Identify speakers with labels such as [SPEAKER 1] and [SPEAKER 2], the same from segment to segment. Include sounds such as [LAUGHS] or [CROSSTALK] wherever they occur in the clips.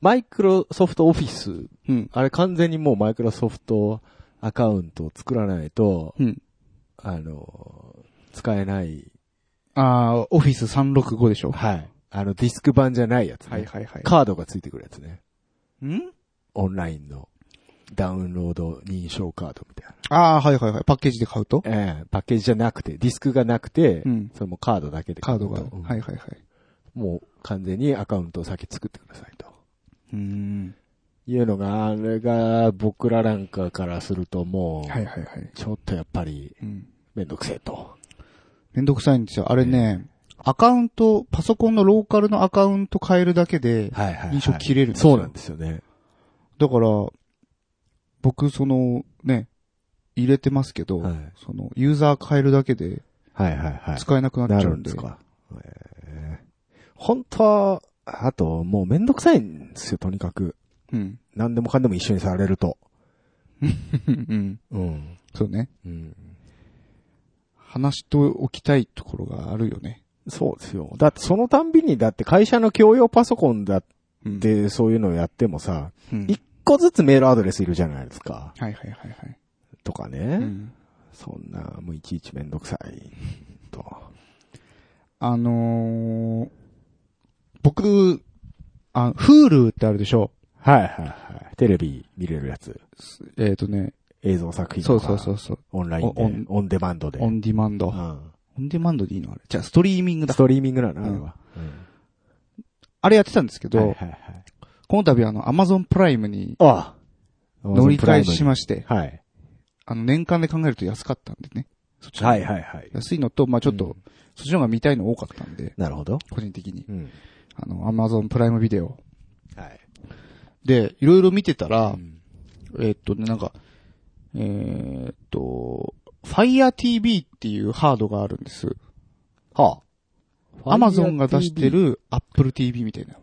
[SPEAKER 1] マイクロソフトオフィス、
[SPEAKER 2] うん。
[SPEAKER 1] あれ完全にもうマイクロソフトアカウントを作らないと、
[SPEAKER 2] うん。
[SPEAKER 1] あの、使えない、
[SPEAKER 2] あー、オフィス365でしょ。
[SPEAKER 1] はい。あの、ディスク版じゃないやつね。
[SPEAKER 2] はいはいはい。
[SPEAKER 1] カードがついてくるやつね。
[SPEAKER 2] ん
[SPEAKER 1] オンラインのダウンロード認証カードみたいな。
[SPEAKER 2] あー、はいはいはい。パッケージで買うと
[SPEAKER 1] ええパッケージじゃなくて、ディスクがなくて、
[SPEAKER 2] うん。
[SPEAKER 1] それもカードだけで。
[SPEAKER 2] カードが。
[SPEAKER 1] うん
[SPEAKER 2] はいはいはい。
[SPEAKER 1] もう完全にアカウントを先作ってくださいと。
[SPEAKER 2] うん。
[SPEAKER 1] いうのが、あれが僕らなんかからするともう、
[SPEAKER 2] はいはいはい。
[SPEAKER 1] ちょっとやっぱり
[SPEAKER 2] うん。
[SPEAKER 1] めんどくせえと。
[SPEAKER 2] めんどくさいんですよ。あれね、アカウント、パソコンのローカルのアカウント変えるだけで、
[SPEAKER 1] はいは
[SPEAKER 2] 認証切れるんですよ
[SPEAKER 1] そうなんですよね。
[SPEAKER 2] だから、僕、その、ね、入れてますけど、
[SPEAKER 1] はい
[SPEAKER 2] その、ユーザー変えるだけで、
[SPEAKER 1] はいはいはい。
[SPEAKER 2] 使えなくなっ
[SPEAKER 1] な
[SPEAKER 2] ちゃ
[SPEAKER 1] る
[SPEAKER 2] うん
[SPEAKER 1] ん
[SPEAKER 2] で。
[SPEAKER 1] ですか。ええ本当は、あと、もうめんどくさいんですよ、とにかく。
[SPEAKER 2] うん。
[SPEAKER 1] 何でもかんでも一緒にされると。
[SPEAKER 2] うん。
[SPEAKER 1] うん。
[SPEAKER 2] そうね。
[SPEAKER 1] うん。
[SPEAKER 2] 話しておきたいところがあるよね。
[SPEAKER 1] そうですよ。だってそのたんびに、だって会社の共用パソコンだっ
[SPEAKER 2] うん、
[SPEAKER 1] てそういうのをやってもさ、
[SPEAKER 2] うん、
[SPEAKER 1] 一個ずつメールアドレスいるじゃないですか。
[SPEAKER 2] はいはいはいはい。
[SPEAKER 1] とかね。
[SPEAKER 2] うん
[SPEAKER 1] そんな、もういちいちめんどくさい。と。
[SPEAKER 2] あのー、僕、あ、Hulu ってあるでしょ
[SPEAKER 1] はいはいはい。テレビ見れるやつ。
[SPEAKER 2] えっ、とね、
[SPEAKER 1] 映像作品と
[SPEAKER 2] そう
[SPEAKER 1] か。
[SPEAKER 2] そうそうそう。
[SPEAKER 1] オンラインで。
[SPEAKER 2] オ
[SPEAKER 1] オ
[SPEAKER 2] ン
[SPEAKER 1] ンデマンドで。
[SPEAKER 2] オンディマンド。
[SPEAKER 1] うん
[SPEAKER 2] オンディマンドでいいのあれ。じゃあ、ストリーミングだ
[SPEAKER 1] ス。トリーミングなの、
[SPEAKER 2] うん
[SPEAKER 1] あれは。
[SPEAKER 2] あれやってたんですけど、
[SPEAKER 1] はいはいはい。
[SPEAKER 2] この度あの、Amazon プライムに
[SPEAKER 1] ああ。
[SPEAKER 2] 乗り換えしまして、
[SPEAKER 1] はい。
[SPEAKER 2] あの、年間で考えると安かったんでね。そっちの
[SPEAKER 1] はいはいはい。
[SPEAKER 2] 安いのと、まあちょっと、
[SPEAKER 1] うん
[SPEAKER 2] そっちの方が見たいの多かったんで、
[SPEAKER 1] なるほど。
[SPEAKER 2] 個人的に。
[SPEAKER 1] うん。
[SPEAKER 2] あの、Amazon プライムビデオ。
[SPEAKER 1] はい。
[SPEAKER 2] で、いろいろ見てたら、
[SPEAKER 1] ん
[SPEAKER 2] えーっとね、なんか、えーっと、Fire TV っていうハードがあるんです。
[SPEAKER 1] はあ。
[SPEAKER 2] Amazon が出して。る Apple TV みたいな。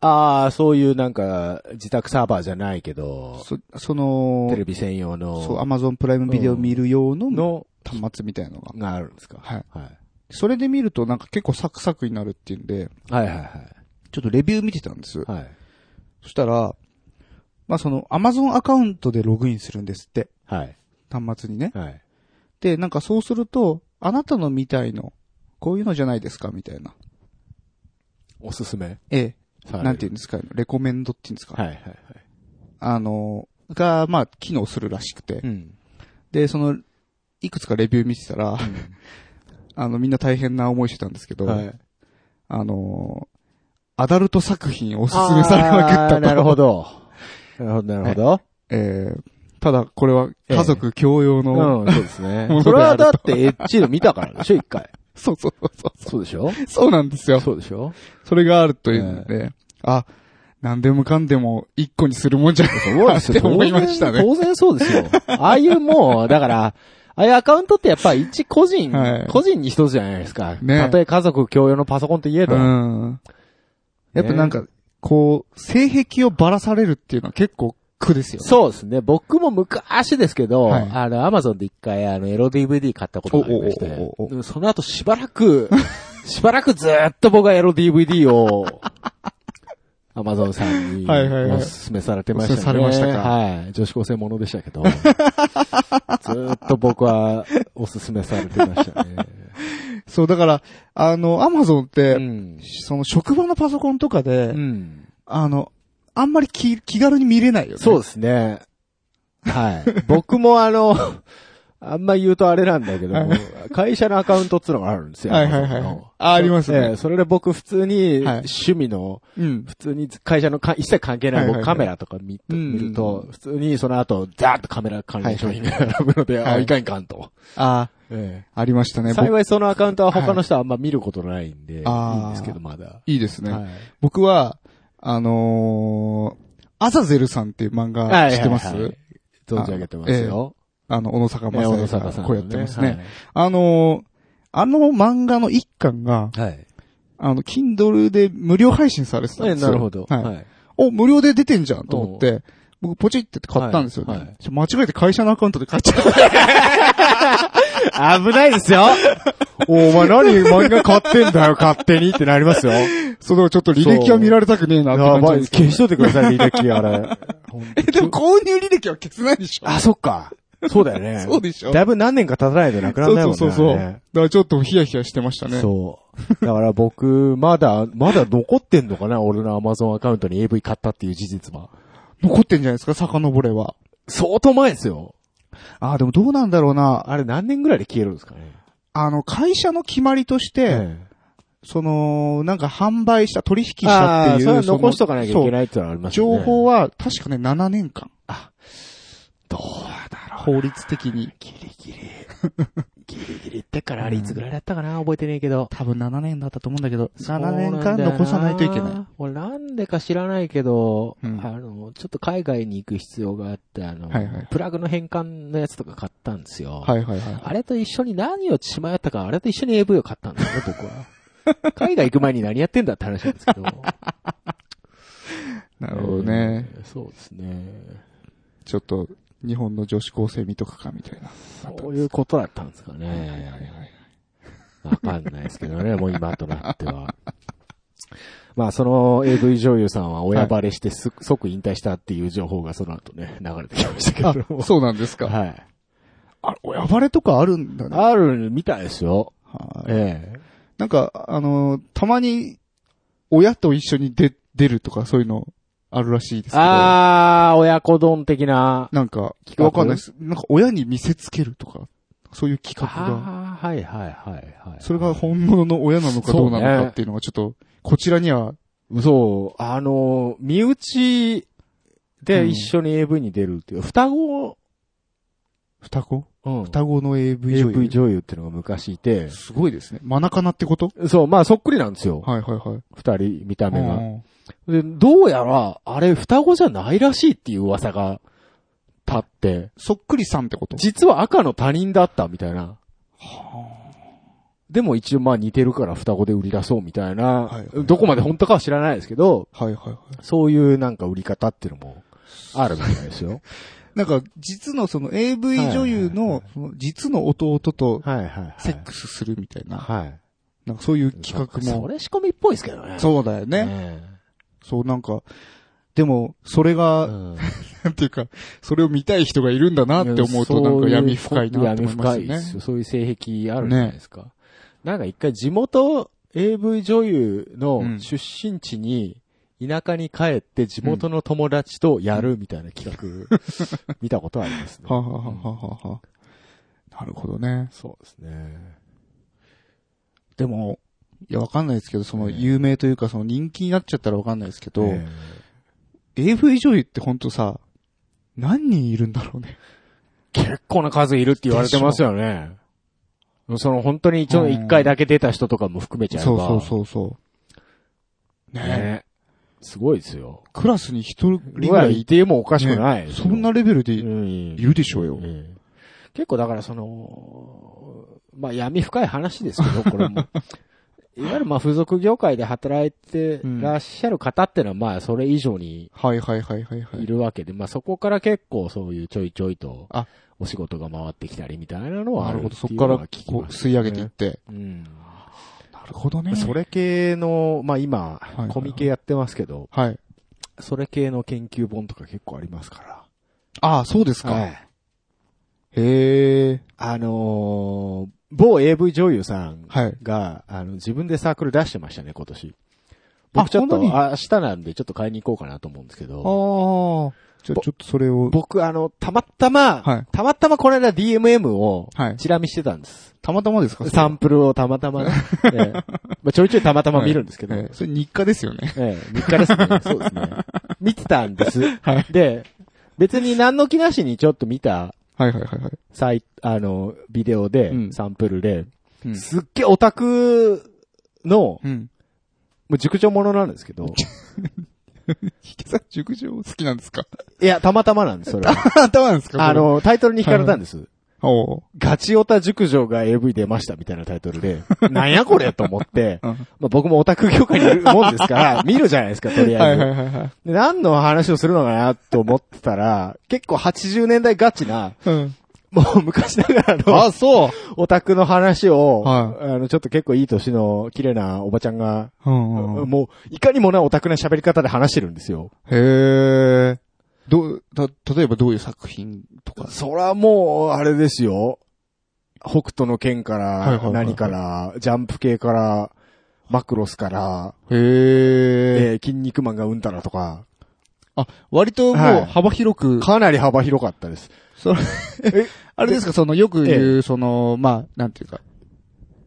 [SPEAKER 1] ああ、そういうなんか、自宅サーバーじゃないけど、
[SPEAKER 2] そ、その
[SPEAKER 1] テ、レビ専用の、
[SPEAKER 2] そう、Amazon プライムビデオ見る用の
[SPEAKER 1] の、
[SPEAKER 2] 端末みたいなのが。
[SPEAKER 1] があるんですか。
[SPEAKER 2] はい。
[SPEAKER 1] はい。
[SPEAKER 2] それで見るとなんか結構サクサクになるっていうんで、
[SPEAKER 1] はいはいはい。
[SPEAKER 2] ちょっとレビュー見てたんです。
[SPEAKER 1] はい。
[SPEAKER 2] そしたら、まあその Amazon アカウントでログインするんですって。
[SPEAKER 1] はい。
[SPEAKER 2] 端末にね。
[SPEAKER 1] はい。
[SPEAKER 2] で、なんかそうすると、あなたの見たいの、こういうのじゃないですかみたいな。
[SPEAKER 1] おすすめ
[SPEAKER 2] え
[SPEAKER 1] され
[SPEAKER 2] え。
[SPEAKER 1] る
[SPEAKER 2] なんていうんですかレコメンドっていうんですか、
[SPEAKER 1] はいはいはい。
[SPEAKER 2] あの、が、まあ、機能するらしくて。
[SPEAKER 1] ん。
[SPEAKER 2] で、その、いくつかレビュー見てたら、あの、みんな大変な思いしてたんですけど、
[SPEAKER 1] はい。
[SPEAKER 2] あの、アダルト作品おすすめされまくった
[SPEAKER 1] あ
[SPEAKER 2] と。
[SPEAKER 1] ーなるほど。なるほど、なるほど。
[SPEAKER 2] えーただ、これは家族共用の、
[SPEAKER 1] うん、そうです
[SPEAKER 2] [LAUGHS]
[SPEAKER 1] ね
[SPEAKER 2] もの。で
[SPEAKER 1] それ
[SPEAKER 2] あ
[SPEAKER 1] は
[SPEAKER 2] ると
[SPEAKER 1] だってエッチで見たからでしょ、一回。
[SPEAKER 2] そうそうそうそ
[SPEAKER 1] そうでしょ
[SPEAKER 2] う。そうなんですよ。
[SPEAKER 1] そうでしょ
[SPEAKER 2] それがあるというので、あ、なんでもかんでも一個にするもんじゃない
[SPEAKER 1] そう
[SPEAKER 2] [LAUGHS] ですよって思いましたね
[SPEAKER 1] 当然そうですよ。ああいうもう、だから、ああいうアカウントってやっぱ一個人、
[SPEAKER 2] はい
[SPEAKER 1] 個人に一つじゃないですか。
[SPEAKER 2] ね
[SPEAKER 1] たとえ家族共用のパソコンといえど。
[SPEAKER 2] うん。やっぱなんか、こう、性癖をばらされるっていうのは結構苦ですよね。
[SPEAKER 1] そうですね。僕も昔ですけど、
[SPEAKER 2] はい
[SPEAKER 1] あの、アマゾンで一回、あの、エロ DVD 買ったことがありまして、
[SPEAKER 2] おおおおおお
[SPEAKER 1] うんその後しばらく、 [LAUGHS] しばらくずーっと僕はエロ DVD
[SPEAKER 2] [LAUGHS]
[SPEAKER 1] を、アマゾンさんに、
[SPEAKER 2] はいはいはい
[SPEAKER 1] おすすめされてましたね。
[SPEAKER 2] おすすめされましたか
[SPEAKER 1] はい。女子高生ものでしたけ
[SPEAKER 2] [LAUGHS]
[SPEAKER 1] ど、ずーっと僕は、おすすめされてましたね。
[SPEAKER 2] そう、だから、あの、アマゾンって、
[SPEAKER 1] うん。
[SPEAKER 2] その職場のパソコンとかで、
[SPEAKER 1] うん。
[SPEAKER 2] あの、あんまり気気軽に見れないよね。
[SPEAKER 1] そうですね。はい。僕もあの、 [LAUGHS] あんま言うとあれなんだけども
[SPEAKER 2] は、
[SPEAKER 1] 会社のアカウントっつうのがあるんですよ。
[SPEAKER 2] はいはいは
[SPEAKER 1] Amazon
[SPEAKER 2] い
[SPEAKER 1] の
[SPEAKER 2] あありますね
[SPEAKER 1] ええそれで僕普通に、
[SPEAKER 2] はい
[SPEAKER 1] 趣味の、
[SPEAKER 2] うん。
[SPEAKER 1] 普通に会社のか一切関係ない
[SPEAKER 2] はいはい
[SPEAKER 1] 僕
[SPEAKER 2] はい
[SPEAKER 1] カメラとか見,、
[SPEAKER 2] うん
[SPEAKER 1] 見ると、普通にその後、ザーッとカメラ関連商品が並ぶので、
[SPEAKER 2] はい
[SPEAKER 1] あ、いかんいかんと。
[SPEAKER 2] あ
[SPEAKER 1] え
[SPEAKER 2] あ、ありました
[SPEAKER 1] え
[SPEAKER 2] ね。僕
[SPEAKER 1] 幸いそのアカウントは他の人はあんま見ることないんで、
[SPEAKER 2] あー
[SPEAKER 1] いいんですけどまだ。
[SPEAKER 2] いいですね。
[SPEAKER 1] はい
[SPEAKER 2] 僕は、あのーアザゼルさんっていう漫画知ってます、
[SPEAKER 1] はいはいはい存じ上げてますよ。
[SPEAKER 2] あの、小野坂
[SPEAKER 1] ええ小
[SPEAKER 2] 正
[SPEAKER 1] 野
[SPEAKER 2] 也
[SPEAKER 1] 坂さ
[SPEAKER 2] さ
[SPEAKER 1] ん
[SPEAKER 2] ん、
[SPEAKER 1] の。
[SPEAKER 2] こうやってますね。。あのーあの漫画の一巻が、
[SPEAKER 1] はい。はい
[SPEAKER 2] あの、Kindle で無料配信されてたん
[SPEAKER 1] ええ
[SPEAKER 2] ですよ。
[SPEAKER 1] なるほど。
[SPEAKER 2] はい。お、無料で出てんじゃんと思って、僕ポチって買ったんですよね。
[SPEAKER 1] はいはい
[SPEAKER 2] ちょ間違えて会社のアカウントで買っちゃっ
[SPEAKER 1] [LAUGHS]
[SPEAKER 2] た。
[SPEAKER 1] 危ないですよ
[SPEAKER 2] おお前
[SPEAKER 1] [LAUGHS]
[SPEAKER 2] 何漫画買ってん [LAUGHS] だよ、勝手にってなりますよ。そのちょっと履歴は見られたくねえなって
[SPEAKER 1] や
[SPEAKER 2] 感じ
[SPEAKER 1] ばい、
[SPEAKER 2] ですけど
[SPEAKER 1] 消しといてくだ [LAUGHS] さい、履歴、あれ。ほ
[SPEAKER 2] [LAUGHS]
[SPEAKER 1] んと
[SPEAKER 2] え、でも購入履歴は消せないでし [LAUGHS] ょ
[SPEAKER 1] あ、そっか。そうだよね。
[SPEAKER 2] そうでしょ
[SPEAKER 1] だいぶ何年か経たないとなくならないもんね。
[SPEAKER 2] そうそう
[SPEAKER 1] あ
[SPEAKER 2] そう。だ
[SPEAKER 1] れ
[SPEAKER 2] か
[SPEAKER 1] ね
[SPEAKER 2] らちょっとヒヤヒヤしてましたね。
[SPEAKER 1] そう。だから僕、まだ、まだ残ってんのかな [LAUGHS] 俺の Amazon アカウントに AV 買ったっていう事実は。
[SPEAKER 2] 残ってんじゃないですか、遡れは。
[SPEAKER 1] 相当前ですよ。
[SPEAKER 2] ああ、でもどうなんだろうな。
[SPEAKER 1] あれ何年ぐらいで消えるんですかね。
[SPEAKER 2] あの、会社の決まりとして、
[SPEAKER 1] ええ
[SPEAKER 2] その、なんか販売した、取引したっ
[SPEAKER 1] あ
[SPEAKER 2] てい
[SPEAKER 1] あ、
[SPEAKER 2] う。
[SPEAKER 1] それは
[SPEAKER 2] その
[SPEAKER 1] 残しとかなきゃいけ
[SPEAKER 2] そう
[SPEAKER 1] ないってのはありますよね。
[SPEAKER 2] 情報は、確かね、7年間。
[SPEAKER 1] どうだろう。
[SPEAKER 2] 法律的に。
[SPEAKER 1] ギリギリ。ギリギリってからあれいつぐらいだったかな覚えてねえけど。
[SPEAKER 2] 多分7年だったと思うんだけど、7
[SPEAKER 1] そう
[SPEAKER 2] 年
[SPEAKER 1] んだよ
[SPEAKER 2] 間残さないといけない。。
[SPEAKER 1] 俺なんでか知らないけど、
[SPEAKER 2] うん
[SPEAKER 1] あの、ちょっと海外に行く必要があって、あの、
[SPEAKER 2] はいはい
[SPEAKER 1] プラグの変換のやつとか買ったんですよ。
[SPEAKER 2] はいはいはい。
[SPEAKER 1] あれと一緒に何を血迷ったか、あれと一緒に AV を買ったんだよね、僕は。
[SPEAKER 2] [LAUGHS]
[SPEAKER 1] 海外行く前に何やってんだって話なんですけど。
[SPEAKER 2] なるほどね。
[SPEAKER 1] えー。そうですね。
[SPEAKER 2] ちょっと、日本の女子高生見とくか、みた [LAUGHS] いな。
[SPEAKER 1] そういうことだったんですか
[SPEAKER 2] はいはい
[SPEAKER 1] ね。
[SPEAKER 2] は
[SPEAKER 1] わ
[SPEAKER 2] い
[SPEAKER 1] かんないですけどね、もう今となっては。まあ、その AV 女優さんは親バレしてす、即引退したっていう情報がその後ね、流れてきましたけども。
[SPEAKER 2] そうなんですか。
[SPEAKER 1] はい。
[SPEAKER 2] あ、親バレとかあるんだね。
[SPEAKER 1] あるみたいですよ。
[SPEAKER 2] はい
[SPEAKER 1] え
[SPEAKER 2] なんか、あのー、たまに、親と一緒に出、出るとかそういうのあるらし
[SPEAKER 1] え
[SPEAKER 2] いですけど。
[SPEAKER 1] あー、親子丼的な。
[SPEAKER 2] なんか、
[SPEAKER 1] 画
[SPEAKER 2] わかんないです。なんか親に見せつけるとか、そういう企画が。
[SPEAKER 1] あーはいはいはいはい。
[SPEAKER 2] それが本物の親なのかどうな
[SPEAKER 1] そ
[SPEAKER 2] の
[SPEAKER 1] う
[SPEAKER 2] か
[SPEAKER 1] ね
[SPEAKER 2] っていうのがちょっと、こちらには、
[SPEAKER 1] そう、あの、身内
[SPEAKER 2] う
[SPEAKER 1] で
[SPEAKER 2] ん
[SPEAKER 1] 一緒に AV に出るっていう、双子、
[SPEAKER 2] 双子
[SPEAKER 1] うん、
[SPEAKER 2] 双子の AV 女優。
[SPEAKER 1] AV 女優っていうのが昔いて、
[SPEAKER 2] すごいですね。マナカナってこと
[SPEAKER 1] そう、まあそっくりなんですよ。
[SPEAKER 2] はいはいはい。
[SPEAKER 1] 二人、見た目
[SPEAKER 2] う
[SPEAKER 1] が。
[SPEAKER 2] ん
[SPEAKER 1] で、どうやら、あれ双子じゃないらしいっていう噂が立って、
[SPEAKER 2] そっくりさんってこと
[SPEAKER 1] 実は赤の他人だったみたいな。でも一応まあ似てるから双子で売り出そうみたいな、
[SPEAKER 2] はいはい
[SPEAKER 1] どこまで本当かは知らないですけど、
[SPEAKER 2] はいはいはい。
[SPEAKER 1] そういうなんか売り方っていうのもあるみたいです
[SPEAKER 2] [LAUGHS]
[SPEAKER 1] よ。
[SPEAKER 2] なんか、実のその AV 女優
[SPEAKER 1] はいはい
[SPEAKER 2] の、その実の弟と
[SPEAKER 1] はいはいはい。
[SPEAKER 2] セックスするみたいな、
[SPEAKER 1] はい。
[SPEAKER 2] なんかそういう企画
[SPEAKER 1] そ
[SPEAKER 2] も。
[SPEAKER 1] れ仕込みっぽいですけどね。
[SPEAKER 2] そうだよ
[SPEAKER 1] う
[SPEAKER 2] ね。そうなんか、でも、それが、
[SPEAKER 1] ん。
[SPEAKER 2] なんていうか、それを見たい人がいるんだなって思うと、なんか闇深いなって思います
[SPEAKER 1] 闇深い
[SPEAKER 2] よ
[SPEAKER 1] で
[SPEAKER 2] ね。
[SPEAKER 1] すよ。そういう性癖あるじゃないですか。なんか一回地元 AV 女優の出身地に、田舎に帰って地元の友達とやるみたいな企画、 [LAUGHS] 見たことありますね
[SPEAKER 2] は。あはあはあはあはあなるほどね。
[SPEAKER 1] そうですね。
[SPEAKER 2] でも、いや、わかんないですけど、その
[SPEAKER 1] ええ
[SPEAKER 2] 有名というか、その人気になっちゃったらわかんないですけど、
[SPEAKER 1] え
[SPEAKER 2] AV 女優ってほんとさ、何人いるんだろうね。
[SPEAKER 1] え結構な数いるって言われてますよね。その本当に一応一回だけ出た人とかも含めちゃえば。
[SPEAKER 2] そうそうそうそう。ねえ。
[SPEAKER 1] ね。すごいですよ。
[SPEAKER 2] クラスに一人ぐ
[SPEAKER 1] ぐら
[SPEAKER 2] ら
[SPEAKER 1] い
[SPEAKER 2] い
[SPEAKER 1] いてもおかしくない。
[SPEAKER 2] ねそんなレベルで
[SPEAKER 1] う
[SPEAKER 2] い
[SPEAKER 1] ん、
[SPEAKER 2] るでしょうよ
[SPEAKER 1] う。ん結構だからその、まあ闇深い話ですけ
[SPEAKER 2] [LAUGHS]
[SPEAKER 1] ど、これも。いわゆるまあ風俗業界で働いてらっしゃる方ってのはまあそれ以上に
[SPEAKER 2] はいはいはいはいはいい。
[SPEAKER 1] るわけで、まあそこから結構そういうちょいちょいと
[SPEAKER 2] あ、
[SPEAKER 1] お仕事が回ってきたりみたいなのはあ
[SPEAKER 2] な
[SPEAKER 1] る
[SPEAKER 2] るほど。
[SPEAKER 1] っ
[SPEAKER 2] そ
[SPEAKER 1] てい
[SPEAKER 2] こ
[SPEAKER 1] う
[SPEAKER 2] か
[SPEAKER 1] の
[SPEAKER 2] ら
[SPEAKER 1] は聞き
[SPEAKER 2] こ
[SPEAKER 1] ま
[SPEAKER 2] う
[SPEAKER 1] す
[SPEAKER 2] 吸い上げていって。
[SPEAKER 1] うん。
[SPEAKER 2] なるほどね
[SPEAKER 1] それ系の、まあ今
[SPEAKER 2] いはいはい、
[SPEAKER 1] コミケやってますけど、
[SPEAKER 2] はい。
[SPEAKER 1] それ系の研究本とか結構ありますか
[SPEAKER 2] ああ、そうです
[SPEAKER 1] ら。
[SPEAKER 2] か。。へえ。
[SPEAKER 1] あのー某 AV 女優さん
[SPEAKER 2] はい。
[SPEAKER 1] が、あの、自分でサークル出してましたね、今年。
[SPEAKER 2] あ
[SPEAKER 1] 僕ちょっと、
[SPEAKER 2] 本当に
[SPEAKER 1] 明日なんでちょっと買いに行こうかなと思うんですけ
[SPEAKER 2] あ
[SPEAKER 1] ど、
[SPEAKER 2] あ。じゃあちょっとそれを。
[SPEAKER 1] 僕あの、たまたま、
[SPEAKER 2] はい
[SPEAKER 1] たまたまこの間 DMM を、
[SPEAKER 2] はい。
[SPEAKER 1] チラ見してたんです。
[SPEAKER 2] たまたまですか
[SPEAKER 1] サンプルをたまた
[SPEAKER 2] [LAUGHS]
[SPEAKER 1] まね、ええまあ、ちょいちょいたまたま見るんですけど、
[SPEAKER 2] ええそれ日課ですよね。
[SPEAKER 1] ええ、日課ですね。そうですね。見てたん
[SPEAKER 2] [LAUGHS]
[SPEAKER 1] です。で、別に何の気なしにちょっと見た、
[SPEAKER 2] はいはいはいはい。
[SPEAKER 1] サイ、あの、ビデオで、
[SPEAKER 2] うん
[SPEAKER 1] サンプルで、
[SPEAKER 2] うん
[SPEAKER 1] すっげえオタクの、
[SPEAKER 2] うん。
[SPEAKER 1] もう熟女ものなんですけ
[SPEAKER 2] [LAUGHS]
[SPEAKER 1] ど、
[SPEAKER 2] 引き算熟女好きなんですか [LAUGHS]
[SPEAKER 1] いや、たまたまなんです、それは。
[SPEAKER 2] 頭なんです
[SPEAKER 1] [LAUGHS]
[SPEAKER 2] か
[SPEAKER 1] あ、の、タイトルに惹かれたんです。
[SPEAKER 2] それおう
[SPEAKER 1] ガチオタ熟女が AV 出ましたみたいなタイトル
[SPEAKER 2] [LAUGHS]
[SPEAKER 1] で、なんやこれと思って、
[SPEAKER 2] うん
[SPEAKER 1] まあ、僕もオタク業界にいるもんです
[SPEAKER 2] [LAUGHS]
[SPEAKER 1] から、見るじゃないですか、とり
[SPEAKER 2] は
[SPEAKER 1] あえ
[SPEAKER 2] い
[SPEAKER 1] ず。
[SPEAKER 2] はいはいはい。
[SPEAKER 1] で何の話をするのかなと思ってたら、結構80年代ガチな、
[SPEAKER 2] うん。
[SPEAKER 1] もう昔ながらの
[SPEAKER 2] あ、そ
[SPEAKER 1] オタクの話を、
[SPEAKER 2] は
[SPEAKER 1] あの、ちょっと結構いい年の綺麗なおばちゃんが、
[SPEAKER 2] う。うんうんうん。
[SPEAKER 1] もう、いかにもなオタクな喋り方で話してるんですよ。
[SPEAKER 2] へえ。どう、た、例えばどういう作品とか。
[SPEAKER 1] そらもう、あれですよ。北斗の剣か
[SPEAKER 2] いはいはい
[SPEAKER 1] ら、
[SPEAKER 2] はい
[SPEAKER 1] 何から、ジャンプ系から、マクロスから、
[SPEAKER 2] へえ。
[SPEAKER 1] えー筋肉マンがうんたらとか、
[SPEAKER 2] 割と
[SPEAKER 1] は
[SPEAKER 2] もう
[SPEAKER 1] い
[SPEAKER 2] 幅広く、
[SPEAKER 1] かなり幅広かったです。
[SPEAKER 2] それ
[SPEAKER 1] え
[SPEAKER 2] あれですか、その、よく言う、その、まあ、なんていうか。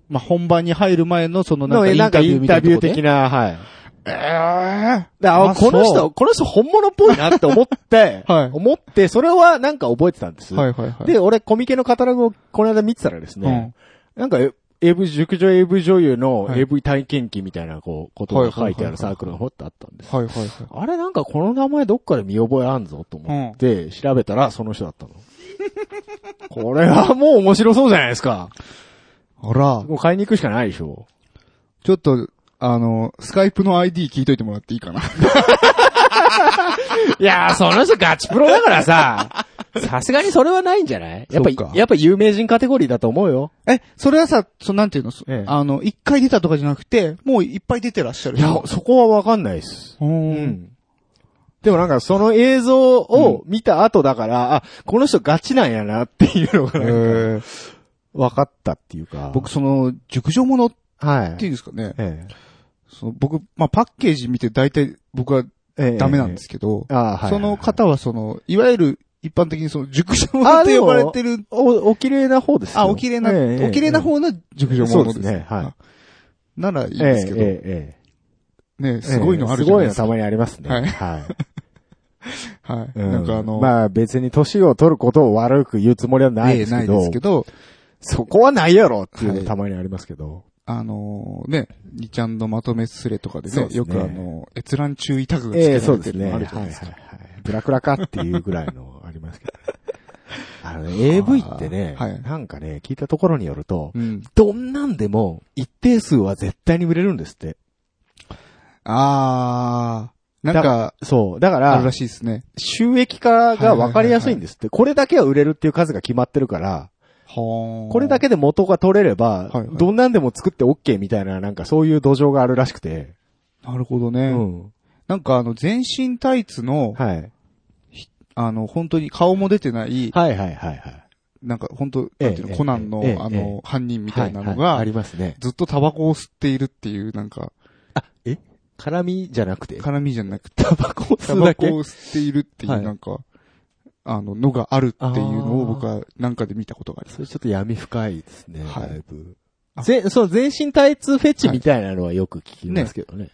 [SPEAKER 2] まあ、本番に入る前の、その、なんかイン
[SPEAKER 1] なん
[SPEAKER 2] タ
[SPEAKER 1] か
[SPEAKER 2] ビ
[SPEAKER 1] イ
[SPEAKER 2] ュー
[SPEAKER 1] ン
[SPEAKER 2] みた
[SPEAKER 1] タ
[SPEAKER 2] いな
[SPEAKER 1] ビュー
[SPEAKER 2] とこで。
[SPEAKER 1] 的な、はい。
[SPEAKER 2] えー
[SPEAKER 1] であ
[SPEAKER 2] あ
[SPEAKER 1] この
[SPEAKER 2] そ
[SPEAKER 1] 人、この人本物っぽいなって思って、
[SPEAKER 2] [LAUGHS] はい
[SPEAKER 1] 思って、それはなんか覚えてたんです。
[SPEAKER 2] はいはいはい。
[SPEAKER 1] で、俺コミケのカタログをこの間見てたらですね、なんかえ AV、熟女 AV 女優の
[SPEAKER 2] はい
[SPEAKER 1] AV 体験記みたいなこう、ことが書いてあるサークルがほってあったんです。
[SPEAKER 2] うん。はいはいはい。
[SPEAKER 1] あれなんかこの名前どっかで見覚えあんぞと思って、調べたらその人だったの。これはもう面白そうじゃないですか。
[SPEAKER 2] あら、
[SPEAKER 1] もう買いに行くしかないでしょ。
[SPEAKER 2] ちょっと、あの、スカイプの ID 聞いといてもらっていいかな。
[SPEAKER 1] いやー、その人ガチプロだからさ、 [LAUGHS] さすがにそれはないんじゃないやっ
[SPEAKER 2] そうか
[SPEAKER 1] ぱ、やっぱ有名人カテゴリーだと思うよ。
[SPEAKER 2] え、それはさ、そなんていうの、そ
[SPEAKER 1] ええ
[SPEAKER 2] あの、一回出たとかじゃなくて、もういっぱい出てらっしゃる。
[SPEAKER 1] いや、そこはわかんないです。
[SPEAKER 2] う。
[SPEAKER 1] うんん。でもなんかその映像を見た後だから、あ、この人ガチなんやなっていうのが
[SPEAKER 2] え
[SPEAKER 1] なんか
[SPEAKER 2] ー
[SPEAKER 1] わかったっていうか。
[SPEAKER 2] 僕、、その、熟女ものっ
[SPEAKER 1] はい。
[SPEAKER 2] ていうんですかね。
[SPEAKER 1] え
[SPEAKER 2] その僕、まあ、パッケージ見て大体僕は
[SPEAKER 1] えええ
[SPEAKER 2] ダメなんですけど、
[SPEAKER 1] あーはいはいはい
[SPEAKER 2] その方はその、いわゆる一般的にその、熟女もの
[SPEAKER 1] あ
[SPEAKER 2] っ
[SPEAKER 1] で
[SPEAKER 2] て
[SPEAKER 1] も
[SPEAKER 2] 呼ばれてる、
[SPEAKER 1] お、お綺麗な方ですよ
[SPEAKER 2] あ、お綺麗な、
[SPEAKER 1] ええ
[SPEAKER 2] お綺麗な
[SPEAKER 1] え
[SPEAKER 2] 方の熟
[SPEAKER 1] え
[SPEAKER 2] 女ものです。
[SPEAKER 1] そうですね。はい。
[SPEAKER 2] ならいい
[SPEAKER 1] い
[SPEAKER 2] ですけど、
[SPEAKER 1] えええ
[SPEAKER 2] ね、
[SPEAKER 1] え
[SPEAKER 2] すごいのある
[SPEAKER 1] す
[SPEAKER 2] じゃ
[SPEAKER 1] ご
[SPEAKER 2] ない
[SPEAKER 1] の
[SPEAKER 2] いですか。
[SPEAKER 1] たまにありますね。
[SPEAKER 2] はい [LAUGHS]
[SPEAKER 1] はい。
[SPEAKER 2] はい。
[SPEAKER 1] う
[SPEAKER 2] なんかあの、
[SPEAKER 1] まあ別に年を取ることを悪く言うつもりはない
[SPEAKER 2] ええ
[SPEAKER 1] です
[SPEAKER 2] な
[SPEAKER 1] け
[SPEAKER 2] い
[SPEAKER 1] ど、
[SPEAKER 2] ですけど、
[SPEAKER 1] そこはないやろっていう
[SPEAKER 2] はい
[SPEAKER 1] のたまにありますけど。
[SPEAKER 2] あのね、2ちゃんのまとめスレとかでね、
[SPEAKER 1] そうですね
[SPEAKER 2] よくあの、閲覧注意タグが
[SPEAKER 1] ええ
[SPEAKER 2] 付けら
[SPEAKER 1] そう
[SPEAKER 2] れ
[SPEAKER 1] で
[SPEAKER 2] て
[SPEAKER 1] す
[SPEAKER 2] る
[SPEAKER 1] ね。
[SPEAKER 2] の
[SPEAKER 1] は
[SPEAKER 2] あ
[SPEAKER 1] い
[SPEAKER 2] る
[SPEAKER 1] は
[SPEAKER 2] じゃない
[SPEAKER 1] い
[SPEAKER 2] ですか。
[SPEAKER 1] はい。ブラクラかっていうぐらいのありますけ
[SPEAKER 2] [LAUGHS]
[SPEAKER 1] ど。あのね、AV ってね、
[SPEAKER 2] はい
[SPEAKER 1] なんかね、聞いたところによると、
[SPEAKER 2] うん。
[SPEAKER 1] どんなんでも一定数は絶対に売れるんですって。
[SPEAKER 2] あー、なんか、
[SPEAKER 1] そう。だか
[SPEAKER 2] ある
[SPEAKER 1] ら
[SPEAKER 2] ら、しいですね。
[SPEAKER 1] 収益化が分かりやすいんですって。これだけは売れるっていう数が決まってるから、
[SPEAKER 2] ほ
[SPEAKER 1] これだ
[SPEAKER 2] け、
[SPEAKER 1] けで元が取れれ
[SPEAKER 2] い
[SPEAKER 1] ば
[SPEAKER 2] はい、
[SPEAKER 1] どんなんでも作って OK みたいな、なんかそういう土壌があるらしくて。
[SPEAKER 2] なるほど
[SPEAKER 1] う
[SPEAKER 2] ね。
[SPEAKER 1] ん。
[SPEAKER 2] なんかあの、全身タイツの、
[SPEAKER 1] はい。
[SPEAKER 2] あの、本当に顔も出てない、
[SPEAKER 1] はいはいはいはい。
[SPEAKER 2] なんか本当、
[SPEAKER 1] ええ
[SPEAKER 2] なんていうの、コナンの
[SPEAKER 1] ええ、
[SPEAKER 2] あ
[SPEAKER 1] え
[SPEAKER 2] の、犯人みたいなの
[SPEAKER 1] ははあ
[SPEAKER 2] が、
[SPEAKER 1] りますね。
[SPEAKER 2] ずっとタバコを吸っているっていう、なんか、
[SPEAKER 1] 絡みじゃなくて。
[SPEAKER 2] 絡みじゃなくて、
[SPEAKER 1] タバコを
[SPEAKER 2] タ
[SPEAKER 1] 吸う
[SPEAKER 2] バ
[SPEAKER 1] だ
[SPEAKER 2] コ
[SPEAKER 1] け。
[SPEAKER 2] を吸っているっていう、
[SPEAKER 1] はい
[SPEAKER 2] なんか、あの、のがあるっていうのを僕はなんかで見たことがあります
[SPEAKER 1] それちょっと闇深いですね。
[SPEAKER 2] はい
[SPEAKER 1] だいぶ
[SPEAKER 2] あ。
[SPEAKER 1] ぜ、そう、全身タイツフェチみたいなのはよく聞きますけどね。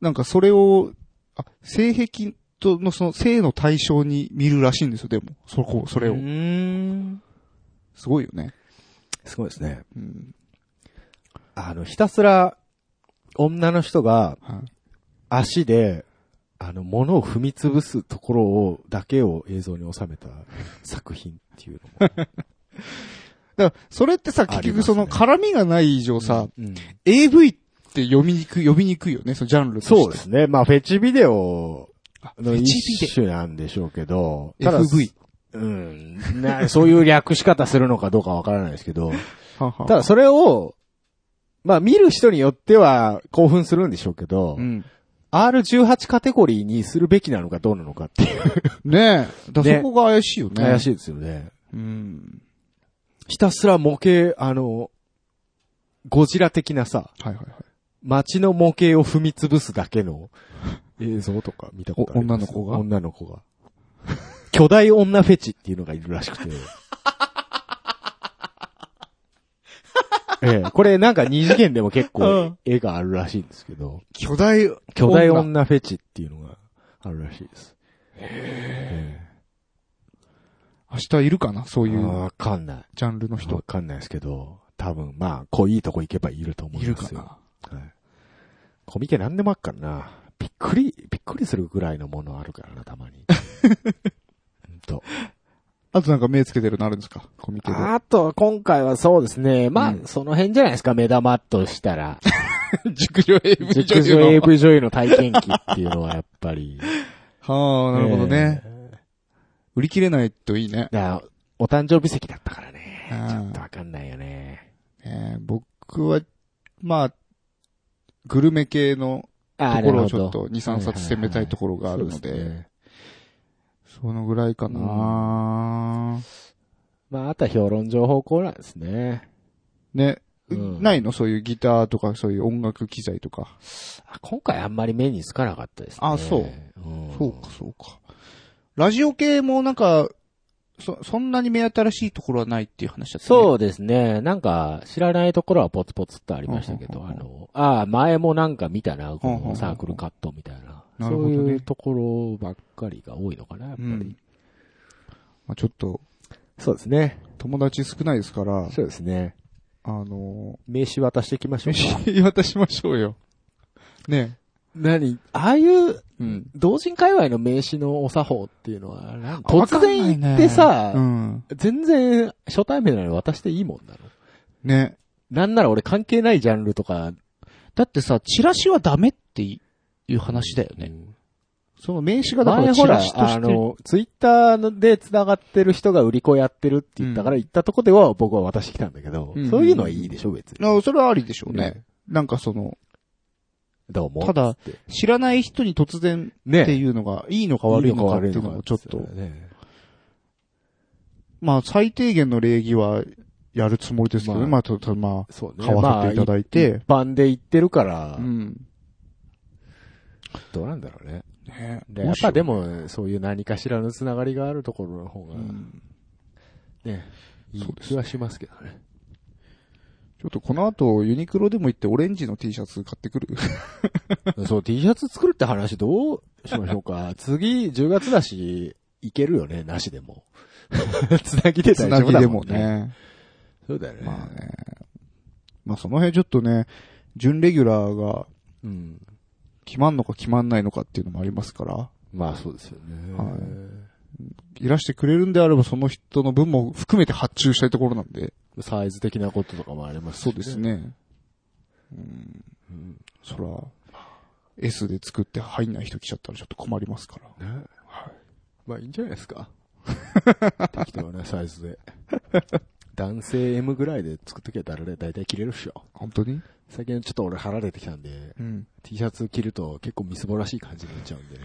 [SPEAKER 2] なんかそれを、あ、性癖とのその性の対象に見るらしいんですよ、でも。そこ、それを
[SPEAKER 1] う。ーん。
[SPEAKER 2] すごいよね。
[SPEAKER 1] すごいですね。
[SPEAKER 2] うん。
[SPEAKER 1] あの、ひたすら、女の人が
[SPEAKER 2] はい。
[SPEAKER 1] 足で、あの、物を踏み潰すところを、だけを映像に収めた作品っていうのも。
[SPEAKER 2] だから、それってさ、結
[SPEAKER 1] あり
[SPEAKER 2] 局
[SPEAKER 1] ます
[SPEAKER 2] そ
[SPEAKER 1] ね
[SPEAKER 2] の絡みがない以上さ、
[SPEAKER 1] うん、
[SPEAKER 2] AV って読みにくい、読みにくいよね、そのジャンルとして。
[SPEAKER 1] そうですね。まあ、フェチビデオ
[SPEAKER 2] あ。フ
[SPEAKER 1] の
[SPEAKER 2] ェチビ
[SPEAKER 1] 一種なんでしょうけど、
[SPEAKER 2] デオ。FV。
[SPEAKER 1] うん。な、そういう略し方するのかどうかわからないですけど、
[SPEAKER 2] はは
[SPEAKER 1] ただそれを、まあ見る人によっては興奮するんでしょうけど、
[SPEAKER 2] うん。
[SPEAKER 1] R18 カテゴリーにするべきなのかどうなのかっていう、
[SPEAKER 2] ねえ。だから
[SPEAKER 1] ね
[SPEAKER 2] そこが怪しいよね。
[SPEAKER 1] 怪
[SPEAKER 2] い。
[SPEAKER 1] しいですよね。
[SPEAKER 2] うん。
[SPEAKER 1] ひたすら模型、あの、ゴジラ的なさ、
[SPEAKER 2] はいはいはい。
[SPEAKER 1] 街の模型を踏み潰すだけの映像とか見たことあります
[SPEAKER 2] お女の子が
[SPEAKER 1] 女の子が。巨大女フェチっていうのがいるらしくて。ええ、これなんか二次元でも結構絵があるらしいんですけど、
[SPEAKER 2] 巨大、
[SPEAKER 1] 巨大女フェチっていうのがあるらしいです。え
[SPEAKER 2] 明日いるかなそう
[SPEAKER 1] え
[SPEAKER 2] い
[SPEAKER 1] あー
[SPEAKER 2] う
[SPEAKER 1] わかんない。
[SPEAKER 2] ジャンルの
[SPEAKER 1] わ
[SPEAKER 2] 人。
[SPEAKER 1] かんないですけど、多分まあ、こういいとこ行けばいると思
[SPEAKER 2] い
[SPEAKER 1] い
[SPEAKER 2] る
[SPEAKER 1] ま
[SPEAKER 2] か
[SPEAKER 1] すよ。
[SPEAKER 2] な
[SPEAKER 1] はい。コミケなんでもあっからな。びっくり、びっくりするぐらいのものあるからな、たま [LAUGHS] に。ほんと
[SPEAKER 2] あとなんか目つけてるのあるんですかコミケで。
[SPEAKER 1] あと、今回はそうですね。まあ、
[SPEAKER 2] うん
[SPEAKER 1] その辺じゃないですか、目玉としたら。
[SPEAKER 2] 熟女 AV
[SPEAKER 1] 熟 [LAUGHS] 女 AV 女優の体験記っていうのはやっぱり。
[SPEAKER 2] はあ、なるほどね。
[SPEAKER 1] え
[SPEAKER 2] 売り切れないといい
[SPEAKER 1] ー。
[SPEAKER 2] ね。
[SPEAKER 1] だからお誕生日席だったからね。
[SPEAKER 2] うん
[SPEAKER 1] ちょっとわかんないよね。
[SPEAKER 2] えー僕は、まあ、グルメ系の
[SPEAKER 1] あ
[SPEAKER 2] と
[SPEAKER 1] ー
[SPEAKER 2] ころをちょっ。
[SPEAKER 1] なるほど
[SPEAKER 2] と2、3冊攻めたいところがあるの
[SPEAKER 1] そうす
[SPEAKER 2] で、
[SPEAKER 1] ね
[SPEAKER 2] そのぐらいかな
[SPEAKER 1] まあ、あとは評論情報コーナーですね。
[SPEAKER 2] ね、
[SPEAKER 1] うん
[SPEAKER 2] ないのそういうギターとか、そういう音楽機材とか。
[SPEAKER 1] あ今回あんまり目につかなかったですね。
[SPEAKER 2] あそうんそうか、そうか。ラジオ系もなんか、そ、そんなに目新しいところはないっていう話だったね。
[SPEAKER 1] そうですね。なんか、知らないところはポツポツっとありましたけ
[SPEAKER 2] う
[SPEAKER 1] ど、
[SPEAKER 2] んうんう
[SPEAKER 1] あ
[SPEAKER 2] ん
[SPEAKER 1] の、ああ、前もなんか見たな、
[SPEAKER 2] うんう
[SPEAKER 1] こ
[SPEAKER 2] んうん
[SPEAKER 1] のサークルカットみたいな。
[SPEAKER 2] なるほ
[SPEAKER 1] そ
[SPEAKER 2] ど
[SPEAKER 1] う
[SPEAKER 2] ね
[SPEAKER 1] いうところばっかりが多いのかな、やっぱ
[SPEAKER 2] う
[SPEAKER 1] り。
[SPEAKER 2] ん。まあ、ちょっと、
[SPEAKER 1] そうですね。
[SPEAKER 2] 友達少ないですから、
[SPEAKER 1] そうですね。
[SPEAKER 2] あの
[SPEAKER 1] 名刺渡していきましょうか。
[SPEAKER 2] ー、言い渡しましょうよ。ね。
[SPEAKER 1] 何ああいう、
[SPEAKER 2] うん。
[SPEAKER 1] 同人界隈の名刺のお作法っていうのは、なんか突然行って
[SPEAKER 2] う
[SPEAKER 1] さ、
[SPEAKER 2] ん。
[SPEAKER 1] 全然初対面なのに渡していいもんなの
[SPEAKER 2] ね。
[SPEAKER 1] なんなら俺関係ないジャンルとか。
[SPEAKER 2] だってさ、チラシはダメっていう話だよね。
[SPEAKER 1] うん
[SPEAKER 2] その名刺がだか
[SPEAKER 1] 前ほ
[SPEAKER 2] らチラ
[SPEAKER 1] ら
[SPEAKER 2] シ、と
[SPEAKER 1] あ
[SPEAKER 2] して。
[SPEAKER 1] の、ツイッターで繋がってる人が売り子やってるって言ったから、行ったとこでは僕は渡してきたんだけど、
[SPEAKER 2] うん
[SPEAKER 1] そういうのはいいでしょ、別に。
[SPEAKER 2] あそれはありでしょうね。
[SPEAKER 1] ね
[SPEAKER 2] なんかその、
[SPEAKER 1] どうも。
[SPEAKER 2] ただ
[SPEAKER 1] つって、
[SPEAKER 2] 知らない人に突然
[SPEAKER 1] ね。
[SPEAKER 2] っていうのが、いいのか悪いのかっていうのがちょっと、
[SPEAKER 1] ね
[SPEAKER 2] まあ最低限の礼儀はやるつもりですけどね、
[SPEAKER 1] まあ
[SPEAKER 2] まあ、ただま
[SPEAKER 1] そう
[SPEAKER 2] あ、
[SPEAKER 1] ね。
[SPEAKER 2] 買わせていただいて、
[SPEAKER 1] まあ一般で行ってるから、
[SPEAKER 2] うん。
[SPEAKER 1] どうなんだろうね。
[SPEAKER 2] ね
[SPEAKER 1] でやっぱで
[SPEAKER 2] も
[SPEAKER 1] も、そういう何かしらのつながりがあるところの方
[SPEAKER 2] し
[SPEAKER 1] が
[SPEAKER 2] よう、うん
[SPEAKER 1] ね、いい
[SPEAKER 2] そうです
[SPEAKER 1] 気
[SPEAKER 2] ね
[SPEAKER 1] はしますけどね。
[SPEAKER 2] ちょっとこの後、ユニクロでも行ってオレンジの T シャツ買ってくる。
[SPEAKER 1] そう、T シャツ作るって話どうしましょうか。 [LAUGHS] 次、10月だし、いけるよね、なしでも。 [LAUGHS] つなぎで
[SPEAKER 2] つ
[SPEAKER 1] [LAUGHS] 大
[SPEAKER 2] な
[SPEAKER 1] 丈夫
[SPEAKER 2] ぎ
[SPEAKER 1] だ
[SPEAKER 2] で
[SPEAKER 1] も
[SPEAKER 2] も
[SPEAKER 1] んね。
[SPEAKER 2] ね。
[SPEAKER 1] そうだよね。
[SPEAKER 2] まあね。まあその辺ちょっとね、準レギュラーが
[SPEAKER 1] うん。
[SPEAKER 2] 決まんのか決まんないのかっていうのもありますから、
[SPEAKER 1] まあそうですよね。
[SPEAKER 2] はいいらしてくれるんであればその人の分も含めて発注したいところなんで。
[SPEAKER 1] サイズ的なこととかもありますし
[SPEAKER 2] そうです。ね。うん。
[SPEAKER 1] うん
[SPEAKER 2] そら、S で作って入んない人来ちゃったらちょっと困りますから。
[SPEAKER 1] ねまあいいんじゃないですか。適当なサイズで。 [LAUGHS] 男性 M ぐらいで作っときゃ誰で大体着れるっしょ。
[SPEAKER 2] 本当に
[SPEAKER 1] 最近ちょっと俺腹出てきたんで、
[SPEAKER 2] うん。
[SPEAKER 1] T シャツ着ると結構みすぼらしい感じになっちゃうんで
[SPEAKER 2] [LAUGHS]
[SPEAKER 1] ね。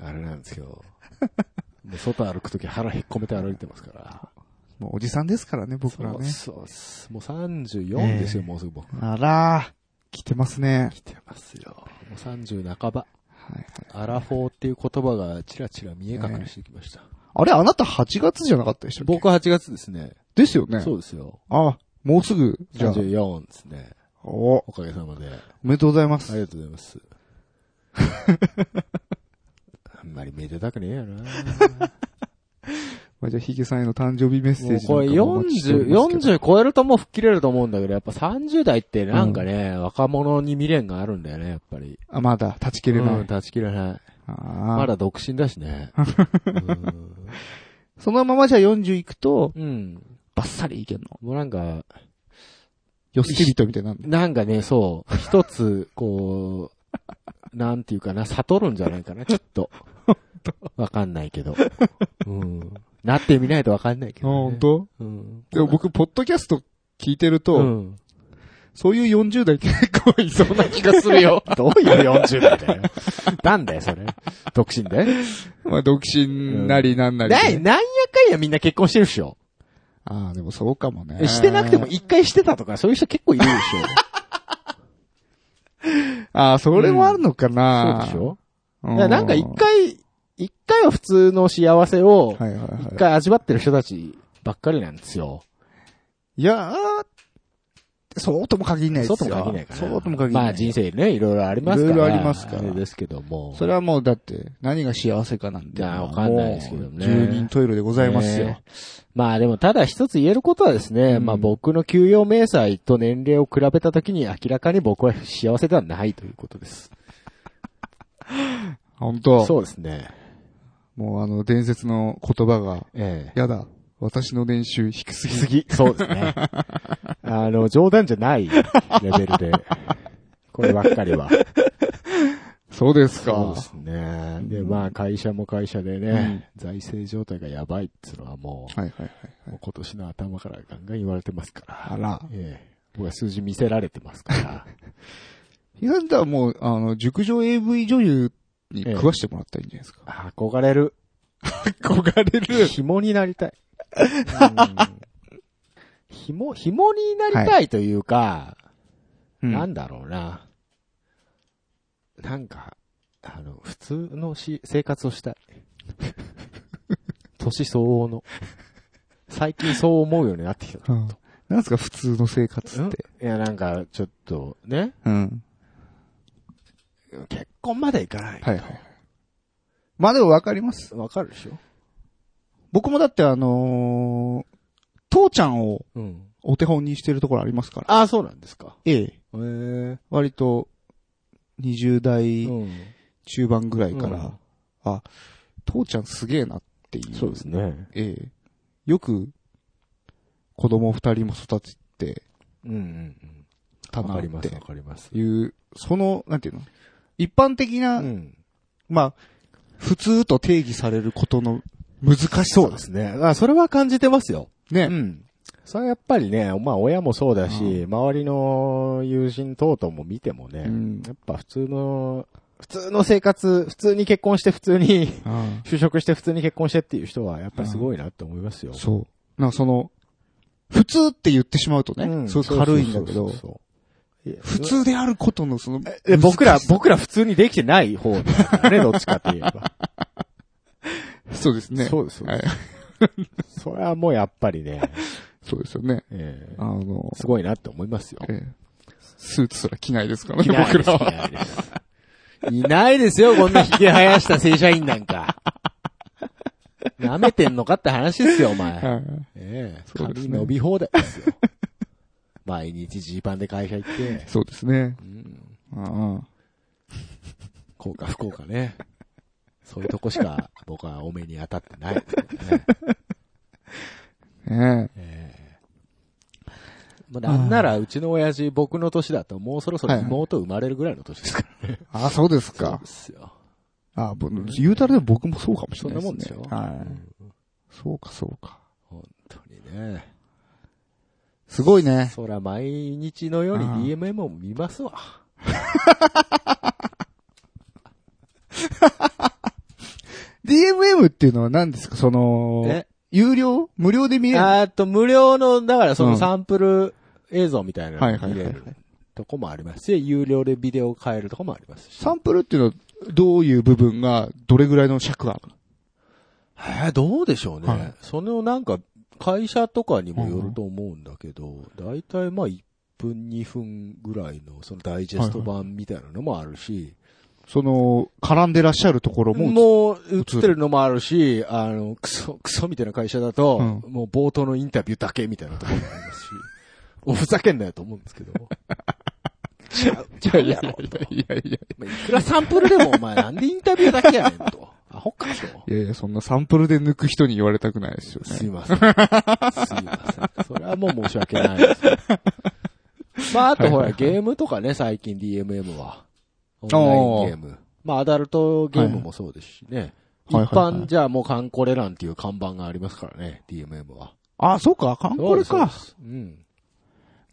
[SPEAKER 1] あれなんですよ。もう外歩くとき腹引っ込めて歩いてますから。
[SPEAKER 2] もうおじさんですからね、僕
[SPEAKER 1] そ
[SPEAKER 2] ら
[SPEAKER 1] う
[SPEAKER 2] ね。
[SPEAKER 1] そうっす。もう34ですよ、
[SPEAKER 2] ええ
[SPEAKER 1] もうすぐ僕。
[SPEAKER 2] あら来てますね。
[SPEAKER 1] 来てますよ。もう30半ば。
[SPEAKER 2] はいはい。
[SPEAKER 1] アラフォーっていう言葉がちらちら見え隠れしてきました。
[SPEAKER 2] あれ、あなた8月じゃなかったでしたっけ
[SPEAKER 1] 僕は8月ですね。
[SPEAKER 2] ですよね。
[SPEAKER 1] そうですよ。
[SPEAKER 2] あ、もうすぐ、じゃあ。
[SPEAKER 1] 34ですね。
[SPEAKER 2] お、お
[SPEAKER 1] おかげさま
[SPEAKER 2] [LAUGHS]
[SPEAKER 1] で。あ
[SPEAKER 2] めでとうございます。
[SPEAKER 1] りがとうございます。あんまりめでたくねえよな。
[SPEAKER 2] まあ、じゃあ、ヒゲさんへの誕生日メッセ
[SPEAKER 1] も
[SPEAKER 2] ー
[SPEAKER 1] う
[SPEAKER 2] ジ
[SPEAKER 1] これ
[SPEAKER 2] なんかもお待ちしてお
[SPEAKER 1] 40、
[SPEAKER 2] りますけど
[SPEAKER 1] 40超えるともう吹っ切れると思うんだけど、やっぱ30代ってなんかね、若者に未練があるんだよね、やっぱり。
[SPEAKER 2] あ、まだ、断ち切れない。
[SPEAKER 1] うん、断ち切れない。
[SPEAKER 2] あ
[SPEAKER 1] ま
[SPEAKER 2] まだ。
[SPEAKER 1] だ独身だしね。うん
[SPEAKER 2] そのままじゃあ40いくと、
[SPEAKER 1] うん。
[SPEAKER 2] バッサリいけんの。
[SPEAKER 1] もうなんか、
[SPEAKER 2] 寄せ人みたいになるの。
[SPEAKER 1] なんかね、そう、一つ、こう、なんていうかな、悟るんじゃないかな、きっと。わかんないけど。うん。なってみないとわかんないけ
[SPEAKER 2] あ、
[SPEAKER 1] ど、
[SPEAKER 2] 本
[SPEAKER 1] ね。
[SPEAKER 2] 当？
[SPEAKER 1] うん。
[SPEAKER 2] でも僕、ポッドキャスト聞いてると、
[SPEAKER 1] うん。
[SPEAKER 2] そういう40代結構
[SPEAKER 1] [LAUGHS]
[SPEAKER 2] いそうな気がするよ。
[SPEAKER 1] どういう40代だよ。なんだよ、それ。独身で。
[SPEAKER 2] まあ、独身なりなんなりで、
[SPEAKER 1] ない、なんやかんやみんな結婚してるっしょ。
[SPEAKER 2] ああ、でもそうかもね。
[SPEAKER 1] してなくても一回してたとか、そういう人結構いるでし [LAUGHS] ょ。
[SPEAKER 2] ああ、それもあるのか
[SPEAKER 1] そう
[SPEAKER 2] な、
[SPEAKER 1] でしょ
[SPEAKER 2] う
[SPEAKER 1] だからなんか一回、一回は普通の幸せを、
[SPEAKER 2] はいはいはい
[SPEAKER 1] 一。回味わってる人たちばっかりなんですよ。
[SPEAKER 2] いやー、そうとも限らないです
[SPEAKER 1] そ
[SPEAKER 2] よ。
[SPEAKER 1] うとも限らないから。
[SPEAKER 2] そうとも限らない。
[SPEAKER 1] まあ人生ね、いろいろありますから。
[SPEAKER 2] いろいろありますから
[SPEAKER 1] あれですけども。
[SPEAKER 2] それはもうだって、何が幸せかなん
[SPEAKER 1] い
[SPEAKER 2] て。
[SPEAKER 1] やわかんないですけどね
[SPEAKER 2] もう十人トイレでございますよ。
[SPEAKER 1] ねまあでもただ一つ言えることはですね、
[SPEAKER 2] うん
[SPEAKER 1] まあ僕の給与明細と年齢を比べたときに明らかに僕は幸せではないということです。
[SPEAKER 2] 本当
[SPEAKER 1] そうですね。
[SPEAKER 2] もうあの、伝説の言葉が、
[SPEAKER 1] ええ。
[SPEAKER 2] やだ、私の年収低すぎ。
[SPEAKER 1] 次。そうですね。 [LAUGHS] あ
[SPEAKER 2] [LAUGHS]
[SPEAKER 1] の、冗談じゃないレベルで。こればっかりは。
[SPEAKER 2] そうです
[SPEAKER 1] そう
[SPEAKER 2] か
[SPEAKER 1] で。すね。で、
[SPEAKER 2] うん
[SPEAKER 1] まあ会社も会社でね、財政状態がやばいっつうのはもう、
[SPEAKER 2] はいはいはい。
[SPEAKER 1] もう今年の頭からガンガン言われてますから。
[SPEAKER 2] あら
[SPEAKER 1] ええ。僕は数字見せられてますから。
[SPEAKER 2] ヒガンダはもう、あの、熟女 AV 女優に食わしてもらったらいいんじゃないですか。
[SPEAKER 1] あ憧れる。
[SPEAKER 2] 憧れる
[SPEAKER 1] 紐になりたい。うん紐、紐になりたいというか、
[SPEAKER 2] うん
[SPEAKER 1] なんだろうな。なんか、あの、普通のし生活をした
[SPEAKER 2] [LAUGHS]
[SPEAKER 1] い。年相応の。最近そう思うようになってきた。
[SPEAKER 2] うんなんですか、普通の生活
[SPEAKER 1] うん
[SPEAKER 2] っ
[SPEAKER 1] い
[SPEAKER 2] て。
[SPEAKER 1] や、なんか、ちょっと、ね。
[SPEAKER 2] うん。
[SPEAKER 1] 結婚までいかない。
[SPEAKER 2] はいはい。まあでもわかります。
[SPEAKER 1] わかるでしょ
[SPEAKER 2] 僕もだってあのー父ちゃんを
[SPEAKER 1] うん。
[SPEAKER 2] お手本にしてるところありますから。
[SPEAKER 1] ああ、そうなんですか。
[SPEAKER 2] ええ。
[SPEAKER 1] へえ。
[SPEAKER 2] 割と、20代
[SPEAKER 1] ん。
[SPEAKER 2] 中盤ぐらいから、
[SPEAKER 1] うん
[SPEAKER 2] あ、父ちゃんすげえなっていう。
[SPEAKER 1] そうですね。
[SPEAKER 2] ええ。よく、子供二人も育てて
[SPEAKER 1] うんうん
[SPEAKER 2] た
[SPEAKER 1] わ
[SPEAKER 2] な
[SPEAKER 1] か
[SPEAKER 2] っ
[SPEAKER 1] ります、わ
[SPEAKER 2] て
[SPEAKER 1] かります。
[SPEAKER 2] いう、その、なんていうの一般的な、
[SPEAKER 1] ん。
[SPEAKER 2] まあ、普通と定義されることの難しさ。
[SPEAKER 1] そうですね。あ、それは感じてますよ。
[SPEAKER 2] ね。
[SPEAKER 1] ん。それはやっぱりね、まあ親もそうだし、周りの友人等々も見ても
[SPEAKER 2] う
[SPEAKER 1] ね、
[SPEAKER 2] ん
[SPEAKER 1] やっぱ普通の、普通の生活、普通に結婚して普通に、 [LAUGHS]
[SPEAKER 2] あ
[SPEAKER 1] 就職して普通に結婚してっていう人はやっぱりすごいなって思いますよ。
[SPEAKER 2] あそう。なんかその、普通って言ってしまうとね、
[SPEAKER 1] うん
[SPEAKER 2] すごい軽いんだけ
[SPEAKER 1] そうそう、そ
[SPEAKER 2] ど
[SPEAKER 1] うそう
[SPEAKER 2] 普通であることのその、
[SPEAKER 1] え僕ら
[SPEAKER 2] 難し、さ
[SPEAKER 1] 僕ら普通にできてない方だから
[SPEAKER 2] [LAUGHS]
[SPEAKER 1] ね、どっちかって言えば。
[SPEAKER 2] そうですね。
[SPEAKER 1] そうです、そう
[SPEAKER 2] は
[SPEAKER 1] で
[SPEAKER 2] い
[SPEAKER 1] す。それはもうやっぱりね、
[SPEAKER 2] そうですよね。
[SPEAKER 1] ええ
[SPEAKER 2] あの、
[SPEAKER 1] すごいなって思いますよ。
[SPEAKER 2] ええスーツすら着ないですから
[SPEAKER 1] い
[SPEAKER 2] ね、
[SPEAKER 1] ない
[SPEAKER 2] [LAUGHS] 僕
[SPEAKER 1] です
[SPEAKER 2] らは。
[SPEAKER 1] いないですいないですよ、こんな髭生やした正社員なんか。舐めてんのかって話ですよ、お前。
[SPEAKER 2] はい
[SPEAKER 1] ええ
[SPEAKER 2] そうですね
[SPEAKER 1] 髪伸び放題ですよ。毎日ジーパンで会社行って、
[SPEAKER 2] そうですね。
[SPEAKER 1] うん、
[SPEAKER 2] ああ
[SPEAKER 1] こうか不幸かね。そういうとこしか僕はお目に当たってないですね。
[SPEAKER 2] ええ
[SPEAKER 1] まあ、なんなら、うちの親父、僕の年だと、もうそろそろ妹生まれるぐらいの年ですから。
[SPEAKER 2] ああ、そうです
[SPEAKER 1] そう
[SPEAKER 2] か
[SPEAKER 1] で。すよ。
[SPEAKER 2] ああ、ぼ言うたらでも僕もそうかもし
[SPEAKER 1] そ
[SPEAKER 2] れ
[SPEAKER 1] ん
[SPEAKER 2] な
[SPEAKER 1] ない
[SPEAKER 2] です
[SPEAKER 1] も
[SPEAKER 2] ね
[SPEAKER 1] んでしょ
[SPEAKER 2] は
[SPEAKER 1] うん
[SPEAKER 2] い。そうか、そうか。
[SPEAKER 1] 本当にね。
[SPEAKER 2] すごいね。
[SPEAKER 1] そら、毎日のように
[SPEAKER 2] ああ
[SPEAKER 1] DMM を見ますわ。
[SPEAKER 2] DMM っていうのは何ですかその
[SPEAKER 1] え、
[SPEAKER 2] 有料無料で見れる
[SPEAKER 1] あーっと、無料の、だからそうの
[SPEAKER 2] ん
[SPEAKER 1] サンプル映像みたいな
[SPEAKER 2] は
[SPEAKER 1] の
[SPEAKER 2] い
[SPEAKER 1] が
[SPEAKER 2] はい
[SPEAKER 1] 見
[SPEAKER 2] はい
[SPEAKER 1] れ
[SPEAKER 2] はい
[SPEAKER 1] るとこもありますし、有料でビデオを変えるとこもありますし。
[SPEAKER 2] サンプルっていうのは、どういう部分が、どれぐらいの尺がある
[SPEAKER 1] えーどうでしょうね。
[SPEAKER 2] はい
[SPEAKER 1] そのなんか、会社とかにもよると思うんだけど、だいたいまあ1分2分ぐらいのそのダイジェスト版みたいなのもあるし、
[SPEAKER 2] その、絡んでらっしゃるところも、
[SPEAKER 1] もう映ってるのもあるし、あの、クソ、クソみたいな会社だと、
[SPEAKER 2] う
[SPEAKER 1] もう冒頭のインタビューだけみたいなところもありますし、おふざけんなよと思うんですけど。ちゃう、ちゃうやろと。
[SPEAKER 2] いやいや、
[SPEAKER 1] まあいくらサンプルでもお前なんでインタビューだけやねんと。アホかと。
[SPEAKER 2] いやいや、そんなサンプルで抜く人に言われたくないですよ
[SPEAKER 1] す
[SPEAKER 2] ね。
[SPEAKER 1] いま [LAUGHS] せん。すいません。それはもう申し訳ないです。まあ、あとほ
[SPEAKER 2] はいはいは
[SPEAKER 1] ら、
[SPEAKER 2] い
[SPEAKER 1] ゲームとかね、最近 DMM は。オンラインゲーム。まあ、アダルトゲームもそうですしね。一
[SPEAKER 2] はいはいはい
[SPEAKER 1] 般じゃもうカンコレなんていう看板がありますからね、DMM は。
[SPEAKER 2] あ、そうか、カンコレ
[SPEAKER 1] そうで
[SPEAKER 2] か。
[SPEAKER 1] す。そうですうん。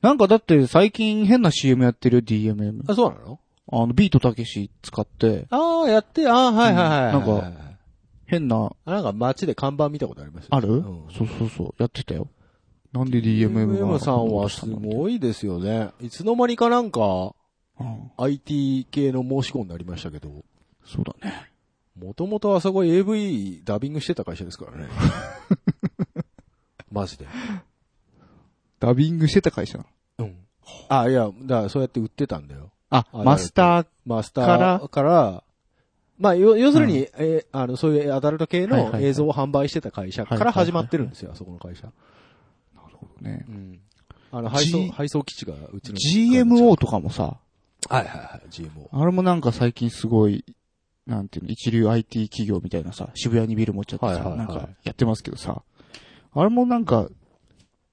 [SPEAKER 2] なんかだって最近変な CM やってるよ、DMM。
[SPEAKER 1] あ、そうなの
[SPEAKER 2] あの、ビートたけし使って、
[SPEAKER 1] ああ、やって、ああ、はいはいはい。
[SPEAKER 2] うんなんか
[SPEAKER 1] はいはいはい
[SPEAKER 2] 変な、
[SPEAKER 1] あなんか街で看板見たことありますよ
[SPEAKER 2] ある、
[SPEAKER 1] うん
[SPEAKER 2] そうそうそう、やってたよ。なんで DMM が
[SPEAKER 1] DMM さんはすごいですよね。いつの間にかなんか、
[SPEAKER 2] うん、
[SPEAKER 1] IT 系の申し子になりましたけど。
[SPEAKER 2] そうだね。
[SPEAKER 1] もともとあそこ AV ダビングしてた会社です [LAUGHS] からね。マジで。
[SPEAKER 2] ダビングしてた会社なの
[SPEAKER 1] うん。あ、いや、だからそうやって売ってたんだよ。
[SPEAKER 2] あ、
[SPEAKER 1] あ
[SPEAKER 2] マスター、
[SPEAKER 1] マスター
[SPEAKER 2] か
[SPEAKER 1] から
[SPEAKER 2] ら、
[SPEAKER 1] まあ、要要するに、えーあの、そういうアダルト系
[SPEAKER 2] はいはい
[SPEAKER 1] の
[SPEAKER 2] はい
[SPEAKER 1] 映像を販売してた会社か
[SPEAKER 2] はいは
[SPEAKER 1] ら
[SPEAKER 2] いはい
[SPEAKER 1] 始まってるんですよ、あそこの会社。
[SPEAKER 2] ね、
[SPEAKER 1] うん。あの、配
[SPEAKER 2] G-
[SPEAKER 1] 送、配送基地がうちの。
[SPEAKER 2] GMO とかもさ、
[SPEAKER 1] はいはいはい、GMO。
[SPEAKER 2] あれもなんか最近すごい、なんていうの、一流 IT 企業みたいなさ、渋谷にビル持っちゃってさ、
[SPEAKER 1] はいはいはい
[SPEAKER 2] なんかやってますけどさ、あれもなんか、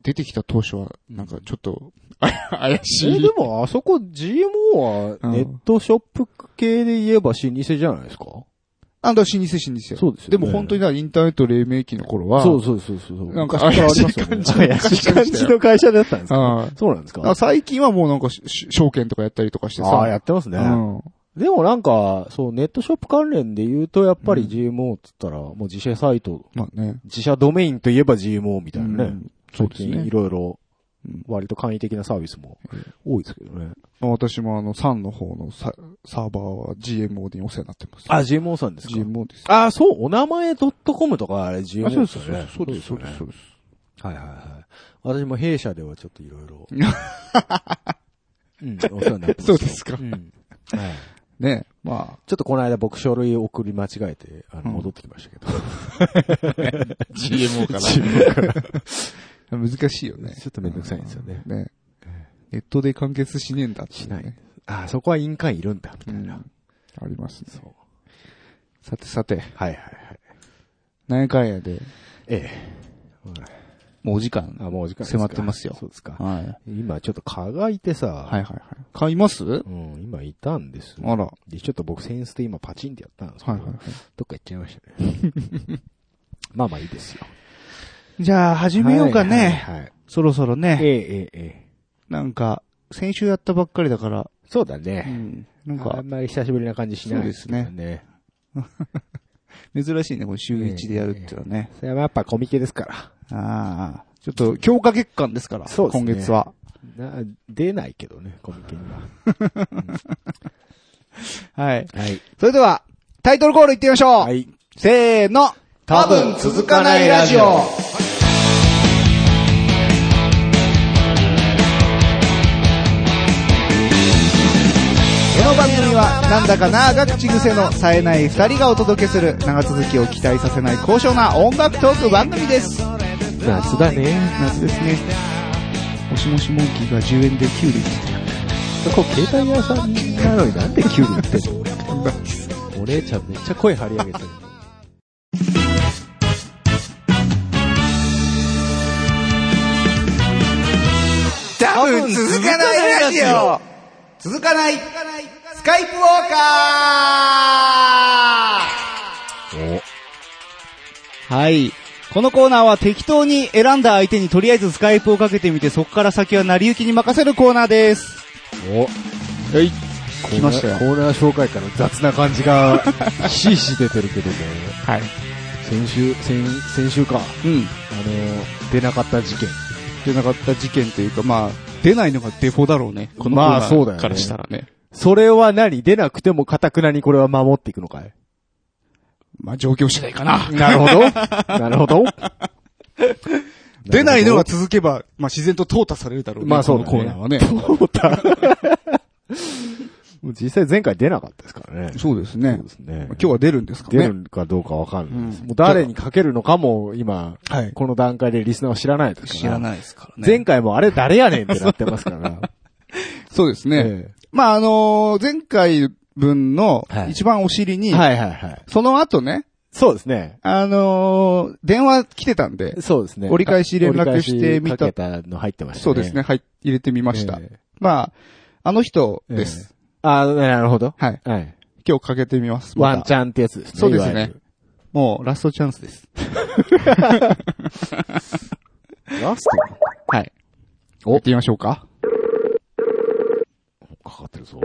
[SPEAKER 2] 出てきた当初は、なんかちょっと、あ怪し
[SPEAKER 1] え、
[SPEAKER 2] い
[SPEAKER 1] で。もあそこ GMO はネットショップ系で言えば老舗じゃないですか、
[SPEAKER 2] あんた老舗老舗よ。
[SPEAKER 1] そうですよね
[SPEAKER 2] でも本当にだからインターネット黎明期の頃は、
[SPEAKER 1] そうそうそうそう。
[SPEAKER 2] なんか
[SPEAKER 1] 昔からありますよ
[SPEAKER 2] 怪
[SPEAKER 1] ね。
[SPEAKER 2] しい感じ
[SPEAKER 1] 怪しい感じの会社だったんですか
[SPEAKER 2] あ
[SPEAKER 1] そうなんです
[SPEAKER 2] ああ
[SPEAKER 1] か
[SPEAKER 2] 最近はもうなんかし、し証券とかやったりとかしてさ。
[SPEAKER 1] ああ、やってますね。
[SPEAKER 2] うん。
[SPEAKER 1] でもなんか、そう、ネットショップ関連で言うと、やっぱり
[SPEAKER 2] うん
[SPEAKER 1] GMO っつったら、もう自社サイト、
[SPEAKER 2] まあね。
[SPEAKER 1] 自社ドメインといえば GMO みたいなね。
[SPEAKER 2] うんそうです
[SPEAKER 1] 最近
[SPEAKER 2] ね
[SPEAKER 1] い。ろいろ
[SPEAKER 2] うん、
[SPEAKER 1] 割と簡易的なサービスも多いですけどね。
[SPEAKER 2] 私もあの、サンの方のササーバーは GMO にお世話になってます。
[SPEAKER 1] あ、GMO さんですか
[SPEAKER 2] GMO です。
[SPEAKER 1] ああ、そう、お名前 .com とかあれ GMO ですよね。
[SPEAKER 2] そうです、そう
[SPEAKER 1] よ
[SPEAKER 2] で
[SPEAKER 1] ね
[SPEAKER 2] す、そうです。
[SPEAKER 1] はいはいはい。私も弊社ではちょっといろい
[SPEAKER 2] [LAUGHS]
[SPEAKER 1] ろ。うん、お世話になってます。
[SPEAKER 2] そうですか
[SPEAKER 1] うん。はい。
[SPEAKER 2] ねま
[SPEAKER 1] ちょっとこの間僕書類送り間違えて、あの、
[SPEAKER 2] うん
[SPEAKER 1] 戻ってきましたけど。
[SPEAKER 2] あ、GMO [LAUGHS] から。難しいよね。
[SPEAKER 1] ちょっとめんどくさいんですよね。
[SPEAKER 2] ね。ネットで完結しねえんだって、ね。
[SPEAKER 1] しない。ああ、そこは印鑑いるんだ、みた
[SPEAKER 2] う
[SPEAKER 1] い
[SPEAKER 2] ん。
[SPEAKER 1] な。
[SPEAKER 2] ありますね。
[SPEAKER 1] そう。
[SPEAKER 2] さてさて、
[SPEAKER 1] はいはいはい。
[SPEAKER 2] 何やかんやで、
[SPEAKER 1] ええ。
[SPEAKER 2] もうお時間。
[SPEAKER 1] あ、もうお時間ですか
[SPEAKER 2] 迫ってますよ
[SPEAKER 1] そうですか。
[SPEAKER 2] はい。はい
[SPEAKER 1] 今ちょっと蚊がいてさ、
[SPEAKER 2] はいはい。買います
[SPEAKER 1] うん、今いたんです。
[SPEAKER 2] あら。は
[SPEAKER 1] で、ちょっと僕センスで今パチンってやったんです
[SPEAKER 2] い
[SPEAKER 1] け
[SPEAKER 2] は
[SPEAKER 1] ど、
[SPEAKER 2] いはい。
[SPEAKER 1] どっか行っちゃいましたね。
[SPEAKER 2] [LAUGHS]
[SPEAKER 1] まあまあいいですよ。
[SPEAKER 2] じゃあ、始めようかね。
[SPEAKER 1] はいはいはい
[SPEAKER 2] そろそろ
[SPEAKER 1] え
[SPEAKER 2] ね。
[SPEAKER 1] えええええ。
[SPEAKER 2] なんか、先週やったばっかりだから、
[SPEAKER 1] そうだ
[SPEAKER 2] う
[SPEAKER 1] ね。
[SPEAKER 2] ん。なん
[SPEAKER 1] あ
[SPEAKER 2] か
[SPEAKER 1] ん、まり久しぶりな感じしない
[SPEAKER 2] そう
[SPEAKER 1] ね。
[SPEAKER 2] 珍しいね、これ週一でやるっていうのはね。
[SPEAKER 1] それはやっぱコミケですか
[SPEAKER 2] ああ。ちょっと、強化月間ですから、
[SPEAKER 1] そうです
[SPEAKER 2] 今
[SPEAKER 1] ね
[SPEAKER 2] 月は。
[SPEAKER 1] ら。な出ないけどね、コミケには。
[SPEAKER 2] はい。
[SPEAKER 1] はい。
[SPEAKER 2] それでは、タイトルコールいってみましょう、
[SPEAKER 1] い。
[SPEAKER 2] せーの
[SPEAKER 1] 多分続かないラジオ
[SPEAKER 2] この番組は、なんだかなあが口癖の冴えない二人がお届けする、長続きを期待させない高尚な音楽トーク番組です。
[SPEAKER 1] 夏だね。
[SPEAKER 2] 夏ですね。もしもしモンキーが10円でキュウリ
[SPEAKER 1] そこ携帯屋さんなのになんでキュウリ売ってんの [LAUGHS] お姉ちゃんめっちゃ声張り上げてる。
[SPEAKER 2] 多分続かないラジオ続かないスカイプウォーカーはい。このコーナーは適当に選んだ相手にとりあえずスカイプをかけてみてそこから先は成り行きに任せるコーナーです。
[SPEAKER 1] お、はい。
[SPEAKER 2] 来ましたよ
[SPEAKER 1] コーナー紹介から雑な感じ
[SPEAKER 2] [LAUGHS]
[SPEAKER 1] が、ひいひい出てるけどね。
[SPEAKER 2] はい。
[SPEAKER 1] 先週、先、先週か。
[SPEAKER 2] うん。
[SPEAKER 1] あの、出なかった事件。
[SPEAKER 2] 出なかった事件というか、まあ、出ないのがデフォだろうね。このコー
[SPEAKER 1] まあ
[SPEAKER 2] ナ
[SPEAKER 1] そうだよ
[SPEAKER 2] ー
[SPEAKER 1] ね
[SPEAKER 2] からしたらね。
[SPEAKER 1] それは何出なくてもかたくなにこれは守っていくのかい
[SPEAKER 2] まあ、状況次第かな。
[SPEAKER 1] なるほ
[SPEAKER 2] [LAUGHS]
[SPEAKER 1] ど。なるほど。
[SPEAKER 2] 出ないのが続けば、まあ自然と淘汰されるだろうね。
[SPEAKER 1] まあそうだ
[SPEAKER 2] こ
[SPEAKER 1] ね
[SPEAKER 2] のコーナーはね。
[SPEAKER 1] [LAUGHS] もう実際前回出なかったですからね。
[SPEAKER 2] そうですね
[SPEAKER 1] そうですね。
[SPEAKER 2] 今日は出るんですかね。
[SPEAKER 1] 出るかどうかわかんないです。
[SPEAKER 2] うん
[SPEAKER 1] もう誰にかけるのかも今、
[SPEAKER 2] はい。
[SPEAKER 1] この段階でリスナーは知らないですから。
[SPEAKER 2] 知らないですからね。
[SPEAKER 1] 前回もあれ誰やねんってなってます
[SPEAKER 2] [LAUGHS]
[SPEAKER 1] から。
[SPEAKER 2] そうですね。
[SPEAKER 1] え
[SPEAKER 2] まあ、あのー前回分の
[SPEAKER 1] はい
[SPEAKER 2] 一番お尻
[SPEAKER 1] え
[SPEAKER 2] に、
[SPEAKER 1] はいはいはい。
[SPEAKER 2] その後ね、
[SPEAKER 1] そうですね。
[SPEAKER 2] あのー電話来てたんで、
[SPEAKER 1] そうですね。
[SPEAKER 2] 折り返し連絡してみた
[SPEAKER 1] 折り返しかけたの入ってましたね。
[SPEAKER 2] そうですね、はい、入れてみました。
[SPEAKER 1] ええ
[SPEAKER 2] まあ、あの人です。
[SPEAKER 1] あーなるほど。
[SPEAKER 2] はい。
[SPEAKER 1] はい。
[SPEAKER 2] 今日かけてみます。ま
[SPEAKER 1] ワ
[SPEAKER 2] た
[SPEAKER 1] ンチャンってやつですね。
[SPEAKER 2] そうですね
[SPEAKER 1] いわゆる。
[SPEAKER 2] もう、ラストチャンスです。
[SPEAKER 1] ラスト
[SPEAKER 2] はい。
[SPEAKER 1] お
[SPEAKER 2] やってみましょうか。
[SPEAKER 1] かかってるぞ。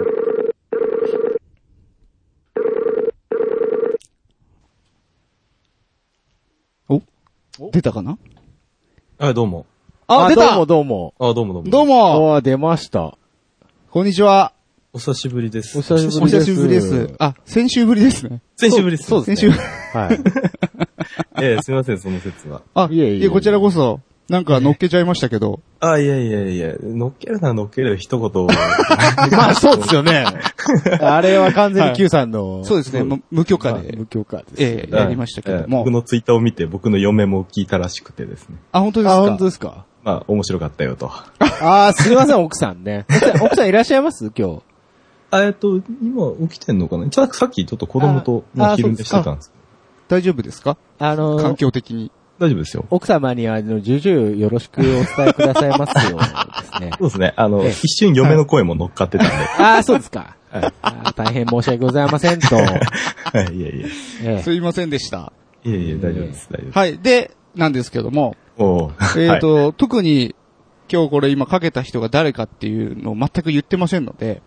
[SPEAKER 2] 出たかな
[SPEAKER 3] はい、どうも。
[SPEAKER 2] あ、出
[SPEAKER 1] どう
[SPEAKER 2] た
[SPEAKER 1] もどうも。
[SPEAKER 3] あ、どうもどうも。
[SPEAKER 2] どうも
[SPEAKER 1] ああ、出ま [LAUGHS] した。
[SPEAKER 2] こんにちは。
[SPEAKER 3] お久しぶりです。
[SPEAKER 1] 久し
[SPEAKER 2] お久しぶりです。あ、先週ぶりですね。
[SPEAKER 3] 先週ぶりです。
[SPEAKER 1] そうです
[SPEAKER 2] 先
[SPEAKER 1] ね
[SPEAKER 2] 週。
[SPEAKER 1] はい。
[SPEAKER 3] ええ、すいません、その説は。
[SPEAKER 2] あ、
[SPEAKER 1] いえいえいえ
[SPEAKER 2] いえ、こちらこそ、なんか乗っけちゃいましたけど。
[SPEAKER 3] あ、いやいやいや、乗っけるなら乗っけるよ、一言。
[SPEAKER 1] ま [LAUGHS] あそうですよね。あれは完全に Q さんの。
[SPEAKER 2] そうですね、む無許可
[SPEAKER 1] まあ
[SPEAKER 2] で、
[SPEAKER 1] 無許可です。
[SPEAKER 2] ええやりましたけど
[SPEAKER 3] ええ
[SPEAKER 2] も
[SPEAKER 3] 僕。のツイッターを見て、僕の嫁も聞いたらしくてですね。
[SPEAKER 2] あ、本当です
[SPEAKER 1] あ、
[SPEAKER 2] か
[SPEAKER 1] 本当ですか
[SPEAKER 3] まあ、面白かったよと。
[SPEAKER 1] ああ、すいません、奥さんね。奥さん、奥さんいらっしゃいます今日。
[SPEAKER 3] あ、えっと、今起きてんのかなちょさっきちょっと子供と
[SPEAKER 1] ああ
[SPEAKER 3] もう昼寝してたんです
[SPEAKER 2] 大丈夫ですか
[SPEAKER 1] あの
[SPEAKER 2] 環
[SPEAKER 1] ー、
[SPEAKER 2] 境的に。
[SPEAKER 3] 大丈夫ですよ。
[SPEAKER 1] 奥様には、あの、重々よろしくお伝えくださいます [LAUGHS] ようですね。
[SPEAKER 3] そうですね。あの、
[SPEAKER 1] ええ
[SPEAKER 3] 一瞬嫁の声も乗っかってたんで。
[SPEAKER 1] ああ、そうですか。
[SPEAKER 3] はい
[SPEAKER 1] あー大変申し訳ございませんと。
[SPEAKER 3] はい、いやいや。
[SPEAKER 1] ええ
[SPEAKER 2] すいませんでした。
[SPEAKER 3] いやいや、大丈夫です、大丈夫です。
[SPEAKER 2] はい。で、なんですけども、
[SPEAKER 3] おう
[SPEAKER 2] えっ、
[SPEAKER 3] はい
[SPEAKER 2] と、特に、今日これ今かけた人が誰かっていうのを全く言ってませんので、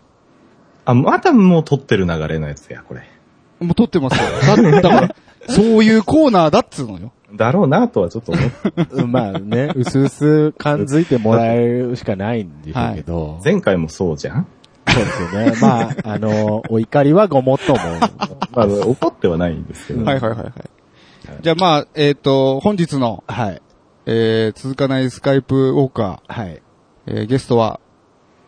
[SPEAKER 3] あ、またもう撮ってる流れのやつや、これ。
[SPEAKER 2] もう撮ってますよ。だだから、そういうコーナーだっつうのよ。
[SPEAKER 3] だろうなとはちょっと思
[SPEAKER 1] [LAUGHS]
[SPEAKER 3] っ
[SPEAKER 1] うんまあね、うすうす感づいてもらえるしかないんでしょうけど。
[SPEAKER 3] 前回もそうじゃん
[SPEAKER 1] そうですよね。まあ、あの、お怒りはごもっ [LAUGHS] とも。
[SPEAKER 3] まあ、怒ってはないんですけど。
[SPEAKER 2] はいはいはいはい。じゃあまあ、えっ、と、本日の、
[SPEAKER 1] はい。
[SPEAKER 2] えー、続かないスカイプウォーカ
[SPEAKER 1] はい。
[SPEAKER 2] ー、えー、ゲストは、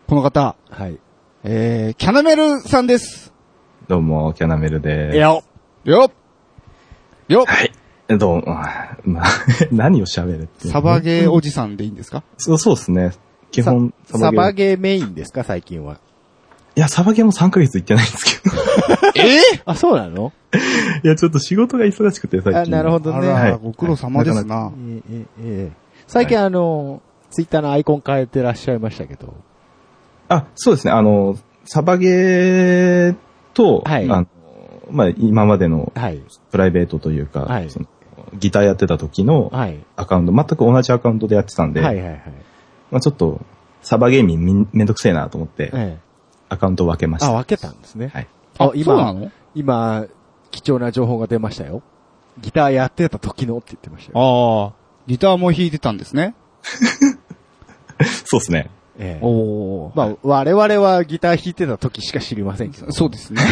[SPEAKER 2] この方、
[SPEAKER 1] はい。
[SPEAKER 2] えー、キャナメルさんです。
[SPEAKER 3] どうも、キャナメルで
[SPEAKER 1] い
[SPEAKER 3] す。
[SPEAKER 1] や、お
[SPEAKER 2] よっよっ
[SPEAKER 3] はい。どうも、まあ、 [LAUGHS] 何を喋るっていうの
[SPEAKER 2] サバゲーおじさんでいいんですか
[SPEAKER 3] そうそうですね。基本、
[SPEAKER 1] さサバ
[SPEAKER 3] ゲ
[SPEAKER 1] ゲーメインですか、最近は。
[SPEAKER 3] いや、サバゲーも3ヶ月行ってないんですけど。 [LAUGHS]
[SPEAKER 2] ええ
[SPEAKER 1] あ、そうなの
[SPEAKER 3] いや、ちょっと仕事が忙しくて、最近。
[SPEAKER 1] あ、なるほど
[SPEAKER 2] あ
[SPEAKER 1] ね。
[SPEAKER 3] は
[SPEAKER 2] ら、
[SPEAKER 3] い
[SPEAKER 2] ご苦労様ですな。
[SPEAKER 1] ええええ最近、あの、ツイッターのアイコン変えてらっしゃいましたけど。
[SPEAKER 3] あ、そうですね。あの、サバゲーと、
[SPEAKER 1] はい
[SPEAKER 3] あのまあ、今までの
[SPEAKER 1] はい。
[SPEAKER 3] プライベートというか、
[SPEAKER 1] はい
[SPEAKER 3] そのギターやってた時の
[SPEAKER 1] はい。
[SPEAKER 3] アカウント、全く同じアカウントでやってたんで、
[SPEAKER 1] はいはいはい。
[SPEAKER 3] まあ、ちょっと、サバゲーミンみめんどくせえなと思って、
[SPEAKER 1] ええ
[SPEAKER 3] アカウントを分けまし
[SPEAKER 1] あ、
[SPEAKER 3] た。
[SPEAKER 1] 分けたんですね。
[SPEAKER 3] はい。
[SPEAKER 1] あ、
[SPEAKER 2] そうな
[SPEAKER 1] 今、
[SPEAKER 2] の
[SPEAKER 1] 今、貴重な情報が出ましたよ。ギターやってた時のって言ってましたよ。
[SPEAKER 2] ああ、ギターも弾いてたんですね。
[SPEAKER 3] そうですね。
[SPEAKER 1] ええ
[SPEAKER 2] お
[SPEAKER 1] まあ、我々はギター弾いてた時しか知りませんけど。
[SPEAKER 2] そうですね。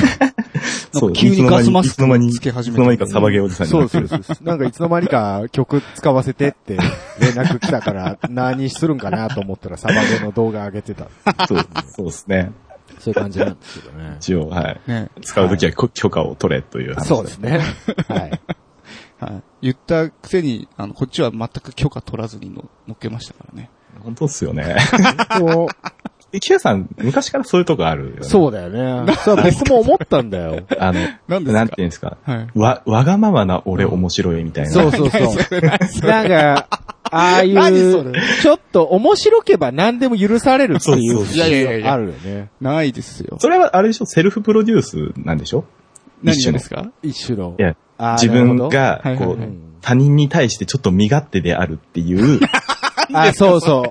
[SPEAKER 3] そう
[SPEAKER 2] 急にガスマスク
[SPEAKER 3] いつの間に、
[SPEAKER 2] つけ始め
[SPEAKER 3] い
[SPEAKER 2] た
[SPEAKER 3] つの間にかサバゲーおじさんに
[SPEAKER 1] そ
[SPEAKER 3] な
[SPEAKER 1] う
[SPEAKER 3] って
[SPEAKER 1] そうそうそう。なんかいつの間にか曲使わせてって連絡来たから何するんかなと思ったらサバゲの動画上げてた。
[SPEAKER 3] そうそうですね。
[SPEAKER 1] そういう感じなんですけどね。
[SPEAKER 3] 一応、はい。
[SPEAKER 2] ね。
[SPEAKER 3] 使うときはこ許可を取れという話
[SPEAKER 1] そうですね。はい。
[SPEAKER 2] はい。言ったくせに、あの、こっちは全く許可取らずにの乗っけましたからね。
[SPEAKER 3] 本当っすよね。 [LAUGHS]
[SPEAKER 1] そう
[SPEAKER 3] え、キヤさん、昔からそういうとこあるよね。う。
[SPEAKER 1] そうだよね。そう僕も思ったんだよ。
[SPEAKER 3] あの、
[SPEAKER 2] 何ですか
[SPEAKER 3] なんていうんですか。
[SPEAKER 2] はい。
[SPEAKER 3] わ、わがままな俺面白いみたいな。
[SPEAKER 1] そうそうそう。なんか、ああい、
[SPEAKER 2] 何そうれ
[SPEAKER 1] ちょっと面白けば何でも許されるっていう
[SPEAKER 3] そう
[SPEAKER 1] 不
[SPEAKER 3] そう
[SPEAKER 2] いやいやい
[SPEAKER 1] 思
[SPEAKER 2] やい
[SPEAKER 1] 議
[SPEAKER 2] や
[SPEAKER 1] があるよね。
[SPEAKER 2] ないですよ。
[SPEAKER 3] それはあれでしょセルフプロデュースなんでしょ
[SPEAKER 2] 何が
[SPEAKER 3] 一種
[SPEAKER 2] で
[SPEAKER 3] の
[SPEAKER 2] すか
[SPEAKER 1] 一種の
[SPEAKER 3] い。や、
[SPEAKER 1] あー
[SPEAKER 3] 自分、
[SPEAKER 1] なる
[SPEAKER 3] が
[SPEAKER 2] なる、ほど
[SPEAKER 3] こ、
[SPEAKER 2] はいはいは
[SPEAKER 1] いう
[SPEAKER 3] 他人に対してちょっと身勝手であるっていう、
[SPEAKER 1] ほどあ、そうそう。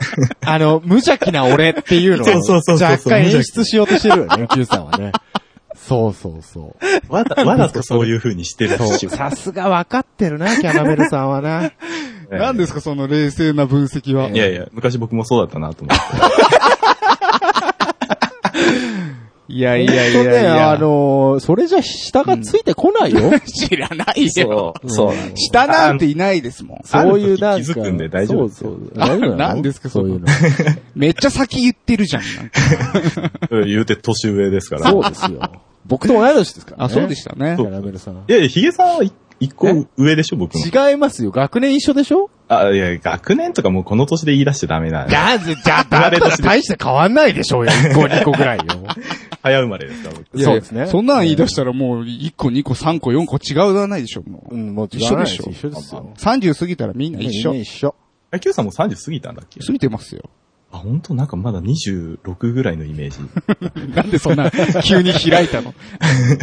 [SPEAKER 1] あの、無邪気な俺っていうの
[SPEAKER 3] そうそう
[SPEAKER 1] を
[SPEAKER 3] そうそう
[SPEAKER 1] 若干演出しようとしてるよね、Q さんはね。そうそうそう。
[SPEAKER 3] わざわざとそういう風にしてる
[SPEAKER 1] そう。
[SPEAKER 3] し。
[SPEAKER 1] さすが分かってるな、キャナメルさんはな。
[SPEAKER 2] 何です
[SPEAKER 3] か
[SPEAKER 2] かその冷静な分析は。
[SPEAKER 3] いやいや、昔僕もそうだったなと思って。
[SPEAKER 2] いやいやい
[SPEAKER 1] ほんとね、
[SPEAKER 2] やいや。
[SPEAKER 1] あ、のーそれじゃ下がついてこない [LAUGHS] よ。
[SPEAKER 2] 知らないよ。
[SPEAKER 3] う、そう。
[SPEAKER 2] 下なんていないですもん。
[SPEAKER 1] そういうな
[SPEAKER 3] あ
[SPEAKER 1] ん
[SPEAKER 3] る
[SPEAKER 1] か。
[SPEAKER 3] 時気づくんで大丈夫です
[SPEAKER 1] そ
[SPEAKER 3] よ
[SPEAKER 1] うそう。大丈夫な
[SPEAKER 2] 何
[SPEAKER 1] の
[SPEAKER 2] ですかそ
[SPEAKER 1] そ
[SPEAKER 2] の
[SPEAKER 1] ういうの。
[SPEAKER 2] めっちゃ先言ってるじゃん。なんか
[SPEAKER 3] 言うて年上ですから。
[SPEAKER 1] そうですよ。僕と同い年ですからね。
[SPEAKER 2] あ、そうでしたね
[SPEAKER 1] キ。ャナメルさん。
[SPEAKER 3] いやいや、ヒゲさんは一一個上でしょ、僕の。
[SPEAKER 1] 違いますよ。学年一緒でしょ
[SPEAKER 3] あ、いや、学年とかもうこの年で言い出しちゃダメだ。
[SPEAKER 1] だぜ、
[SPEAKER 2] [LAUGHS]
[SPEAKER 1] じゃあ、だったら大して変わんないでしょうよ。1個2個ぐらいよ。
[SPEAKER 3] 早生まれですから、僕
[SPEAKER 1] いやそうですね
[SPEAKER 2] そんなん言い出したらもう、1個、2個、3個、4個違うじゃないでしょ、もう。
[SPEAKER 1] うん、もう
[SPEAKER 2] 一緒でしょ
[SPEAKER 1] 一緒ですよ。
[SPEAKER 2] 30過ぎたらみんな一緒。
[SPEAKER 1] 一緒。
[SPEAKER 3] 野球さんも30過ぎたんだっけ
[SPEAKER 2] 過ぎてますよ。 [LAUGHS]
[SPEAKER 3] あ、本当なんかまだ26ぐらいのイメージ。
[SPEAKER 2] なんでそ
[SPEAKER 1] [LAUGHS]
[SPEAKER 2] んな、急に開いたの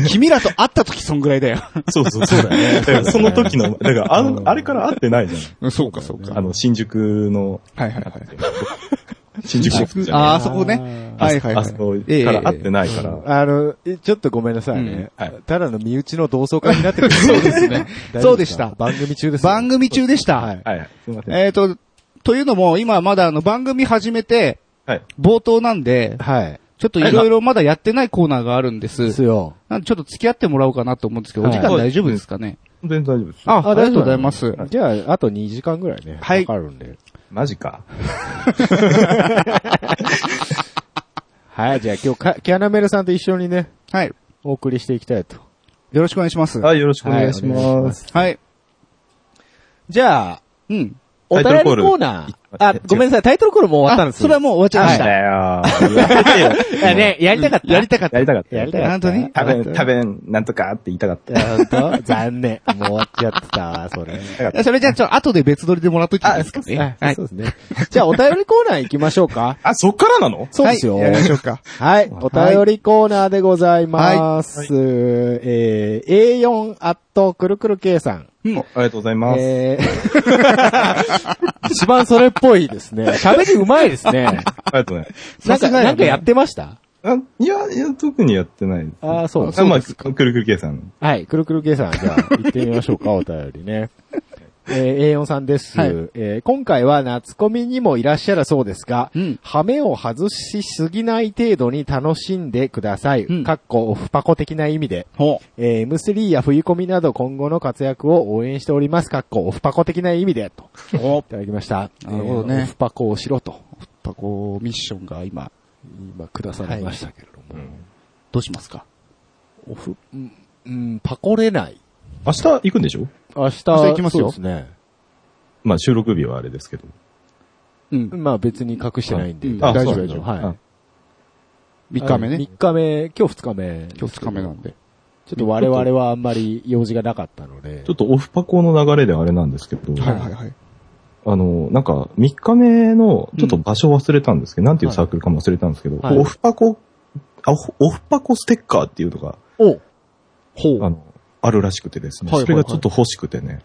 [SPEAKER 2] 君らと会った時そんぐらいだ
[SPEAKER 1] [LAUGHS]
[SPEAKER 2] よ。
[SPEAKER 3] そうそう、そうだね。だからその時の、だからあの、
[SPEAKER 1] うん
[SPEAKER 3] あれから会ってないじゃ
[SPEAKER 2] そうか、そうか。
[SPEAKER 3] ん。あの、新宿の、
[SPEAKER 2] はいはいはい。
[SPEAKER 3] 新宿ショップじゃ
[SPEAKER 2] あ
[SPEAKER 3] ん。
[SPEAKER 2] あそこね。はいはいは
[SPEAKER 3] あ
[SPEAKER 2] い
[SPEAKER 3] そこ。
[SPEAKER 2] ええ
[SPEAKER 3] から会ってないから。
[SPEAKER 1] あの、えちょっとごめんなさいね。
[SPEAKER 3] うんはい
[SPEAKER 1] ただの身内の同窓会になってるそう [LAUGHS] ですね。
[SPEAKER 2] そうでした
[SPEAKER 1] 番組中ですよ。
[SPEAKER 2] 番組中でした。
[SPEAKER 1] はい
[SPEAKER 3] はいはい。すいません。
[SPEAKER 2] えっと、というのも、今まだあの番組始めて、
[SPEAKER 3] はい。
[SPEAKER 2] 冒頭なんで、
[SPEAKER 1] はい。
[SPEAKER 2] ちょっといろいろまだやってないコーナーがあるんで。
[SPEAKER 1] ですすよ。
[SPEAKER 2] なんでちょっと付き合ってもらおうかなと思うんですけど、お
[SPEAKER 1] はい
[SPEAKER 2] 時間大丈夫ですかね
[SPEAKER 3] 全然大丈夫です。
[SPEAKER 2] あ、ありがとうございます。
[SPEAKER 1] じゃあ、あと2時間ぐらいね。
[SPEAKER 2] はい
[SPEAKER 1] かかるんで。
[SPEAKER 3] マジか。
[SPEAKER 1] はい、じゃあ今日か、キャナメルさんと一緒にね、
[SPEAKER 2] はい。よ
[SPEAKER 1] お送りしていきたいと。
[SPEAKER 2] ろしくお願いします。
[SPEAKER 3] はい、よろしくお願いし
[SPEAKER 1] はいお願いしま
[SPEAKER 3] ますす。
[SPEAKER 2] はい。
[SPEAKER 1] じゃあ、
[SPEAKER 2] うん。
[SPEAKER 1] お便りコー
[SPEAKER 3] タイトルコー
[SPEAKER 1] ナ
[SPEAKER 3] ル
[SPEAKER 1] ー。あ、ごめん
[SPEAKER 3] ん。
[SPEAKER 1] なさい、タイトルコールもう終わったん
[SPEAKER 2] あ、
[SPEAKER 1] です
[SPEAKER 2] それはもう終わっちゃいま
[SPEAKER 3] な
[SPEAKER 2] し
[SPEAKER 3] さ
[SPEAKER 2] た。
[SPEAKER 3] い。だよ。言われてよ
[SPEAKER 1] いやね、やりたかった。
[SPEAKER 2] やりたかった。
[SPEAKER 3] やりたかった。
[SPEAKER 1] やりたかった。
[SPEAKER 2] 本当に
[SPEAKER 3] 多分、多分、なんとかって言いたかった。
[SPEAKER 1] や本当 [LAUGHS] 残念。もう終わっちゃってたわ、それ。
[SPEAKER 2] それじゃあ、ちょ、後で別撮りでもらっといていいですかね。
[SPEAKER 1] は、
[SPEAKER 2] はいい
[SPEAKER 1] そうですね。じゃあ、お便りコーナー行きましょうか。
[SPEAKER 3] あ、そっからなの
[SPEAKER 1] そうですよ。
[SPEAKER 2] はいやりましょう [LAUGHS] か。
[SPEAKER 1] はい、お便りコーナーでございます。えー、A4 アットくるくる K さん。
[SPEAKER 3] うん。ありがとうございます。
[SPEAKER 1] え [LAUGHS] ー、一番それっぽいですね。 [LAUGHS] 喋りうまいです [LAUGHS] ね。
[SPEAKER 3] ありがとうございます。
[SPEAKER 1] なん
[SPEAKER 2] さ
[SPEAKER 1] か、
[SPEAKER 2] すがやね
[SPEAKER 1] なんかやってました
[SPEAKER 3] あ、いや、いや、特にやってないです。
[SPEAKER 1] あーそう
[SPEAKER 3] あまあ、くるくる計算。
[SPEAKER 1] はい、くるくる計算、じゃあ、行ってみましょうか、 [LAUGHS] お便りね。えー、A4 さんです。
[SPEAKER 2] はい
[SPEAKER 1] えー今回は夏コミにもいらっしゃるそうですが、
[SPEAKER 2] うん
[SPEAKER 1] ハメを外しすぎない程度に楽しんでください。
[SPEAKER 2] うん
[SPEAKER 1] かっこ、オフパコ的な意味で。
[SPEAKER 2] ほ
[SPEAKER 1] えー M3 や冬コミなど今後の活躍を応援しております。かっこ、オフパコ的な意味で、と。
[SPEAKER 2] う。ほう
[SPEAKER 1] い。ただきました。
[SPEAKER 2] なるほどね
[SPEAKER 1] えーオフパコをしろと、
[SPEAKER 2] パコミッションが今、
[SPEAKER 1] 今、くださりましたけれども。
[SPEAKER 2] どうしますか
[SPEAKER 1] オフ、うん、うん、パコれない。
[SPEAKER 3] 明日行くんでしょ
[SPEAKER 1] 明日、
[SPEAKER 2] 明日行きますよ
[SPEAKER 1] そうですね。
[SPEAKER 3] まあ、収録日はあれですけど。
[SPEAKER 2] うん。
[SPEAKER 1] まあ別に隠してないんで。
[SPEAKER 2] うん
[SPEAKER 3] あ
[SPEAKER 1] 大丈夫
[SPEAKER 3] そ
[SPEAKER 1] 大
[SPEAKER 3] うなんだ
[SPEAKER 1] 丈夫。はい。
[SPEAKER 2] 3日目ね。
[SPEAKER 1] 3日目、今日2日目。
[SPEAKER 2] 今日2日目なん。で。
[SPEAKER 1] ちょっと我々はあんまり用事がなかったので。
[SPEAKER 3] ちょっとオフパコの流れであれなんですけど、
[SPEAKER 1] はい
[SPEAKER 2] はい。
[SPEAKER 3] あの、なんか、3日目の、ちょっと場所忘れたんですけど、なんていうサークルかも忘れたんですけど、
[SPEAKER 1] はい
[SPEAKER 3] オフパコ、あオフパコステッカーっていうのが、
[SPEAKER 1] おほ
[SPEAKER 3] あ
[SPEAKER 1] う。
[SPEAKER 3] の、あるらしくてですね、
[SPEAKER 1] はいはい
[SPEAKER 3] それがちょっと欲しくてね、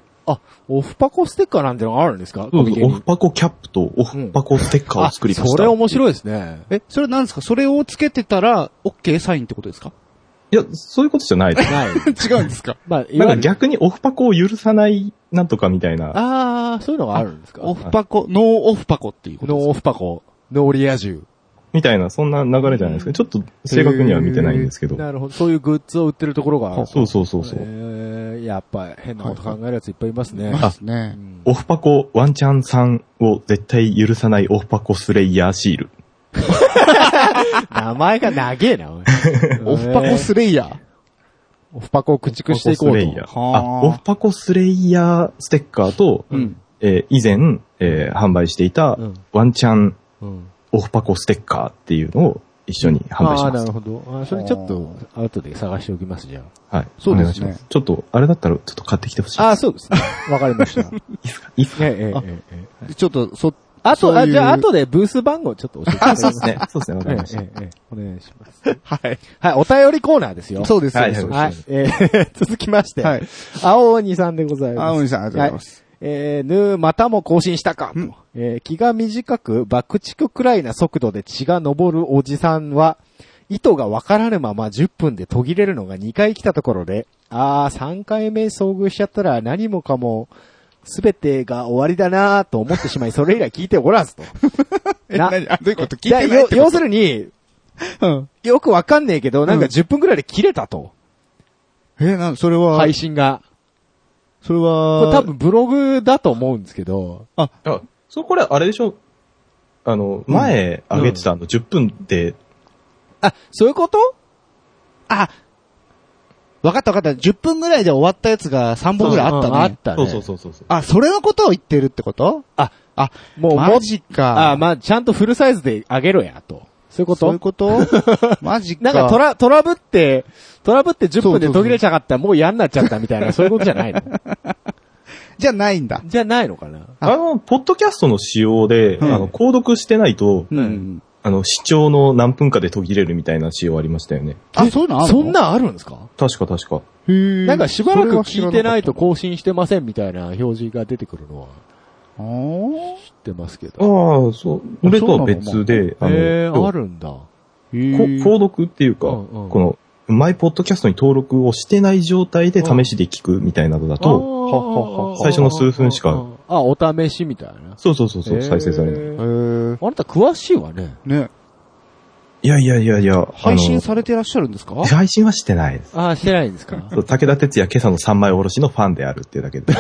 [SPEAKER 1] オフパコステッカーなんてのがあるんですか
[SPEAKER 3] そうそう
[SPEAKER 1] コミケ
[SPEAKER 3] オ
[SPEAKER 1] に
[SPEAKER 3] フパコキャップとオフパコステッカーを作りま
[SPEAKER 1] あ
[SPEAKER 3] し
[SPEAKER 1] そ
[SPEAKER 3] た。
[SPEAKER 1] れ面白いですね。
[SPEAKER 2] え、それなんですかそれをつけてたら、OK サインってことですか
[SPEAKER 3] いや、そういうことじゃな
[SPEAKER 1] [LAUGHS]
[SPEAKER 3] いです。
[SPEAKER 1] ない。
[SPEAKER 2] 違うん [LAUGHS] ですか
[SPEAKER 1] まあ、い
[SPEAKER 3] な
[SPEAKER 1] わ
[SPEAKER 3] んか
[SPEAKER 1] ゆる、
[SPEAKER 3] 逆にオフパコを許さないなんとかみたいな、
[SPEAKER 1] ああ、そういうのがあるんですか
[SPEAKER 2] オフパコ、ノーオフパコっていうこと
[SPEAKER 1] ノー
[SPEAKER 2] です
[SPEAKER 1] オフパコ、ノーリア充。
[SPEAKER 3] みたいな、そんな流れじゃないですか。ちょっと [LAUGHS] 正確には見てないんですけど。
[SPEAKER 1] なるほど。そういうグッズを売ってるところがある。
[SPEAKER 3] そうそうそうそう。
[SPEAKER 1] えー、やっぱ変なこと考えるやついっぱいいますね。
[SPEAKER 2] かですね。
[SPEAKER 3] オフパコワンチャンさんを絶対許さないオフパコスレイヤーシール。
[SPEAKER 1] 名前が長え
[SPEAKER 3] [LAUGHS]
[SPEAKER 1] な、おい
[SPEAKER 2] オフパコスレイヤー。
[SPEAKER 1] オフパコを駆逐していこう
[SPEAKER 3] オ
[SPEAKER 1] と。
[SPEAKER 3] フパコスレイヤー。
[SPEAKER 2] はあ
[SPEAKER 3] あ、オフパコスレイヤーステッカーと、
[SPEAKER 2] うん
[SPEAKER 3] えー以前、えー販売していた
[SPEAKER 1] うん
[SPEAKER 3] ワンチャン
[SPEAKER 1] うん
[SPEAKER 3] オフパコステッカーっていうのを一緒に販売し
[SPEAKER 1] ああ、
[SPEAKER 3] ま
[SPEAKER 1] な
[SPEAKER 3] す
[SPEAKER 1] る。ほど。あーそれちょっと、後で探しておきます、じゃ
[SPEAKER 3] はい。
[SPEAKER 2] そうですね
[SPEAKER 3] お願いしますちょっと、あれだったらちょっと買ってきてほしい。
[SPEAKER 1] あ。あーそうですね。わかりました。
[SPEAKER 3] いいっすか
[SPEAKER 1] [LAUGHS] ええええ
[SPEAKER 3] あ
[SPEAKER 1] ええ
[SPEAKER 2] ちょっと、そ、
[SPEAKER 1] あと、
[SPEAKER 2] そう
[SPEAKER 1] あ
[SPEAKER 2] いう
[SPEAKER 1] じゃあ、後でブース番号ちょっと教えてくだ [LAUGHS]
[SPEAKER 3] あ、
[SPEAKER 1] さ
[SPEAKER 3] そ
[SPEAKER 1] いう
[SPEAKER 3] ですね。そうですね。わかりました。
[SPEAKER 1] ええええお願いします。
[SPEAKER 2] はい。
[SPEAKER 1] はい、お便りコーナーですよ。
[SPEAKER 2] そうです、そうです。
[SPEAKER 3] はい
[SPEAKER 1] はい、えー [LAUGHS] 続きまして、
[SPEAKER 2] はい。
[SPEAKER 1] 青鬼さんでございます。
[SPEAKER 2] 青鬼さんありがとうございます
[SPEAKER 1] はえー、ぬー、またも更新したかと
[SPEAKER 2] ん。
[SPEAKER 1] えー気が短く、爆竹くらいな速度で血が昇るおじさんは、糸がわからぬまま10分で途切れるのが2回来たところで、あー、3回目遭遇しちゃったら何もかも、すべてが終わりだなーと思ってしまい、それ以来聞いておらずと。
[SPEAKER 2] [LAUGHS] え、
[SPEAKER 1] な
[SPEAKER 2] 何あ、どういうこと聞いてないって
[SPEAKER 1] や
[SPEAKER 2] こ
[SPEAKER 1] 要
[SPEAKER 2] と
[SPEAKER 1] するに、
[SPEAKER 2] うん。
[SPEAKER 1] よくわかんねえけど、なんか
[SPEAKER 2] うん
[SPEAKER 1] 10分くらいで切れたと。
[SPEAKER 2] え、なん、それは、
[SPEAKER 1] 配信が。
[SPEAKER 2] それ
[SPEAKER 1] こ
[SPEAKER 2] は、
[SPEAKER 1] れ多分ブログだと思うんですけど、
[SPEAKER 3] あ、そう、これ、あれでしょあの、前、あげてたあの、10分で、
[SPEAKER 1] あ、そういうこと
[SPEAKER 2] あ、わかったわかった。10分ぐらいで終わったやつが3本ぐらいあったね。
[SPEAKER 1] あったね。
[SPEAKER 3] そうそうそうそうそう。
[SPEAKER 2] あ、それのことを言ってるってこと
[SPEAKER 1] あ、
[SPEAKER 2] あ、
[SPEAKER 1] もうも
[SPEAKER 2] マジか。
[SPEAKER 1] あ、まあ、ちゃんとフルサイズであげろや、と。そういうこと
[SPEAKER 2] そういうこと [LAUGHS] マジか。
[SPEAKER 1] なんかトラ、トラブって、トラブって10分で
[SPEAKER 2] そうそうそう
[SPEAKER 1] 途切れちゃかったらもう嫌になっちゃったみたいな、そういうことじゃないの
[SPEAKER 2] じゃないんだ。
[SPEAKER 1] [LAUGHS] じゃないのかな
[SPEAKER 3] あの、ポッドキャストの仕様で、
[SPEAKER 2] うん
[SPEAKER 3] あの、購読してないと、
[SPEAKER 2] うん。
[SPEAKER 3] あの、視聴の何分かで途切れるみたいな仕様ありましたよね。
[SPEAKER 2] あ、そういうのあるの
[SPEAKER 1] そんなんあるんですか
[SPEAKER 3] 確か確か。
[SPEAKER 2] へー
[SPEAKER 1] なんかしばらく聞いてないと更新してませんみたいな表示が出てくるのは
[SPEAKER 2] あー
[SPEAKER 1] 知ってますけ
[SPEAKER 3] ああ
[SPEAKER 1] ど。、
[SPEAKER 3] そう。それとは別で、あの、
[SPEAKER 1] えー、あ
[SPEAKER 3] こ
[SPEAKER 1] るんだ。
[SPEAKER 2] へ
[SPEAKER 3] 購
[SPEAKER 2] ー
[SPEAKER 3] 読っていうか、
[SPEAKER 1] うんうん
[SPEAKER 3] この、マイポッドキャストに登録をしてない状態で試しで聞くみたいなのだ
[SPEAKER 1] あー
[SPEAKER 3] と、最初の数分しか。
[SPEAKER 1] あ、お試しみたいな。
[SPEAKER 3] そうそうそうそう、再生されない。
[SPEAKER 1] えー
[SPEAKER 2] へ
[SPEAKER 1] あなた詳しいわね。
[SPEAKER 2] ーね。
[SPEAKER 3] いやいやいやいや、
[SPEAKER 2] 配信
[SPEAKER 3] れ
[SPEAKER 2] されてらっしゃるんですか
[SPEAKER 3] 配信はしてないです。
[SPEAKER 1] ああ、してないんですか
[SPEAKER 3] そう武田鉄矢今朝の三枚おろしのファンであるっていうだけで。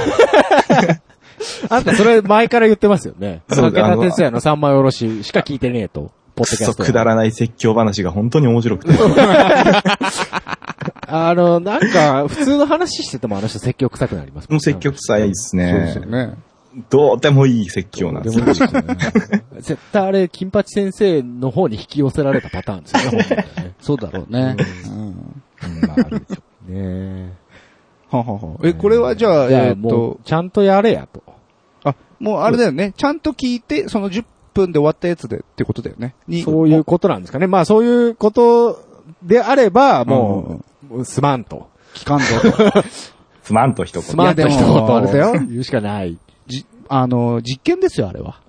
[SPEAKER 1] あんたそれ前から言ってますよね。
[SPEAKER 3] そ
[SPEAKER 1] 武
[SPEAKER 3] う
[SPEAKER 1] 田鉄矢の三枚おろししか聞いてねえと。ポッ
[SPEAKER 3] く
[SPEAKER 1] ドキャ
[SPEAKER 3] そ
[SPEAKER 1] スト。
[SPEAKER 3] くだらない説教話が本当に面白くて。
[SPEAKER 1] あの、なんか、普通の話しててもあの人説教臭くなりますもん
[SPEAKER 3] もう積極臭いですね。
[SPEAKER 2] ね。
[SPEAKER 3] どうでもいい説教なん
[SPEAKER 1] で
[SPEAKER 3] で
[SPEAKER 1] も
[SPEAKER 3] す
[SPEAKER 1] いい
[SPEAKER 3] よ。
[SPEAKER 1] ですね絶対あれ、金八先生の方に引き寄せられたパターンですよね本 [LAUGHS] 当にね
[SPEAKER 2] そうだろうね。うん。
[SPEAKER 4] まああるでしょ。
[SPEAKER 1] ね
[SPEAKER 2] ははは。え、これはじゃあ、
[SPEAKER 1] え。い
[SPEAKER 2] え
[SPEAKER 1] や、
[SPEAKER 2] ーっと
[SPEAKER 1] もう、、ちゃんとやれやと。
[SPEAKER 2] あ、もうあれだよね。ちゃんと聞いて、その10分で終わったやつでってことだよね。に
[SPEAKER 1] そういうことなんですかね。まあそういうことであれば、
[SPEAKER 2] うん
[SPEAKER 1] もう、すまんと。
[SPEAKER 2] 聞かんぞと。
[SPEAKER 3] すまんと一
[SPEAKER 1] す
[SPEAKER 3] 言。
[SPEAKER 1] まんと一
[SPEAKER 2] いやでも
[SPEAKER 1] 言。
[SPEAKER 2] あれだよ
[SPEAKER 1] 言うしかない。
[SPEAKER 2] じ、 [LAUGHS] あの、実験ですよ、あれは。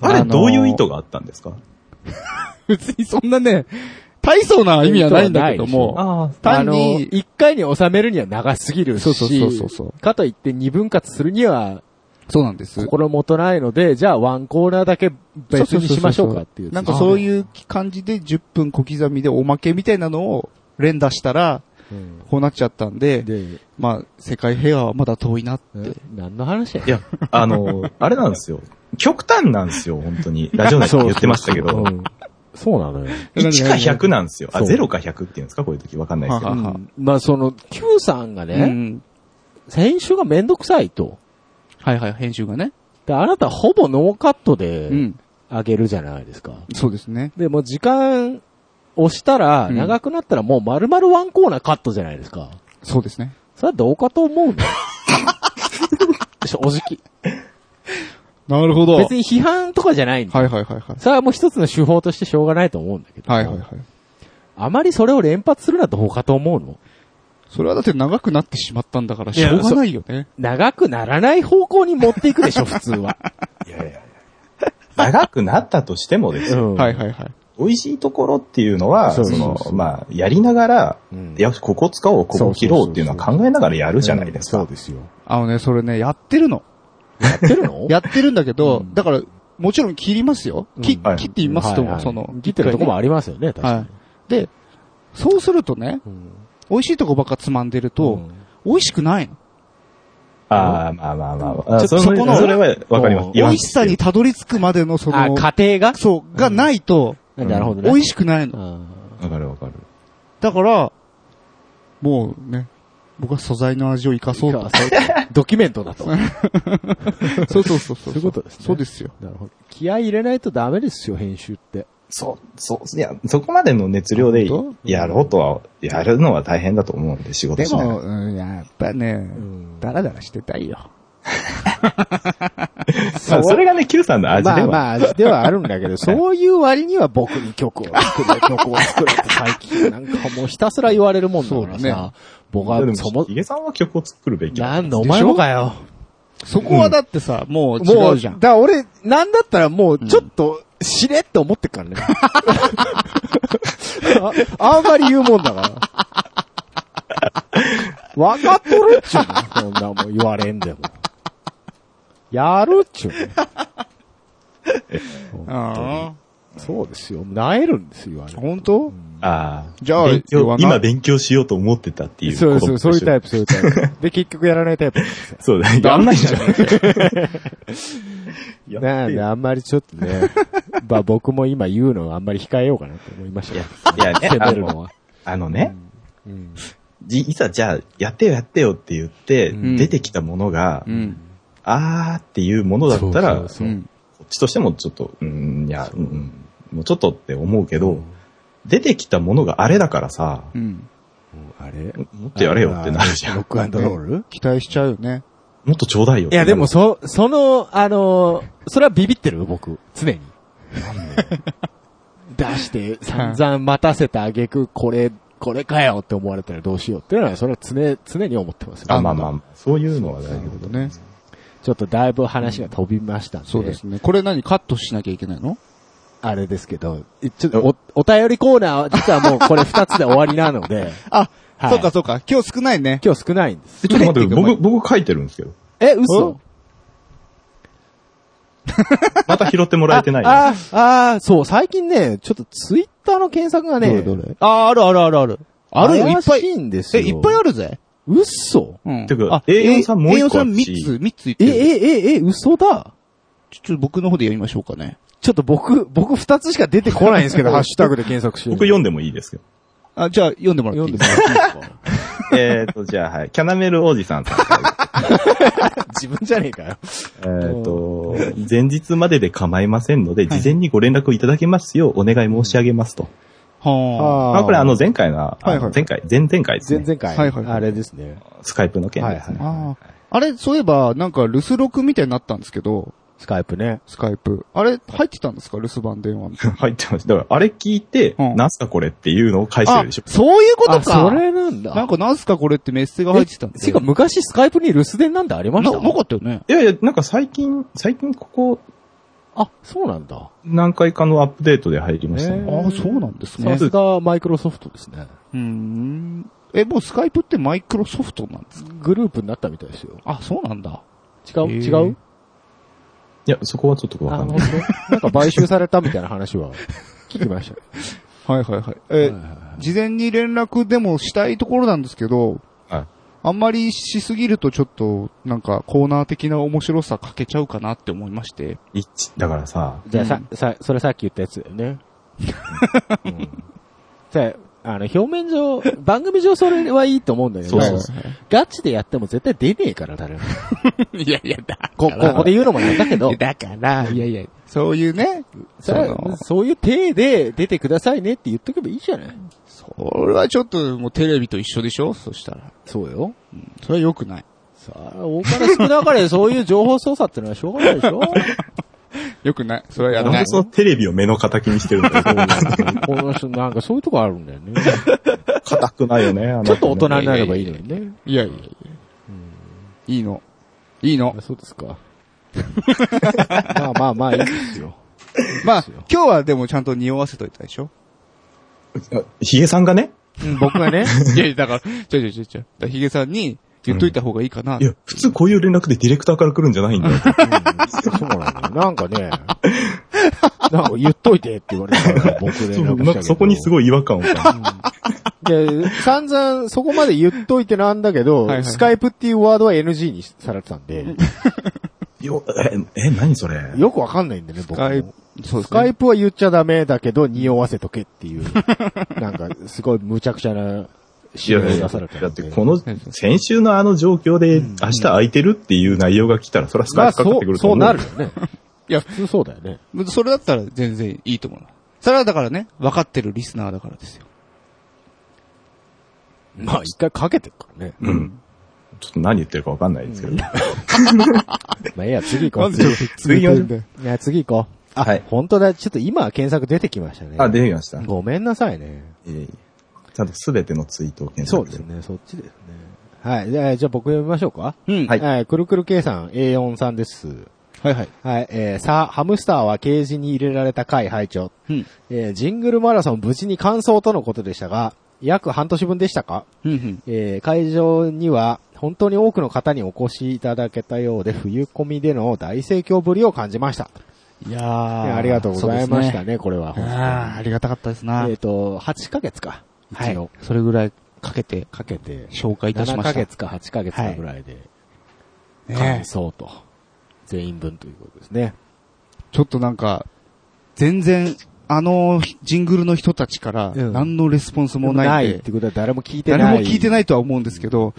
[SPEAKER 3] あれ、
[SPEAKER 2] あのー
[SPEAKER 3] どういう意図があったんですか
[SPEAKER 2] 別にそんなね、大層な意味はないんだけども、
[SPEAKER 3] あ
[SPEAKER 2] 単
[SPEAKER 1] あの
[SPEAKER 2] に、
[SPEAKER 1] 一回に収めるには長すぎるし、
[SPEAKER 2] そうそうそうそうそう
[SPEAKER 1] かといって二分割するには
[SPEAKER 2] そうなんです。
[SPEAKER 1] 心もとないので、じゃあワンコーナーだけ別にしましょうかっていう。
[SPEAKER 2] なんかそういう感じで10分小刻みでおまけみたいなのを連打したら、
[SPEAKER 1] うん。
[SPEAKER 2] こうなっちゃったんで、
[SPEAKER 1] で、
[SPEAKER 2] まあ、世界平和はまだ遠いなって。
[SPEAKER 1] 何の話や
[SPEAKER 3] あ。いや、あの [LAUGHS] ー、あれなんですよ。極端なんですよ、本当に。ラジオ内で言ってましたけど。
[SPEAKER 1] うんそうなのよ。
[SPEAKER 3] 1か100なんですよ。あ、
[SPEAKER 1] そう
[SPEAKER 3] 0か100っていうんですかこういう時わかんないですけ
[SPEAKER 2] は
[SPEAKER 3] ど
[SPEAKER 2] は。
[SPEAKER 1] うんまあその、Q さんが
[SPEAKER 2] う
[SPEAKER 1] ね、
[SPEAKER 2] ん。
[SPEAKER 1] 先週がめんどくさいと。
[SPEAKER 2] はいはい、編集がね。
[SPEAKER 1] で、あなたほぼノーカットで
[SPEAKER 2] うん。
[SPEAKER 1] あげるじゃないですか。
[SPEAKER 2] そうですね。
[SPEAKER 1] で、もう時間押したら、
[SPEAKER 2] うん
[SPEAKER 1] 長くなったらもう丸々ワンコーナーカットじゃないですか。
[SPEAKER 2] そうですね。
[SPEAKER 1] それはどうかと思うの
[SPEAKER 2] [LAUGHS]
[SPEAKER 1] 正直。
[SPEAKER 2] なるほど。
[SPEAKER 1] 別に批判とかじゃないんだ。
[SPEAKER 2] はいはいはいはい。
[SPEAKER 1] それはもう一つの手法としてしょうがないと思うんだけど。
[SPEAKER 2] はいはいはい。
[SPEAKER 1] あまりそれを連発するのはどうかと思うの
[SPEAKER 2] それはだって長くなってしまったんだから、
[SPEAKER 3] い
[SPEAKER 2] し
[SPEAKER 3] や
[SPEAKER 2] ょうがないよね。
[SPEAKER 1] 長くならない方向に持っていくで
[SPEAKER 2] [LAUGHS]
[SPEAKER 1] しょ、普通は。
[SPEAKER 3] いやいやいや。長くなったとしてもですよ。
[SPEAKER 1] ん
[SPEAKER 2] はいはいはい。
[SPEAKER 3] 美味しいところっていうのは、
[SPEAKER 1] そ
[SPEAKER 3] そ
[SPEAKER 1] そ
[SPEAKER 3] う
[SPEAKER 1] うそう
[SPEAKER 3] の、まあ、やりながら、
[SPEAKER 1] うん
[SPEAKER 3] いや、ここ使おう、ここ切ろうっていうのは
[SPEAKER 1] そうそうそうそう
[SPEAKER 3] 考えながらやるじゃないですか。
[SPEAKER 1] うんそうですよ。
[SPEAKER 2] あのね、それね、やってるの。
[SPEAKER 1] やってるの
[SPEAKER 2] やってるんだけど、
[SPEAKER 1] うん
[SPEAKER 2] だから、もちろん切りますよ。切、
[SPEAKER 3] はい
[SPEAKER 2] 切っています
[SPEAKER 1] はい
[SPEAKER 2] とも、
[SPEAKER 1] はい
[SPEAKER 2] その。
[SPEAKER 1] 切ってるとこも
[SPEAKER 2] あ
[SPEAKER 1] ありますよね、確かに。
[SPEAKER 2] で、そうするとね、
[SPEAKER 1] うん
[SPEAKER 2] 美味しいとこばっかつまんでると、
[SPEAKER 1] うん
[SPEAKER 2] 美味しくないの。
[SPEAKER 3] ああ、まあまあまあま
[SPEAKER 2] ちょ
[SPEAKER 3] あ。
[SPEAKER 2] っと
[SPEAKER 3] あ
[SPEAKER 2] そこの
[SPEAKER 3] それはわかりま
[SPEAKER 1] う
[SPEAKER 3] す
[SPEAKER 1] ん。
[SPEAKER 3] 言
[SPEAKER 2] 美
[SPEAKER 3] わん
[SPEAKER 2] 味
[SPEAKER 3] と
[SPEAKER 2] しさにたどり着くまでのそ
[SPEAKER 1] あ、
[SPEAKER 2] の、
[SPEAKER 1] 家庭が
[SPEAKER 2] そう、がないと、
[SPEAKER 1] うんなるほどね。
[SPEAKER 2] 美味しくないの。
[SPEAKER 1] あ
[SPEAKER 3] わかるわかる。
[SPEAKER 2] だから、もうね、僕は素材の味を生か
[SPEAKER 1] ーそ
[SPEAKER 2] そう
[SPEAKER 1] う
[SPEAKER 2] と
[SPEAKER 1] か。、そうかドキュメント
[SPEAKER 2] [LAUGHS]
[SPEAKER 1] だと。な
[SPEAKER 2] そうそうそうそう。
[SPEAKER 1] そういうことですね
[SPEAKER 2] そうですよ。
[SPEAKER 1] るほど。気合い入れないとダメですよ、編集って。
[SPEAKER 3] そう、そう、いや、そこまでの熱量で
[SPEAKER 2] 本
[SPEAKER 3] やろうとは、やるのは大変だと思うんで、仕事
[SPEAKER 2] で
[SPEAKER 3] しなが
[SPEAKER 2] も、
[SPEAKER 3] ら。
[SPEAKER 2] うん、やっぱね、
[SPEAKER 1] ん
[SPEAKER 2] ダラダラしてたいよ。
[SPEAKER 3] まあそれがね、Q さんの味で
[SPEAKER 1] まあ
[SPEAKER 3] は。
[SPEAKER 1] まあ、味ではあるんだ [LAUGHS] けど、そういう割には僕に曲を作れ、曲を作れって最近なんかもうひたすら言われるもんだから
[SPEAKER 2] そうだ
[SPEAKER 1] さ、僕
[SPEAKER 3] で
[SPEAKER 1] はそ
[SPEAKER 3] も、
[SPEAKER 1] も
[SPEAKER 3] ヒ、ゲさんは曲を作るべきだ。
[SPEAKER 1] なんだお前もかよ。
[SPEAKER 2] そこはだってさ、もう違うじゃん
[SPEAKER 1] だ。から俺、なんだったらもう、ちょっと、しれって思ってっからね。 [LAUGHS] ああんまり言うもんだから。わかっとるっちゅうのそんなもん言われんでも。やるっちゅう
[SPEAKER 2] あ
[SPEAKER 1] のそうですよ。なえるんですよ、あれ
[SPEAKER 2] あ。本当
[SPEAKER 3] ああ。
[SPEAKER 2] じゃあ
[SPEAKER 3] 勉強
[SPEAKER 2] 言わない
[SPEAKER 3] 今勉強しようと思ってたっていう。
[SPEAKER 1] そうそう、そういうタイプ、
[SPEAKER 3] プ。
[SPEAKER 1] そういうタイプ。で、結局やらないタイプなんですよ。
[SPEAKER 3] そうだ、やんないじゃん。やって
[SPEAKER 1] なんで、あんまりちょっとね、まあ僕も今言うのをあんまり控えようかなと思いましたけど
[SPEAKER 3] いやいやね
[SPEAKER 1] [LAUGHS] 攻めるのは。
[SPEAKER 3] あのね、
[SPEAKER 1] うん
[SPEAKER 3] じいざじゃあ、やってよやってよって言って、
[SPEAKER 2] うん
[SPEAKER 3] 出てきたものが、
[SPEAKER 2] うん。
[SPEAKER 3] あーっていうものだったら、
[SPEAKER 1] そうそうそう
[SPEAKER 2] うん
[SPEAKER 3] こっちとしてもちょっと、うん、いや、うん、もうちょっとって思うけど、出てきたものがあれだからさ、
[SPEAKER 2] うん。
[SPEAKER 1] あれ
[SPEAKER 3] もっとやれよってなるじゃん。
[SPEAKER 1] ロックアンドロール
[SPEAKER 2] 期待しちゃうよね。
[SPEAKER 3] もっとちょうだいよっ
[SPEAKER 1] い
[SPEAKER 3] てな
[SPEAKER 1] や、
[SPEAKER 3] る
[SPEAKER 1] でも、そ、その、あのー、それはビビってる僕、常に。出して、散々待たせたあげく、これ、これかよって思われたらどうしようっていうのは、それは常、常に思ってますよ
[SPEAKER 3] あ、まあまあ、そういうのは大丈夫だ。
[SPEAKER 2] ね。
[SPEAKER 1] ちょっとだいぶ話が飛びましたんで、
[SPEAKER 2] そうですね。これ何カットしなきゃいけないの
[SPEAKER 1] あれですけど、ちょっとお、お便りコーナーは、実はもうこれ二つで終わりなの [LAUGHS] で、
[SPEAKER 2] あ、
[SPEAKER 1] はい
[SPEAKER 2] そうかそうか。今日少ないね。
[SPEAKER 1] 今日少ないんです。
[SPEAKER 3] えちょっと待って、僕、僕書いてるんですけど。
[SPEAKER 1] え、嘘
[SPEAKER 3] また拾ってもらえてない。
[SPEAKER 1] あ、ああ、そう、最近ね、ちょっとツイッターの検索がね、
[SPEAKER 2] あ、あるあるあるある。あるよ、いっぱ
[SPEAKER 1] 怪し
[SPEAKER 2] い。
[SPEAKER 1] いんです
[SPEAKER 2] え、
[SPEAKER 1] よ。
[SPEAKER 2] いっぱいあるぜ。
[SPEAKER 1] 嘘
[SPEAKER 2] うん
[SPEAKER 3] てか
[SPEAKER 2] あ
[SPEAKER 3] A4 さんもう一個ある
[SPEAKER 2] A4
[SPEAKER 3] し
[SPEAKER 2] さん3つ、3つ言っ
[SPEAKER 1] え、
[SPEAKER 2] て
[SPEAKER 1] え
[SPEAKER 2] る。え、、
[SPEAKER 1] え、え、嘘だ。
[SPEAKER 2] ちょっと僕の方で読みましょうかね。
[SPEAKER 1] ちょっと僕、僕二つしか出て [LAUGHS] こないんですけど、ハッシュタグで検索しよう。
[SPEAKER 3] 僕読んでもいいですけど。
[SPEAKER 2] あ、じゃあ読んでもらっ
[SPEAKER 1] 読
[SPEAKER 2] てい
[SPEAKER 1] ん
[SPEAKER 2] い
[SPEAKER 1] でもらっていいですか
[SPEAKER 3] えっと、じゃあ、はい。キャナメルおじさんさんから
[SPEAKER 1] 自分じゃねえかよ。
[SPEAKER 3] えーっと、前日までで構いませんので、事前にご連絡をいただけますようお願い申し上げますと。
[SPEAKER 2] は
[SPEAKER 3] まあ、これあの、前回の、
[SPEAKER 2] はい
[SPEAKER 3] あ
[SPEAKER 2] はい
[SPEAKER 3] の前回、前々回です
[SPEAKER 1] 前
[SPEAKER 3] ね。
[SPEAKER 1] 々回、
[SPEAKER 2] はいはい
[SPEAKER 1] あれですね。
[SPEAKER 3] スカイプの件
[SPEAKER 1] はい
[SPEAKER 3] で
[SPEAKER 1] は
[SPEAKER 3] す
[SPEAKER 1] い
[SPEAKER 3] ね。
[SPEAKER 2] ああ。あれ、そういえば、なんか留守録みたいになったんですけど、
[SPEAKER 1] スカイプね。
[SPEAKER 2] スカイプ。あれ、入ってたんですか留守番電話みたいな。
[SPEAKER 3] 入ってました。だから、あれ聞いて、
[SPEAKER 2] うん
[SPEAKER 3] なんすかこれっていうのを返して
[SPEAKER 2] あ
[SPEAKER 3] るでしょ、。
[SPEAKER 2] そういうことか。
[SPEAKER 1] あそれなんだ。
[SPEAKER 2] なんかなんすかこれってメッセが入ってたんです
[SPEAKER 1] てか、昔スカイプに留守電なんてありまし
[SPEAKER 2] な
[SPEAKER 1] た
[SPEAKER 2] なかったよね。
[SPEAKER 3] いやいや、なんか最近、最近ここ
[SPEAKER 1] あ、そうなんだ。
[SPEAKER 3] 何回かのアップデートで入りました
[SPEAKER 1] え
[SPEAKER 3] ね。
[SPEAKER 1] ー
[SPEAKER 2] ああ、そうなんですね
[SPEAKER 1] さ。すがマイクロソフトですね。
[SPEAKER 2] うーん。え、もうスカイプってマイクロソフトなんですか
[SPEAKER 1] グループになったみたいですよ。
[SPEAKER 2] あ、そうなんだ。
[SPEAKER 1] 違う、
[SPEAKER 2] へ
[SPEAKER 1] 違
[SPEAKER 2] ー
[SPEAKER 1] う
[SPEAKER 3] いや、そこはちょっとわか
[SPEAKER 1] あ、
[SPEAKER 3] ん
[SPEAKER 1] 本
[SPEAKER 3] ない。
[SPEAKER 1] 当？なんか買収されたみたいな話は聞きました。
[SPEAKER 2] はいはいはい。え、事前に連絡でもしたいところなんですけど、
[SPEAKER 3] はい
[SPEAKER 2] あんまりしすぎるとちょっと、なんかコーナー的な面白さ欠けちゃうかなって思いまして。
[SPEAKER 3] 一だからさ、
[SPEAKER 1] [LAUGHS] じゃあさ
[SPEAKER 2] う、
[SPEAKER 1] さ、それさっき言ったやつだよね。うん [LAUGHS] じゃあ、あの、表面上、番組上それはいいと思うんだけど、
[SPEAKER 3] そうそうそ
[SPEAKER 1] ガチでやっても絶対出ねえから、 [LAUGHS] 誰も。
[SPEAKER 2] [LAUGHS] いやいや、だ
[SPEAKER 1] こ、ここで言うのも [LAUGHS] なんだけど、
[SPEAKER 2] だから、いやいや、そういうね、
[SPEAKER 1] それはそういう体で出てくださいねって言っとけばいいじゃない
[SPEAKER 2] それはちょっともうテレビと一緒でしょそしたら。
[SPEAKER 1] そうよ。
[SPEAKER 2] それは良くない。
[SPEAKER 1] さあ、多かれ少なかれそういう情報操作ってのはしょうがないでしょ [LAUGHS]
[SPEAKER 2] 良くない。それはや
[SPEAKER 3] な
[SPEAKER 2] ら
[SPEAKER 3] ん
[SPEAKER 2] ない
[SPEAKER 3] で。そのテレビを目の敵にしてるん [LAUGHS] だろ
[SPEAKER 1] この人なんかそういうとこあるんだよね。
[SPEAKER 3] う。硬くないよね。あなたね
[SPEAKER 1] ちょっと大人になればいいのにね。
[SPEAKER 2] いやいやいや、いいの。いいの
[SPEAKER 1] あ。そうですか。 [LAUGHS] まあまあまあいいですよ。
[SPEAKER 2] まあ、今日はでもちゃんと匂わせといたでしょ
[SPEAKER 3] あヒゲさんがね、
[SPEAKER 1] 僕がね。
[SPEAKER 2] [LAUGHS] いやいや、だから、ちょいちょいちょいちょい。だからヒゲさんに言っといた方がいいかな。
[SPEAKER 3] いや、普通こういう連絡でディレクターから来るんじゃないんだよ。
[SPEAKER 1] そうなのよ。なんかね、なんか言っといてって言われたから僕で
[SPEAKER 3] [LAUGHS] そうなんかそこにす
[SPEAKER 1] い。
[SPEAKER 3] ごい違和感を感じる。
[SPEAKER 1] で、散々そこまで言っといてなんだけど、
[SPEAKER 2] はいはい
[SPEAKER 1] スカイプっていうワードは NG にされてたんで、
[SPEAKER 3] よ、え、え、何それ
[SPEAKER 1] よくわかんないんでね、僕も。
[SPEAKER 2] スカイそうで
[SPEAKER 1] ス
[SPEAKER 2] すね
[SPEAKER 1] カイプは言っちゃダメだけど、匂わせとけって
[SPEAKER 3] [LAUGHS]
[SPEAKER 1] いう、なんか、すごい無茶苦茶な指令が出されたんで
[SPEAKER 3] だってこの、先週のあの状況で明日空いてるっていう内容が来たら、そらス
[SPEAKER 1] まあ、
[SPEAKER 3] カイプかか
[SPEAKER 1] そ
[SPEAKER 3] ってく
[SPEAKER 1] う、
[SPEAKER 3] ると
[SPEAKER 1] そ
[SPEAKER 3] 思
[SPEAKER 1] う
[SPEAKER 3] う。
[SPEAKER 1] なるよね。
[SPEAKER 2] いや
[SPEAKER 1] 普通そうだよね。
[SPEAKER 2] それだったら全然いいと思う。それはだからね、分かってるリスナーだからですよ。
[SPEAKER 1] まあ、一回かけてるからね。
[SPEAKER 3] うん。ちょっと何言ってるかわかんないですけど。
[SPEAKER 1] まあ、いいや、次行こう。
[SPEAKER 2] なんで
[SPEAKER 3] 次行きましょう
[SPEAKER 1] いや、次行こう。あ、
[SPEAKER 3] はい
[SPEAKER 1] 本当だ。ちょっと今、検索出てきましたね。
[SPEAKER 3] あ、出てきました。
[SPEAKER 1] ごめんなさいね。
[SPEAKER 3] いえいえちゃんとすべてのツイートを検
[SPEAKER 1] そう
[SPEAKER 3] 索
[SPEAKER 1] ですね、そっちですね。はい。じゃあ、じゃあ僕読みましょうか。
[SPEAKER 2] うん
[SPEAKER 3] はい
[SPEAKER 1] はい。くるくる K さん、A4 さんです。
[SPEAKER 2] はいはい。
[SPEAKER 1] はい。えー、さあ、ハムスターはケージに入れられた回拝聴。
[SPEAKER 2] うん。
[SPEAKER 1] えージングルマラソン無事に完走とのことでしたが、約半年分でしたか
[SPEAKER 2] うんうん。
[SPEAKER 1] えー会場には本当に多くの方にお越しいただけたようで、冬込みでの大盛況ぶりを感じました。
[SPEAKER 2] いや
[SPEAKER 1] ね
[SPEAKER 2] ー
[SPEAKER 1] ありがとうございました
[SPEAKER 2] ね。
[SPEAKER 1] ね、これは本当に。
[SPEAKER 2] ああ、ありがたかったですな。
[SPEAKER 1] えっ、と、8ヶ月か。
[SPEAKER 2] は
[SPEAKER 1] 一応
[SPEAKER 2] い。それぐらいかけて、
[SPEAKER 1] かけて、
[SPEAKER 2] 紹介いたし
[SPEAKER 1] 7
[SPEAKER 2] ま
[SPEAKER 1] ヶ
[SPEAKER 2] した。
[SPEAKER 1] 月か8ヶ月かぐらいで、完
[SPEAKER 2] ねえ
[SPEAKER 1] 走と。全員分ということですね。
[SPEAKER 2] ちょっとなんか、全然、あの、ジングルの人たちから、
[SPEAKER 1] うん
[SPEAKER 2] 何のレスポンスもな
[SPEAKER 1] ない
[SPEAKER 2] い
[SPEAKER 1] っ
[SPEAKER 2] んで、
[SPEAKER 1] てことは誰も聞いてない。
[SPEAKER 2] 誰も聞いて
[SPEAKER 1] い。
[SPEAKER 2] ないとは思うんですけど、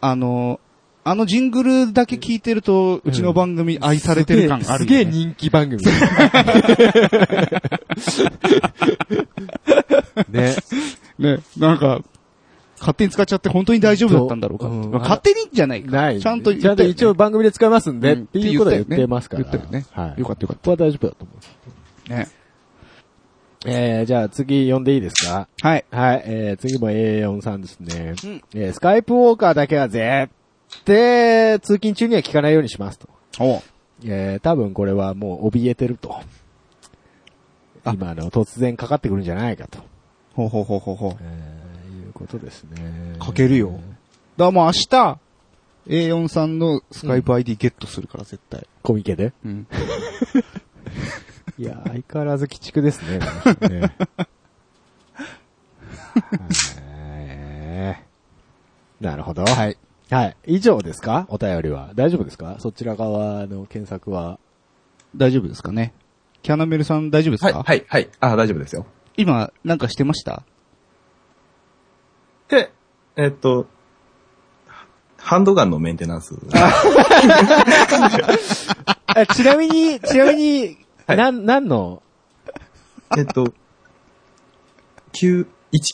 [SPEAKER 2] あの、あのジングルだけ聞いてると、うちの番組愛されてる感がある
[SPEAKER 1] す
[SPEAKER 2] よ
[SPEAKER 1] げ
[SPEAKER 2] ね、
[SPEAKER 1] え人気番組。ね。
[SPEAKER 2] [LAUGHS] [LAUGHS] ね、なんか、勝手に使っちゃって本当に大丈夫だったんだろうかって。
[SPEAKER 1] うん
[SPEAKER 2] まあ勝手にじゃない。
[SPEAKER 1] ない。
[SPEAKER 2] ちゃんと言
[SPEAKER 1] ちゃん
[SPEAKER 2] った
[SPEAKER 1] と
[SPEAKER 2] よね
[SPEAKER 1] 一応番組で使いますんで、
[SPEAKER 2] うん
[SPEAKER 1] っていうことは言っ
[SPEAKER 2] って言
[SPEAKER 1] て
[SPEAKER 2] ったよね
[SPEAKER 1] ますから。
[SPEAKER 2] 言ったよね
[SPEAKER 1] はい。
[SPEAKER 2] よかったよかった
[SPEAKER 1] ここは大丈夫だと思う。
[SPEAKER 2] ね。
[SPEAKER 1] えー、じゃあ次読んでいいですか
[SPEAKER 2] はい。
[SPEAKER 1] はい、えー、次も A4 さんですね。
[SPEAKER 2] うん
[SPEAKER 1] えースカイプウォーカーだけは絶対、通勤中には聞かないようにしますと。
[SPEAKER 2] お
[SPEAKER 1] えー、多分これはもう怯えてると。今の突然かかってくるんじゃないかと。
[SPEAKER 2] ほうほうほうほうほ
[SPEAKER 1] えー、いうことですね。
[SPEAKER 2] う。かけるよ。だからもう明日、A4 さんのスカイプ ID ゲットするから絶対。
[SPEAKER 1] コミケで
[SPEAKER 2] うん。
[SPEAKER 1] い [LAUGHS] や、相変わらず鬼畜ですね。この人 [LAUGHS] ねへーなるほど。はい。はい。以上ですかお便りは。大丈夫ですかそちら側の検索は。
[SPEAKER 2] 大丈夫ですかね。キャナメルさん大丈夫です
[SPEAKER 3] はい、
[SPEAKER 2] か
[SPEAKER 3] はい、はい。あ、大丈夫ですよ。
[SPEAKER 2] 今、なんかしてました
[SPEAKER 3] で、えっと、ハンドガンのメンテナンス。
[SPEAKER 1] あちなみに、 [LAUGHS] ちなみに、
[SPEAKER 3] はい
[SPEAKER 1] なん、なんの
[SPEAKER 3] えっと、9、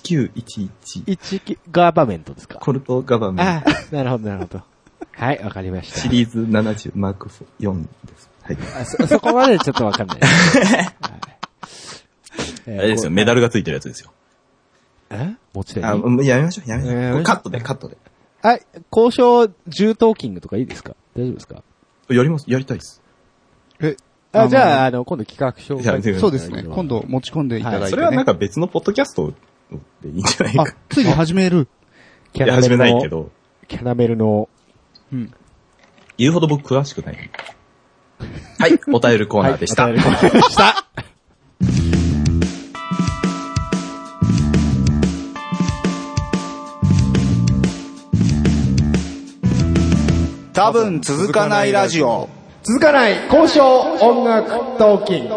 [SPEAKER 3] 1911、
[SPEAKER 1] 一きガバメントですか
[SPEAKER 3] コルトガバメン
[SPEAKER 1] ああ、なるほど、なるほど。はい、わかりま
[SPEAKER 3] ト
[SPEAKER 1] した。
[SPEAKER 3] シリーズ70マーク4です。はい。
[SPEAKER 1] あそ、そこまでちょっとわかん [LAUGHS] ないです。はい
[SPEAKER 3] あれですよ、メダルがついてるやつですよ。
[SPEAKER 1] え持ち手
[SPEAKER 3] あ、
[SPEAKER 1] に
[SPEAKER 3] もうやめましょう、やめまし
[SPEAKER 1] えー
[SPEAKER 3] ょう。これカットで、カットで。
[SPEAKER 1] あ、交渉、重トーキングとかいいですか大丈夫ですか
[SPEAKER 3] やります、やりたいです。
[SPEAKER 2] あ
[SPEAKER 1] あ、
[SPEAKER 2] の
[SPEAKER 1] じゃあ、あの、今度企画書を書いて
[SPEAKER 3] いや
[SPEAKER 2] そうですね。今度持ち込んでいただいて、ね
[SPEAKER 1] は
[SPEAKER 3] それはなんか別のポッドキャストでいいんじゃない
[SPEAKER 2] あ
[SPEAKER 3] か。、
[SPEAKER 2] ついに始める。
[SPEAKER 1] キ
[SPEAKER 3] い
[SPEAKER 1] ャ
[SPEAKER 3] や、
[SPEAKER 1] ラメ
[SPEAKER 3] 始め
[SPEAKER 1] ル
[SPEAKER 3] ないけ
[SPEAKER 1] の、
[SPEAKER 3] ど、
[SPEAKER 1] キャラメルの、
[SPEAKER 2] うん。
[SPEAKER 3] 言うほど僕詳しくない。はい、お便りコーナーでした。
[SPEAKER 1] はいお便り
[SPEAKER 3] [LAUGHS]
[SPEAKER 1] コーナーでした。
[SPEAKER 2] 多分続かないラジオ。
[SPEAKER 1] 続かない交渉音楽トーキング。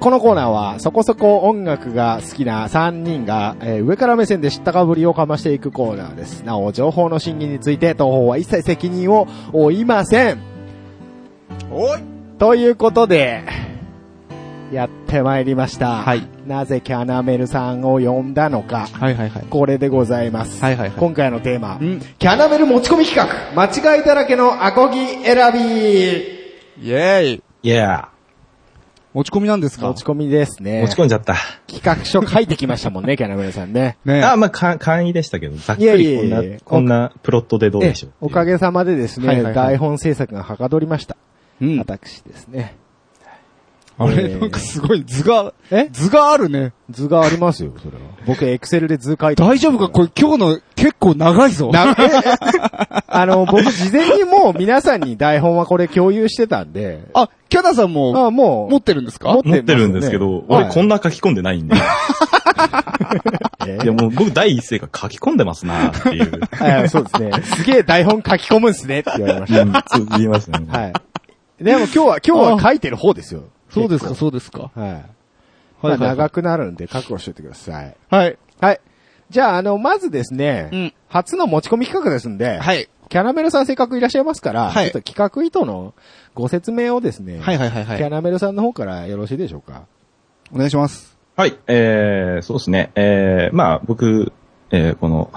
[SPEAKER 1] このコーナーはそこそこ音楽が好きな3人が、えー上から目線で知ったかぶりをかましていくコーナーです。なお、情報の審議について当方は一切責任を負いません。
[SPEAKER 2] おい
[SPEAKER 1] ということで、やってまいりました。
[SPEAKER 2] はい
[SPEAKER 1] なぜキャナメルさんを呼んだのか、
[SPEAKER 2] はいはいはい。
[SPEAKER 1] これでございます。
[SPEAKER 2] はいはいはい
[SPEAKER 1] 今回のテーマ、
[SPEAKER 2] ん
[SPEAKER 1] キャナメル持ち込み企画、間違いだらけのアコギ選び。
[SPEAKER 2] イェーイ。
[SPEAKER 3] いや
[SPEAKER 2] 持ち込みなんですか
[SPEAKER 1] 持ち込みですね。
[SPEAKER 3] ー、持ち込んじゃった。
[SPEAKER 1] 企画書書いてきましたもん
[SPEAKER 2] [LAUGHS]
[SPEAKER 1] ね、キャナメルさんね。
[SPEAKER 2] ね
[SPEAKER 3] あ、まあ、か簡易でしたけど、ざっく
[SPEAKER 1] いや
[SPEAKER 3] り
[SPEAKER 1] い
[SPEAKER 3] こ
[SPEAKER 1] や
[SPEAKER 3] ん
[SPEAKER 1] いや
[SPEAKER 3] ない
[SPEAKER 1] や、
[SPEAKER 3] こんなプロットでどう
[SPEAKER 1] ええ
[SPEAKER 3] でしょう。
[SPEAKER 1] おかげさまでですね、
[SPEAKER 2] はいはいはい
[SPEAKER 1] 台本制作がはかどりました。
[SPEAKER 2] うん
[SPEAKER 1] 私ですね。
[SPEAKER 2] あれ、
[SPEAKER 1] えー
[SPEAKER 2] なんかすごい図が、
[SPEAKER 1] え
[SPEAKER 2] 図があるね。
[SPEAKER 1] 図がありますよ、それは。僕、エクセルで図書いて
[SPEAKER 2] 大丈夫かこれ今日の結構長いぞ。
[SPEAKER 1] な [LAUGHS] あの、僕、事前にもう皆さんに台本はこれ共有してたんで、
[SPEAKER 2] あ、キャナさんも
[SPEAKER 1] あもう、
[SPEAKER 2] 持ってるんですか
[SPEAKER 1] 持
[SPEAKER 3] 持ってるんですけど、俺こん
[SPEAKER 1] な、
[SPEAKER 3] な書き込んでない
[SPEAKER 1] [LAUGHS]
[SPEAKER 3] んで。
[SPEAKER 1] え
[SPEAKER 3] いやもう僕第一声が書き込んでますなーって
[SPEAKER 1] [LAUGHS]
[SPEAKER 3] いう。
[SPEAKER 1] あそうですね。すげえ台本書き込むんすねって言われまし
[SPEAKER 3] うんそう言いますね。
[SPEAKER 1] た。はい。でも今日は、今日は書いてる方ですよ。
[SPEAKER 2] そうですか、そうですか。
[SPEAKER 1] はい。はい
[SPEAKER 2] はいはい
[SPEAKER 1] まあ長くなるんで覚悟しておいてください。
[SPEAKER 2] はい。
[SPEAKER 1] はい。じゃあ、あの、まずですね、
[SPEAKER 2] うん
[SPEAKER 1] 初の持ち込み企画ですんで、
[SPEAKER 2] はい。
[SPEAKER 1] キャラメルさんせっかくいらっしゃいますから、
[SPEAKER 2] はい
[SPEAKER 1] ちょっと企画意図のご説明をですね、
[SPEAKER 2] はいはいはい
[SPEAKER 1] キ
[SPEAKER 2] は
[SPEAKER 1] ャ
[SPEAKER 2] い。
[SPEAKER 1] ラメルさんの方からよろしいでしょうか。
[SPEAKER 2] お願いします。
[SPEAKER 3] はい、えー、そうですね。えー、まあ僕、えー、この、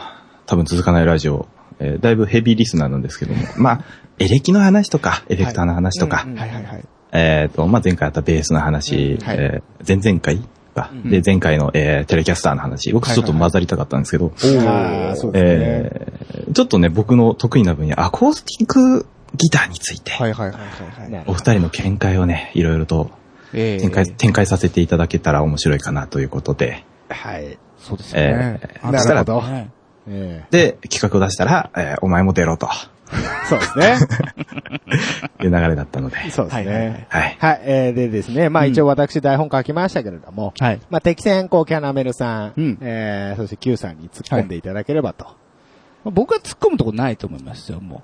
[SPEAKER 3] 多分続かないラジオ、えー、だいぶヘビーリスナーなんで
[SPEAKER 1] [LAUGHS]
[SPEAKER 3] すけども、まあ、エレキの話とか、エレクターの話とか、
[SPEAKER 1] うんうん
[SPEAKER 2] はいはいはい。
[SPEAKER 3] えっ、と、まあ、前回あったベースの話、
[SPEAKER 1] うんはい
[SPEAKER 3] えー前々回か、
[SPEAKER 1] うん
[SPEAKER 3] で、前回の、えーテレキャスターの話、僕ちょっと混ざりたかったんですけど、
[SPEAKER 1] ああ、そうですね。
[SPEAKER 3] えーちょっとね、僕の得意な分野、アコースティックギターについて、
[SPEAKER 2] はいはいはいはいはい。
[SPEAKER 1] なる
[SPEAKER 3] お
[SPEAKER 1] ほど
[SPEAKER 3] 二人の見解をね、いろいろと
[SPEAKER 2] え
[SPEAKER 3] 展開、展開させていただけたら面白いかなということで、
[SPEAKER 1] はい。
[SPEAKER 2] そうですよね
[SPEAKER 3] え。
[SPEAKER 2] あ
[SPEAKER 3] ーそし
[SPEAKER 1] な
[SPEAKER 3] た
[SPEAKER 1] る
[SPEAKER 3] ら
[SPEAKER 1] ほど。
[SPEAKER 2] はい
[SPEAKER 1] え
[SPEAKER 3] で、企画を出したら、えーお前も出ろと
[SPEAKER 1] えそうですね。
[SPEAKER 3] いう流れだったので、
[SPEAKER 1] [LAUGHS] そうです
[SPEAKER 2] はいはいは
[SPEAKER 1] ね。
[SPEAKER 3] はい。
[SPEAKER 1] はい、えー、でですね、まあ一応私台本書きましたけれども、
[SPEAKER 2] はい。
[SPEAKER 1] まあ適戦こうキャナメルさん、
[SPEAKER 2] うん
[SPEAKER 1] えー、そして Q さんに突っ込んでいただければと。
[SPEAKER 2] まあ僕は突っ込むとこないと思いますよ、も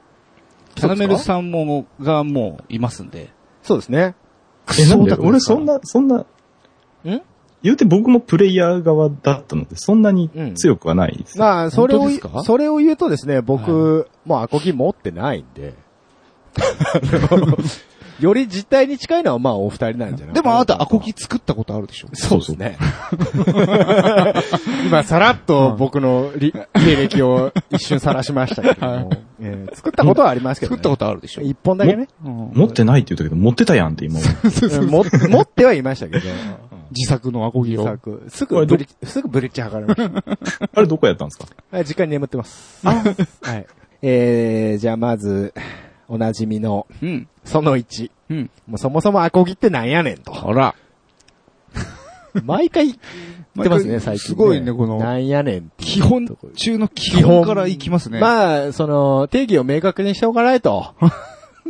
[SPEAKER 2] う。キャラメルさんも、がもういますんで。
[SPEAKER 1] そうですね。
[SPEAKER 3] え、なんで
[SPEAKER 2] だ
[SPEAKER 3] 俺そんな、そんな、
[SPEAKER 1] ん
[SPEAKER 3] 言うて僕もプレイヤー側だったので、そんなに強くはないです。
[SPEAKER 1] まあそれを
[SPEAKER 2] 本当ですか、
[SPEAKER 1] それを言うとですね、僕、もうアコギ持ってないんで、あのより実態に近いのはまあお二人なんじゃない
[SPEAKER 2] でもあなたアコギ作ったことあるでしょ
[SPEAKER 1] そうです
[SPEAKER 2] [LAUGHS]
[SPEAKER 1] ね。今、さらっと僕のり経歴を一瞬さらしましたけども、 [LAUGHS] えー作ったことはありますけど、
[SPEAKER 2] 作
[SPEAKER 1] ね。
[SPEAKER 2] ったことあるでしょ
[SPEAKER 1] 一本だけね。
[SPEAKER 3] 持ってないって言ったけど、持ってたやんって今思う。
[SPEAKER 1] [LAUGHS] うんも持ってはいましたけど、
[SPEAKER 2] 自作のアコギ
[SPEAKER 1] 自
[SPEAKER 2] を。
[SPEAKER 1] 作すぐブリッジ、すぐブリッジ測られまし
[SPEAKER 3] あれどこやったんですか
[SPEAKER 1] た。はい、実家に眠ってます。 [LAUGHS] はい。えー、じゃあまず、おなじみの、
[SPEAKER 2] うん。
[SPEAKER 1] その1。
[SPEAKER 2] うん。
[SPEAKER 1] もうそもそもアコギってなんやねんと。
[SPEAKER 2] ほら。
[SPEAKER 1] [LAUGHS] 毎回言ってますね、
[SPEAKER 2] 毎回
[SPEAKER 1] 最近、
[SPEAKER 2] すごいねこの
[SPEAKER 1] なんやねんっていう
[SPEAKER 2] 基本
[SPEAKER 1] ところ
[SPEAKER 2] 中の基本からいきますね。
[SPEAKER 1] まあ、その、定義を明確にしておかない
[SPEAKER 2] [LAUGHS]
[SPEAKER 1] と、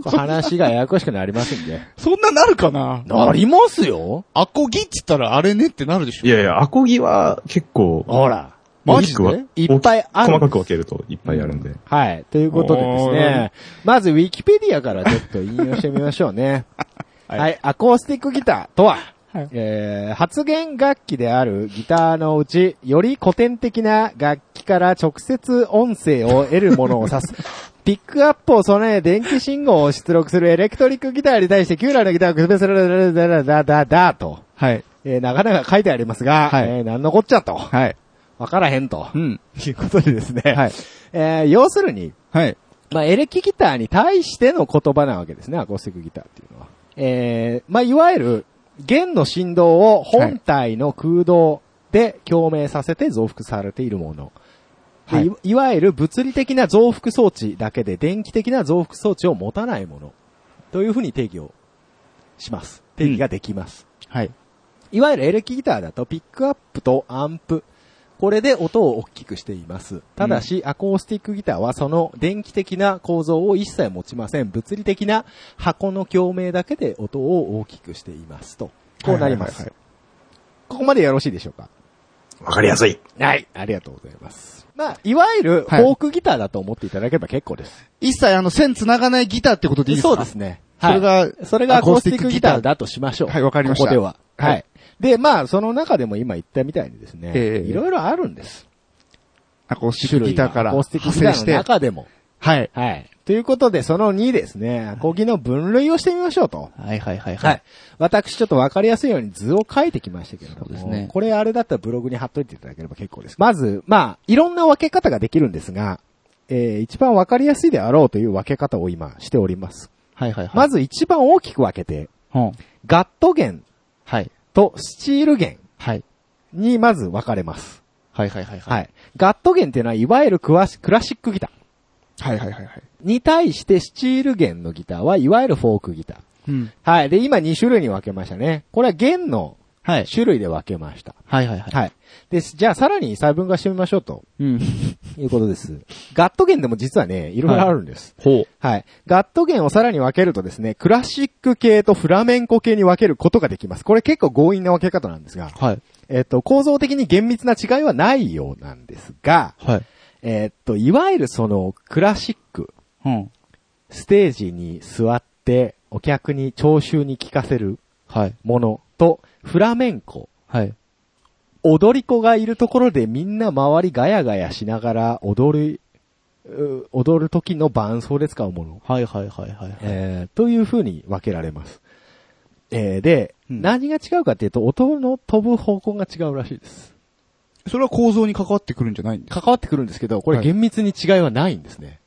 [SPEAKER 1] 話がややこしくなりますんで。
[SPEAKER 2] そんななるかな
[SPEAKER 1] なりますよ
[SPEAKER 2] アコギっつったらあれねってなるでしょ
[SPEAKER 3] いやいや、アコギは結構、
[SPEAKER 1] ほら。
[SPEAKER 2] マジで
[SPEAKER 3] 大きくはい
[SPEAKER 1] っぱいある
[SPEAKER 3] 細かく分けるといっぱいあるんで。
[SPEAKER 1] はい。ということでですね、まずウィキペディアからちょっと引用してみましょう
[SPEAKER 2] [LAUGHS]
[SPEAKER 1] ね。はい、アコースティックギターとは、
[SPEAKER 2] はい
[SPEAKER 1] えー発言楽器であるギターのうち、より古典的な楽器から直接音声を得るものを指
[SPEAKER 2] [LAUGHS]
[SPEAKER 1] す。ピックアップを備え、電気信号を出力するエレクトリックギターに対して、キューラーのギターをくすべするだだだだだだと、
[SPEAKER 2] はい。
[SPEAKER 1] えー、なかなか書いてありますが、
[SPEAKER 2] はい
[SPEAKER 1] えー、なんのこっちゃと、
[SPEAKER 2] はい。
[SPEAKER 1] わからへんと、
[SPEAKER 2] うん。
[SPEAKER 1] いうことでですね、
[SPEAKER 2] はい。
[SPEAKER 1] えー、要するに、
[SPEAKER 2] はい。
[SPEAKER 1] まあ、エレキギターに対しての言葉なわけですね、アコースティックギターっていうのは。えー、まあ、いわゆる、弦の振動を本体の空洞で共鳴させて増幅されているもの。で
[SPEAKER 2] はい
[SPEAKER 1] い、いわゆる物理的な増幅装置だけで電気的な増幅装置を持たないもの。というふうに定義をします。定義ができます。
[SPEAKER 2] はい。
[SPEAKER 1] いわゆるエレキギターだとピックアップとアンプ。これで音を大きくしています。ただし、アコースティックギターはその電気的な構造を一切持ちません。物理的な箱の共鳴だけで音を大きくしていますと。こうなりま
[SPEAKER 2] はいはいはいは
[SPEAKER 1] す。ここまでよろしいでしょうか
[SPEAKER 3] わかりやすい。
[SPEAKER 1] はい。ありがとうございます。まあ、いわゆるフ
[SPEAKER 2] はい
[SPEAKER 1] ォークギターだと思っていただければ結構です。
[SPEAKER 2] 一切あの線繋がないギターってことでいいですか
[SPEAKER 1] そうですね。
[SPEAKER 2] それ
[SPEAKER 1] はい
[SPEAKER 2] が、
[SPEAKER 1] それがアコースティックギターだとしましょう。
[SPEAKER 2] はいわかりました
[SPEAKER 1] ここでは。
[SPEAKER 2] はい
[SPEAKER 1] はい。で、まあ、その中でも今言ったみたいにですね、
[SPEAKER 2] ええ
[SPEAKER 1] いろいろあるんです。
[SPEAKER 2] アコースティックギターから
[SPEAKER 1] アコースティック
[SPEAKER 2] 派
[SPEAKER 1] ギタ
[SPEAKER 2] 生し
[SPEAKER 1] ーの
[SPEAKER 2] て。
[SPEAKER 1] 中でも。
[SPEAKER 2] はい。
[SPEAKER 1] はい。ということで、その2ですね、アコギの分類をしてみましょうと。
[SPEAKER 2] はいはいはいは
[SPEAKER 1] はいい。。私ちょっとわかりやすいように図を書いてきましたけれども。
[SPEAKER 2] そうですね
[SPEAKER 1] これあれだったらブログに貼っといていただければ結構です。まず、まあ、いろんな分け方ができるんですが、えー、一番わかりやすいであろうという分け方を今しております。
[SPEAKER 2] はいはいはい。
[SPEAKER 1] まず一番大きく分けて、
[SPEAKER 2] うん、
[SPEAKER 1] ガット弦
[SPEAKER 2] はい。
[SPEAKER 1] とスチール弦
[SPEAKER 2] はい。
[SPEAKER 1] にまず分かれます。
[SPEAKER 2] はいはいはいは。
[SPEAKER 1] はいい。ガット弦っていうのはいわゆるクワシクラシックギター。
[SPEAKER 2] はいはいはいはい。
[SPEAKER 1] に対してスチール弦のギターはいわゆるフォークギター。
[SPEAKER 2] うん。
[SPEAKER 1] はい。で、今2種類に分けましたね。これは弦の
[SPEAKER 2] はい。
[SPEAKER 1] 種類で分けました。
[SPEAKER 2] はいはいはい。
[SPEAKER 1] はい。です。じゃあさらに細分化してみましょうと
[SPEAKER 2] うん。
[SPEAKER 1] いうことです。ガット弦でも実はね、いろいろあるんです。
[SPEAKER 2] ほう。
[SPEAKER 1] はい、ガット弦をさらに分けるとですね、クラシック系とフラメンコ系に分けることができます。これ結構強引な分け方なんですが、
[SPEAKER 2] はい。
[SPEAKER 1] えっ、と、構造的に厳密な違いはないようなんですが、
[SPEAKER 2] はい。
[SPEAKER 1] えっ、と、いわゆるその、クラシック、
[SPEAKER 2] うん。
[SPEAKER 1] ステージに座って、お客に、聴衆に聞かせる
[SPEAKER 2] はい。
[SPEAKER 1] ものと、フラメンコ、
[SPEAKER 2] はい。
[SPEAKER 1] 踊り子がいるところでみんな周りガヤガヤしながら踊る、う踊る時の伴奏で使うもの、
[SPEAKER 2] はいはいはいはい。
[SPEAKER 1] えーという風に分けられます。えーで、
[SPEAKER 2] うん
[SPEAKER 1] 何が違うかっていうと、音の飛ぶ方向が違うらしいです。
[SPEAKER 2] それは構造に関わってくるんじゃないんですか
[SPEAKER 1] 関わってくるんですけど、これ
[SPEAKER 2] はい
[SPEAKER 1] 厳密に違いはないんですね。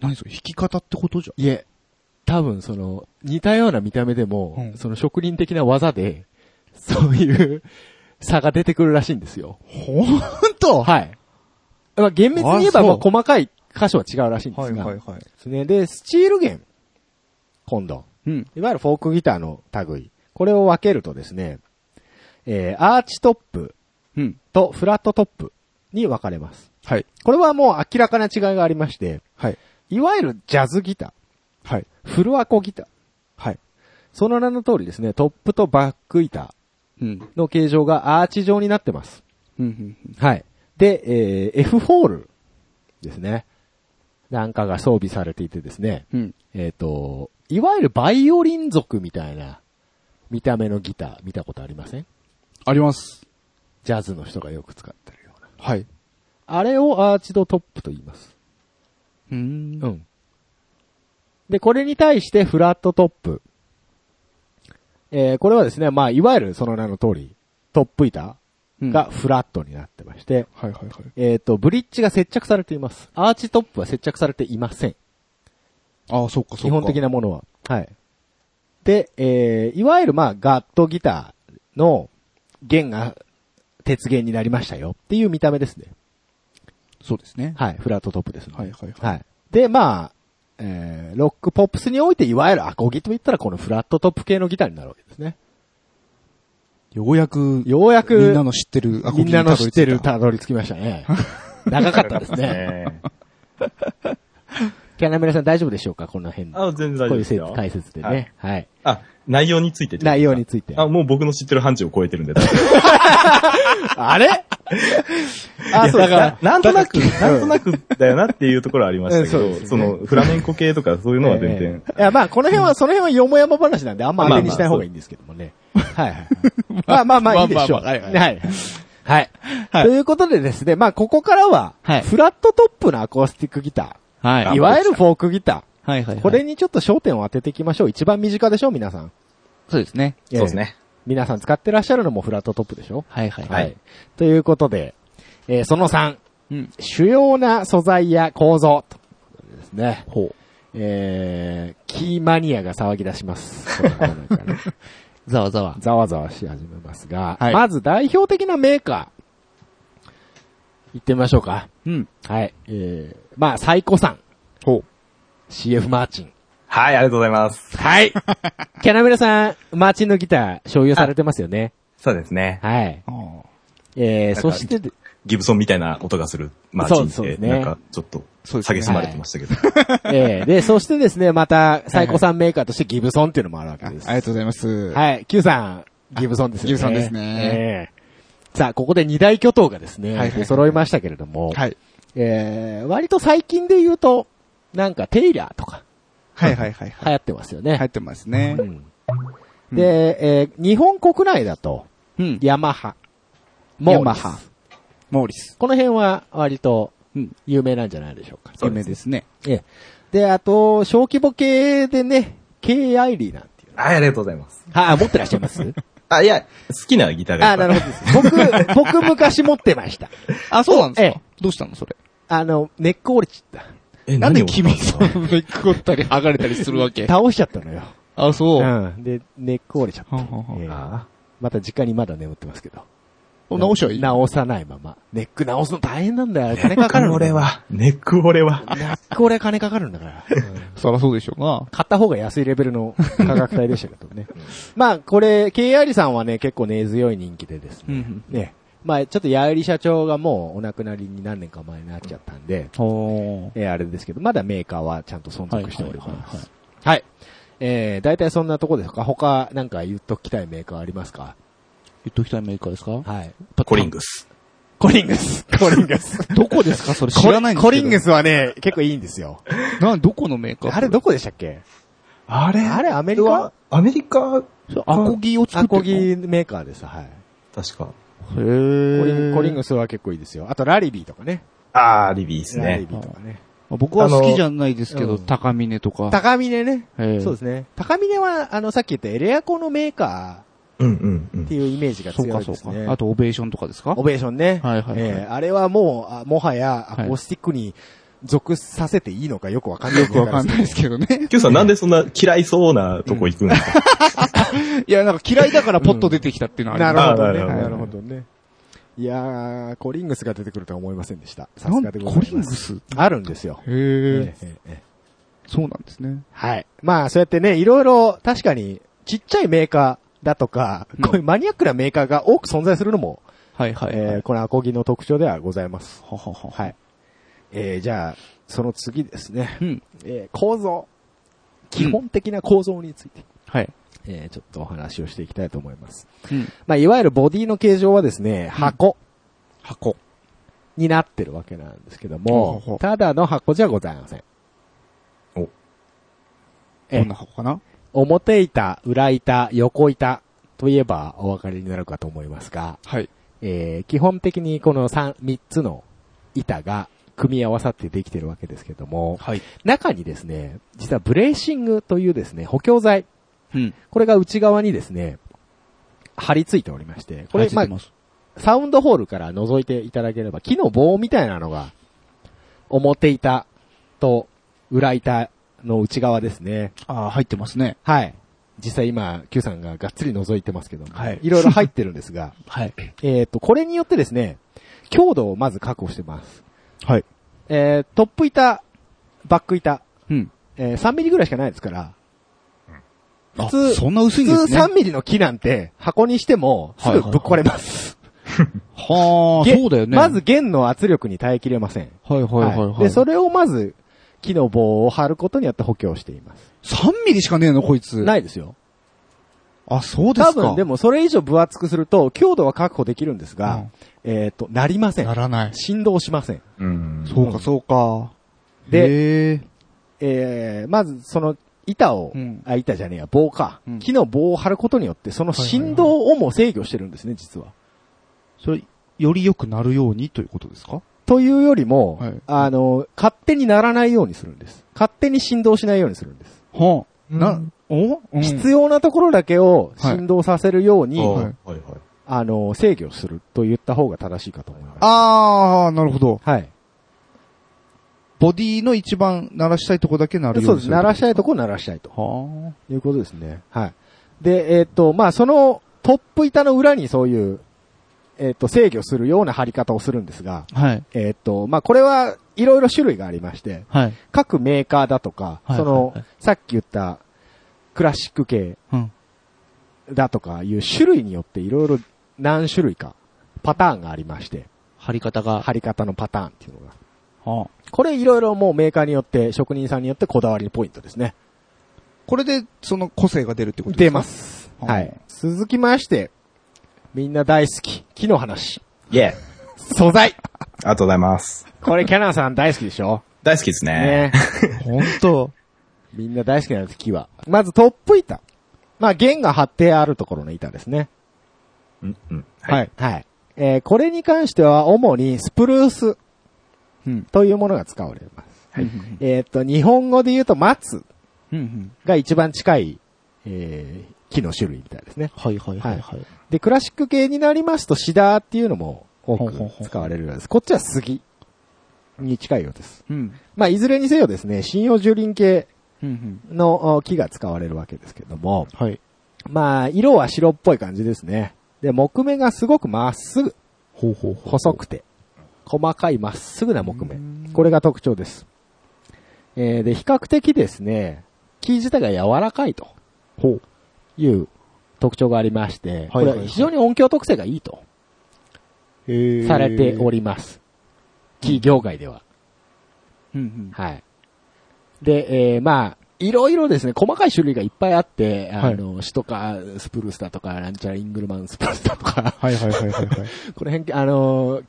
[SPEAKER 2] 何それ弾き方ってことじ
[SPEAKER 1] い、え、多分その、似たような見た目でも、
[SPEAKER 2] うん
[SPEAKER 1] その職人的な技で、そういう差が出てくるらしいんですよ。
[SPEAKER 2] ゃん。ほんと
[SPEAKER 1] はい。まあ、厳密に言えば、
[SPEAKER 2] あ
[SPEAKER 1] まあ、
[SPEAKER 2] そう
[SPEAKER 1] 細かい箇所は違うらしいんですが。
[SPEAKER 2] はいはいはい。
[SPEAKER 1] ですね。で、スチール弦。今度。
[SPEAKER 2] うん。
[SPEAKER 1] いわゆるフォークギターの類。これを分けるとですね、えー、アーチトップ
[SPEAKER 2] うん。
[SPEAKER 1] とフラットトップに分かれます。
[SPEAKER 2] はい。
[SPEAKER 1] これはもう明らかな違いがありまして、
[SPEAKER 2] はい。
[SPEAKER 1] いわゆるジャズギタ
[SPEAKER 2] はい。
[SPEAKER 1] ー、フルアコギター。
[SPEAKER 2] はい。
[SPEAKER 1] その名の通りですね、トップとバックギタ
[SPEAKER 2] うん。
[SPEAKER 1] ーの形状がアーチ状になってます。
[SPEAKER 2] うん。
[SPEAKER 1] はい。で、えー F ホールですね。なんかが装備されていてですね。
[SPEAKER 2] うん。
[SPEAKER 1] えっ、と、いわゆるバイオリン族みたいな見た目のギター見たことありません
[SPEAKER 2] あります。
[SPEAKER 1] ジャズの人がよく使ってるような。
[SPEAKER 2] はい。
[SPEAKER 1] あれをアーチドトップと言います。
[SPEAKER 2] うん。
[SPEAKER 1] ん。で、これに対してフラットトップ。えーこれはですね、まあ、いわゆるその名の通り、トップ板が
[SPEAKER 2] が、
[SPEAKER 1] フラットになってまして、
[SPEAKER 2] はいはいはい。
[SPEAKER 1] えっ、と、ブリッジが接着されています。アーチトップは接着されていません。
[SPEAKER 2] ああ、そっかそっか。
[SPEAKER 1] 基本的
[SPEAKER 2] な。
[SPEAKER 1] なものは。はい。で、えー、いわゆるまあ、ガットギターの弦が鉄弦になりましたよっていう見た目ですね。
[SPEAKER 2] そうですね。
[SPEAKER 1] はい、フラットトップですね。
[SPEAKER 2] はいはいは
[SPEAKER 1] はい。で、まあ、えー、ロックポップスにおいていわゆるアコギといったらこのフラットトップ系のギターになるわけですね。
[SPEAKER 2] い。ようやく、
[SPEAKER 1] ようやく、
[SPEAKER 2] みんなの知ってるアコギ
[SPEAKER 1] みんなの知ってる
[SPEAKER 2] にたど
[SPEAKER 1] たどり着きましたね。長かったです
[SPEAKER 3] [LAUGHS]
[SPEAKER 1] ね。キャナメラさん大丈夫でしょうかこの辺。こ
[SPEAKER 3] あ、全然
[SPEAKER 1] う
[SPEAKER 3] 大丈夫
[SPEAKER 1] い
[SPEAKER 3] で
[SPEAKER 1] う
[SPEAKER 3] す
[SPEAKER 1] せ
[SPEAKER 3] よ。
[SPEAKER 1] 解説でね。はい。
[SPEAKER 3] あ、内容についてってことですか
[SPEAKER 1] 内容について。
[SPEAKER 3] あ、もう僕の知ってる範疇を超えてるんで大丈夫。
[SPEAKER 1] あれ [LAUGHS] あ、そうか
[SPEAKER 3] だから
[SPEAKER 1] ら、、
[SPEAKER 3] なんとなく、
[SPEAKER 1] うん
[SPEAKER 3] なんとなくだよなっていうところはありました
[SPEAKER 1] う
[SPEAKER 3] け
[SPEAKER 1] んそう
[SPEAKER 3] ど
[SPEAKER 1] で、すね
[SPEAKER 3] その、フラメンコ系とかそういうのは全然
[SPEAKER 1] え。えいや、まあ、この辺は、その辺はよもやま話なんで、あんま当てにしない方がいいんですけどもね。はいはいはい。まあまあまあ、いいでしょう。
[SPEAKER 2] まあまあまあはいはい
[SPEAKER 1] はい。はい。
[SPEAKER 2] はい
[SPEAKER 1] ということでですね、まあ、ここからは、
[SPEAKER 2] はい
[SPEAKER 1] フラットトップのアコースティックギタ
[SPEAKER 2] は
[SPEAKER 1] ー、
[SPEAKER 3] あ
[SPEAKER 1] いわゆるフォークギタ
[SPEAKER 2] はいはいは
[SPEAKER 1] ー、
[SPEAKER 2] い。
[SPEAKER 1] これにちょっと焦点を当てていきましょう。一番身近でしょ、皆さん。
[SPEAKER 2] そうですね。
[SPEAKER 3] そうですね。
[SPEAKER 1] ええ。皆さん使ってらっしゃるのもフラットトップでしょ
[SPEAKER 2] はいはい
[SPEAKER 1] はい。ということで、えーその3、
[SPEAKER 2] うん。
[SPEAKER 1] 主要な素材や構造ということでですね。えー、キーマニアが騒ぎ出します。こ [LAUGHS] のコーナーから
[SPEAKER 2] ざわざわ。
[SPEAKER 1] ざわざわし始めますが、
[SPEAKER 2] はい
[SPEAKER 1] まず代表的なメーカー、行ってみましょうか。
[SPEAKER 2] うん。
[SPEAKER 1] はい。えー、まあ、サイコさん。
[SPEAKER 2] ほう。
[SPEAKER 1] CF マーチン。
[SPEAKER 3] はい、ありがとうございます。
[SPEAKER 1] はい。 [LAUGHS] キャナメラさん、マーチンのギター、所有されてますよね。
[SPEAKER 3] そうですね。
[SPEAKER 1] はい。えー、そしてで、
[SPEAKER 3] ギブソンみたいな音がするマーチンって、
[SPEAKER 1] そうですね
[SPEAKER 3] なんかちょっと、
[SPEAKER 2] そうですね
[SPEAKER 3] 下げすまれてましたけど。
[SPEAKER 1] [LAUGHS] えー、で、そしてですね、また、サイコさんメーカーとしてギブソンっていうのもあるわけ
[SPEAKER 4] ああり
[SPEAKER 1] です。
[SPEAKER 4] がとうございます。
[SPEAKER 1] はい。Q さん、ギブソンですよね。
[SPEAKER 4] ギブソンですね。
[SPEAKER 1] えーさあ、ここで二大巨頭がですね、
[SPEAKER 4] はいはいはい
[SPEAKER 1] 出揃いましたけれども、
[SPEAKER 4] はい。
[SPEAKER 1] えー、割と最近で言うと、なんかテイラーとか
[SPEAKER 4] はいはいはいは
[SPEAKER 1] 流行ってますよね。
[SPEAKER 4] い。入ってますね
[SPEAKER 1] う。んで、えー日本国内だと、
[SPEAKER 2] うん。
[SPEAKER 1] ヤマハ。モーリス
[SPEAKER 4] ヤマハ。モーリス。
[SPEAKER 1] この辺は割と
[SPEAKER 2] うん
[SPEAKER 1] 有名なんじゃないでしょうか。
[SPEAKER 4] 有名ですね。
[SPEAKER 1] ええで、あと、小規模系でね、K アイリーなんていう。
[SPEAKER 3] はい、ありがとうございます。
[SPEAKER 1] あ、持ってらっしゃいます
[SPEAKER 3] あ、いや、好きなギターがい
[SPEAKER 1] あ、
[SPEAKER 3] っぱい
[SPEAKER 1] なるほどです。 [LAUGHS] 僕、僕昔持ってました。
[SPEAKER 2] あ、そうなんです
[SPEAKER 1] え
[SPEAKER 2] かどうしたのそれ。
[SPEAKER 1] あの、根っこ折れちゃっ
[SPEAKER 3] え、
[SPEAKER 4] なんで
[SPEAKER 3] 何を
[SPEAKER 4] 君、そのめっこったり剥がれたりするわけ
[SPEAKER 1] た。倒しちゃったのよ。
[SPEAKER 2] [LAUGHS] あ、そうう。
[SPEAKER 1] ん。で、根っこ折れちゃった。
[SPEAKER 4] はんはんはん
[SPEAKER 1] ええ
[SPEAKER 3] あ
[SPEAKER 1] また実家にまだ眠ってますけど。
[SPEAKER 4] お直しはいい
[SPEAKER 1] 直さないまま。ネック直すの大変なんだよ。
[SPEAKER 3] ー
[SPEAKER 1] 金
[SPEAKER 3] ネッ
[SPEAKER 1] かかる
[SPEAKER 3] ク
[SPEAKER 1] んだ
[SPEAKER 3] 俺
[SPEAKER 1] よ。
[SPEAKER 3] は、ネック俺は。
[SPEAKER 1] ネック俺金かかるんだから。
[SPEAKER 4] そらそうでしょうが。
[SPEAKER 1] 買った方が安いレベルの価格帯でしたけどね。 [LAUGHS] まあ、これ、経営ありさんはね、結構根強い人気でです
[SPEAKER 2] う
[SPEAKER 1] ね。
[SPEAKER 2] ん。
[SPEAKER 1] ね。まあ、ちょっと八百合社長がもうお亡くなりに何年か前になっちゃったんで、
[SPEAKER 2] ほ
[SPEAKER 1] えーあれですけど、まだメーカーはちゃんと存続しており
[SPEAKER 2] はいはい
[SPEAKER 1] ま
[SPEAKER 2] はいは
[SPEAKER 1] す。はい。えー、大体そんなとこですか他、なんか言っときたいメーカーありますか
[SPEAKER 2] 言っときたいメーカーですか
[SPEAKER 1] はい。
[SPEAKER 3] コリングス。
[SPEAKER 1] コリン [LAUGHS] グス。コリングス。
[SPEAKER 2] どこですかそ [LAUGHS] れ知
[SPEAKER 1] コ
[SPEAKER 2] らないんですけど。
[SPEAKER 1] コリングスはね、結構いいんですよ。
[SPEAKER 2] なん、どこのメーカー
[SPEAKER 1] あれどこでしたっけ
[SPEAKER 3] あれ
[SPEAKER 1] あれアメ
[SPEAKER 3] ア
[SPEAKER 1] リカ
[SPEAKER 3] アメリカ
[SPEAKER 2] それアコギを作
[SPEAKER 1] ア
[SPEAKER 2] ってるの
[SPEAKER 1] コギメーカーです、はい。
[SPEAKER 3] 確か。
[SPEAKER 2] へ
[SPEAKER 1] コリン
[SPEAKER 2] ー
[SPEAKER 1] コリングスは結構いいですよ。あとラリビーとかね。
[SPEAKER 3] あー、リビーです
[SPEAKER 1] ラリ
[SPEAKER 3] ね。
[SPEAKER 1] ビーとかね。
[SPEAKER 2] 僕は好きじゃないですけ
[SPEAKER 1] あの
[SPEAKER 2] ど、
[SPEAKER 1] うん
[SPEAKER 2] 高峰とか。
[SPEAKER 1] 高峰ね。
[SPEAKER 2] へー
[SPEAKER 1] そうですね。高峰は、あの、さっき言ったエレアコのメーカ
[SPEAKER 3] うんうんう
[SPEAKER 1] ーって
[SPEAKER 3] ん。
[SPEAKER 1] いうイメージが
[SPEAKER 2] そう
[SPEAKER 1] 強
[SPEAKER 2] か
[SPEAKER 1] い
[SPEAKER 2] そ
[SPEAKER 1] で
[SPEAKER 2] う
[SPEAKER 1] すね。
[SPEAKER 2] か。あと、オベーションとかですか
[SPEAKER 1] オベーションね。
[SPEAKER 2] はいはいはい
[SPEAKER 1] えーあれはもう、あもはやアコースティックに属させていいのかよくわかんない。よ
[SPEAKER 4] よくわかんないですけどね。
[SPEAKER 1] [LAUGHS]
[SPEAKER 3] キュウさんなんでそんな嫌いそうなとこ行くんですか
[SPEAKER 4] いや、なんか嫌いだからポッと出てきたっていうのはあり
[SPEAKER 1] なる
[SPEAKER 4] ま
[SPEAKER 1] ほど
[SPEAKER 3] あ
[SPEAKER 1] ね。
[SPEAKER 3] なるほど
[SPEAKER 1] なるほどね。いやー、コリングスが出てくるとは思いませんでした。さ
[SPEAKER 2] なん
[SPEAKER 1] すがでございます。
[SPEAKER 2] コリングス
[SPEAKER 1] あるんですよ。
[SPEAKER 4] す。へえ、
[SPEAKER 1] ええええ
[SPEAKER 4] そうなんですね。
[SPEAKER 1] はい。まあ、そうやってね、いろいろ、確かに、ちっちゃいメーカーだとか、
[SPEAKER 2] うん
[SPEAKER 1] こういうマニアックなメーカーが多く存在するのも、
[SPEAKER 2] はいはいはい。
[SPEAKER 1] えーこのアコギの特徴ではございます。
[SPEAKER 2] ははは。
[SPEAKER 1] はい。えーじゃあ、その次ですね。
[SPEAKER 2] うん。
[SPEAKER 1] えー構造。基本的な構造について、
[SPEAKER 2] はい。
[SPEAKER 1] えーちょっとお話をしていきたいと思います。
[SPEAKER 2] うん。
[SPEAKER 1] まあ、いわゆるボディの形状はですね、箱
[SPEAKER 2] 箱。
[SPEAKER 1] になってるわけなんですけど
[SPEAKER 4] ほうほ
[SPEAKER 1] も
[SPEAKER 4] う、
[SPEAKER 1] ただの箱じゃございません。ええ
[SPEAKER 4] こんな箱かな
[SPEAKER 1] 表板、裏板、横板といえばお分かりになるかと思いますが、
[SPEAKER 4] はい。
[SPEAKER 1] えー基本的にこの3、3つの板が組み合わさってできてるわけですけども、
[SPEAKER 2] はい。
[SPEAKER 1] 中にですね、実はブレーシングというですね、補強材、
[SPEAKER 2] うん。
[SPEAKER 1] これが内側にですね、貼り付いておりまして、これ、
[SPEAKER 2] ま
[SPEAKER 1] まあ、サウンドホールから覗いていただければ、木の棒みたいなのが、表板と裏板の内側ですね。
[SPEAKER 2] ああ、入ってますね。
[SPEAKER 1] はい。実際今、Q さんががっつり覗いてますけども、
[SPEAKER 2] はい
[SPEAKER 1] いろいろ入ってるんですが、
[SPEAKER 2] はい。
[SPEAKER 1] えっと、これによってですね、強度をまず確保してます。
[SPEAKER 2] はい。
[SPEAKER 1] えー、トップ板、バック板、
[SPEAKER 2] うん。
[SPEAKER 1] えー、3ミリぐらいしかないですから、
[SPEAKER 2] あ
[SPEAKER 1] 普通
[SPEAKER 2] そんな薄い
[SPEAKER 1] 普
[SPEAKER 2] んです
[SPEAKER 1] 通
[SPEAKER 2] ね。
[SPEAKER 1] 3ミリの木なんて箱にしてもすぐぶっ壊れます。
[SPEAKER 2] はあ、
[SPEAKER 1] げ
[SPEAKER 2] そうだよね。
[SPEAKER 1] まず、弦の圧力に耐えきれません。
[SPEAKER 2] はいはいはいはい。
[SPEAKER 1] で、それをまず、木の棒を張ることによって補強しています。
[SPEAKER 2] 3ミリしかねえの、こいつ。
[SPEAKER 1] ないですよ。
[SPEAKER 2] あ、そうです
[SPEAKER 1] 多
[SPEAKER 2] か。
[SPEAKER 1] 分、でもそれ以上分厚くすると、強度は確保できるんですが、えっと、なりませ
[SPEAKER 4] うんな。らない。
[SPEAKER 1] 振動しません。
[SPEAKER 3] うん。
[SPEAKER 2] そうか、そうか。
[SPEAKER 1] で
[SPEAKER 2] へえ、
[SPEAKER 1] えー、まずその板を、
[SPEAKER 2] うん
[SPEAKER 1] あ、板じゃねえや、棒か、
[SPEAKER 2] うん
[SPEAKER 1] 木の棒を張ることによって、その振動をも制御してるんですね、実は。
[SPEAKER 2] それ、より良くなるようにということですか
[SPEAKER 1] というよりも、
[SPEAKER 4] はい
[SPEAKER 1] あの、勝手にならないようにするんです。勝手に振動しないようにするんです。
[SPEAKER 2] はあ。
[SPEAKER 3] うん
[SPEAKER 2] な、おうん
[SPEAKER 1] 必要なところだけを振動させるように、
[SPEAKER 3] はい
[SPEAKER 4] は
[SPEAKER 3] はい
[SPEAKER 4] い
[SPEAKER 3] はい。
[SPEAKER 1] あの、制御すると言った方が正しいかと思います。
[SPEAKER 2] あー、なるほど。
[SPEAKER 1] はい。
[SPEAKER 2] ボディの一番鳴らしたいとこだけ鳴るよ
[SPEAKER 1] そうう
[SPEAKER 2] に
[SPEAKER 1] ですす。
[SPEAKER 2] る。
[SPEAKER 1] 鳴らしたいとこ鳴らしたいと
[SPEAKER 2] は
[SPEAKER 1] いうことですね。はい。で、えっ、と、まあ、そのトップ板の裏にそういう、えっ、と、制御するような張り方をするんですが、
[SPEAKER 2] あ。はい。
[SPEAKER 1] えっ、と、まあ、これはいろいろ種類がありまして、
[SPEAKER 2] はい。
[SPEAKER 1] 各メーカーだとか、
[SPEAKER 2] は
[SPEAKER 1] そ
[SPEAKER 2] いはいは
[SPEAKER 1] の
[SPEAKER 2] い、
[SPEAKER 1] さっき言ったクラシック系
[SPEAKER 2] うん。
[SPEAKER 1] だとかいう種類によっていろいろ何種類かパターンがありまして、
[SPEAKER 2] 張り方が。
[SPEAKER 1] 張り方のパターンっていうのが。
[SPEAKER 2] はあ。
[SPEAKER 1] これいろいろもうメーカーによって、職人さんによってこだわりポイントですね。
[SPEAKER 4] これで、その個性が出るってことで
[SPEAKER 1] 出
[SPEAKER 4] すか
[SPEAKER 1] ます。
[SPEAKER 4] は
[SPEAKER 1] はいい。続きまして、みんな大好き、木の話。
[SPEAKER 3] イェイ
[SPEAKER 1] 素材
[SPEAKER 3] ありがとうございます。
[SPEAKER 1] これキャナンさん大好きでしょ
[SPEAKER 3] 大好きです
[SPEAKER 1] ね
[SPEAKER 3] ね。
[SPEAKER 2] ほんと。
[SPEAKER 1] みんな大好きなんです、木は。まずトップ板。まあ弦が張ってあるところの板ですね。
[SPEAKER 3] うんうん。。
[SPEAKER 1] はいい。はい。えーこれに関しては主にスプルース
[SPEAKER 4] うん
[SPEAKER 1] というものが使われます。
[SPEAKER 3] はい
[SPEAKER 1] えーっと、日本語で言うと松
[SPEAKER 4] うんうん。
[SPEAKER 1] が一番近い、えー木の種類みたいですね。
[SPEAKER 2] はいはいはいはい。
[SPEAKER 1] で、クラシック系になりますとシダーっていうのも多
[SPEAKER 2] ほうほうほ
[SPEAKER 1] く
[SPEAKER 2] う
[SPEAKER 1] 使われるようです。こっちは杉に近いようです。
[SPEAKER 4] うん。
[SPEAKER 1] まあ、いずれにせよですね、信用樹林系
[SPEAKER 4] うんうん。
[SPEAKER 1] のお木が使われるわけですけども、
[SPEAKER 2] はい。
[SPEAKER 1] まあ、色は白っぽい感じですね。で、木目がすごくまっすぐ。
[SPEAKER 2] ほうほうほう。
[SPEAKER 1] 細くて、細かいまっすぐな木目。これが特徴です。えーで、比較的ですね、木自体が柔らかいと
[SPEAKER 2] ほう。
[SPEAKER 1] いう特徴がありまして、こ
[SPEAKER 2] はい
[SPEAKER 1] れ
[SPEAKER 2] はいはい
[SPEAKER 1] は非常に音響特性がいいと
[SPEAKER 2] えー
[SPEAKER 1] されております。木業界では。
[SPEAKER 4] うんうん。
[SPEAKER 1] はい。で、えーまあ、いろいろですね、細かい種類がいっぱいあって、あの、シトカスプルースだとか、ランチャーイングルマンスプルースだとか、 [LAUGHS]
[SPEAKER 2] はいはいはいはいはい。
[SPEAKER 1] この辺、あのー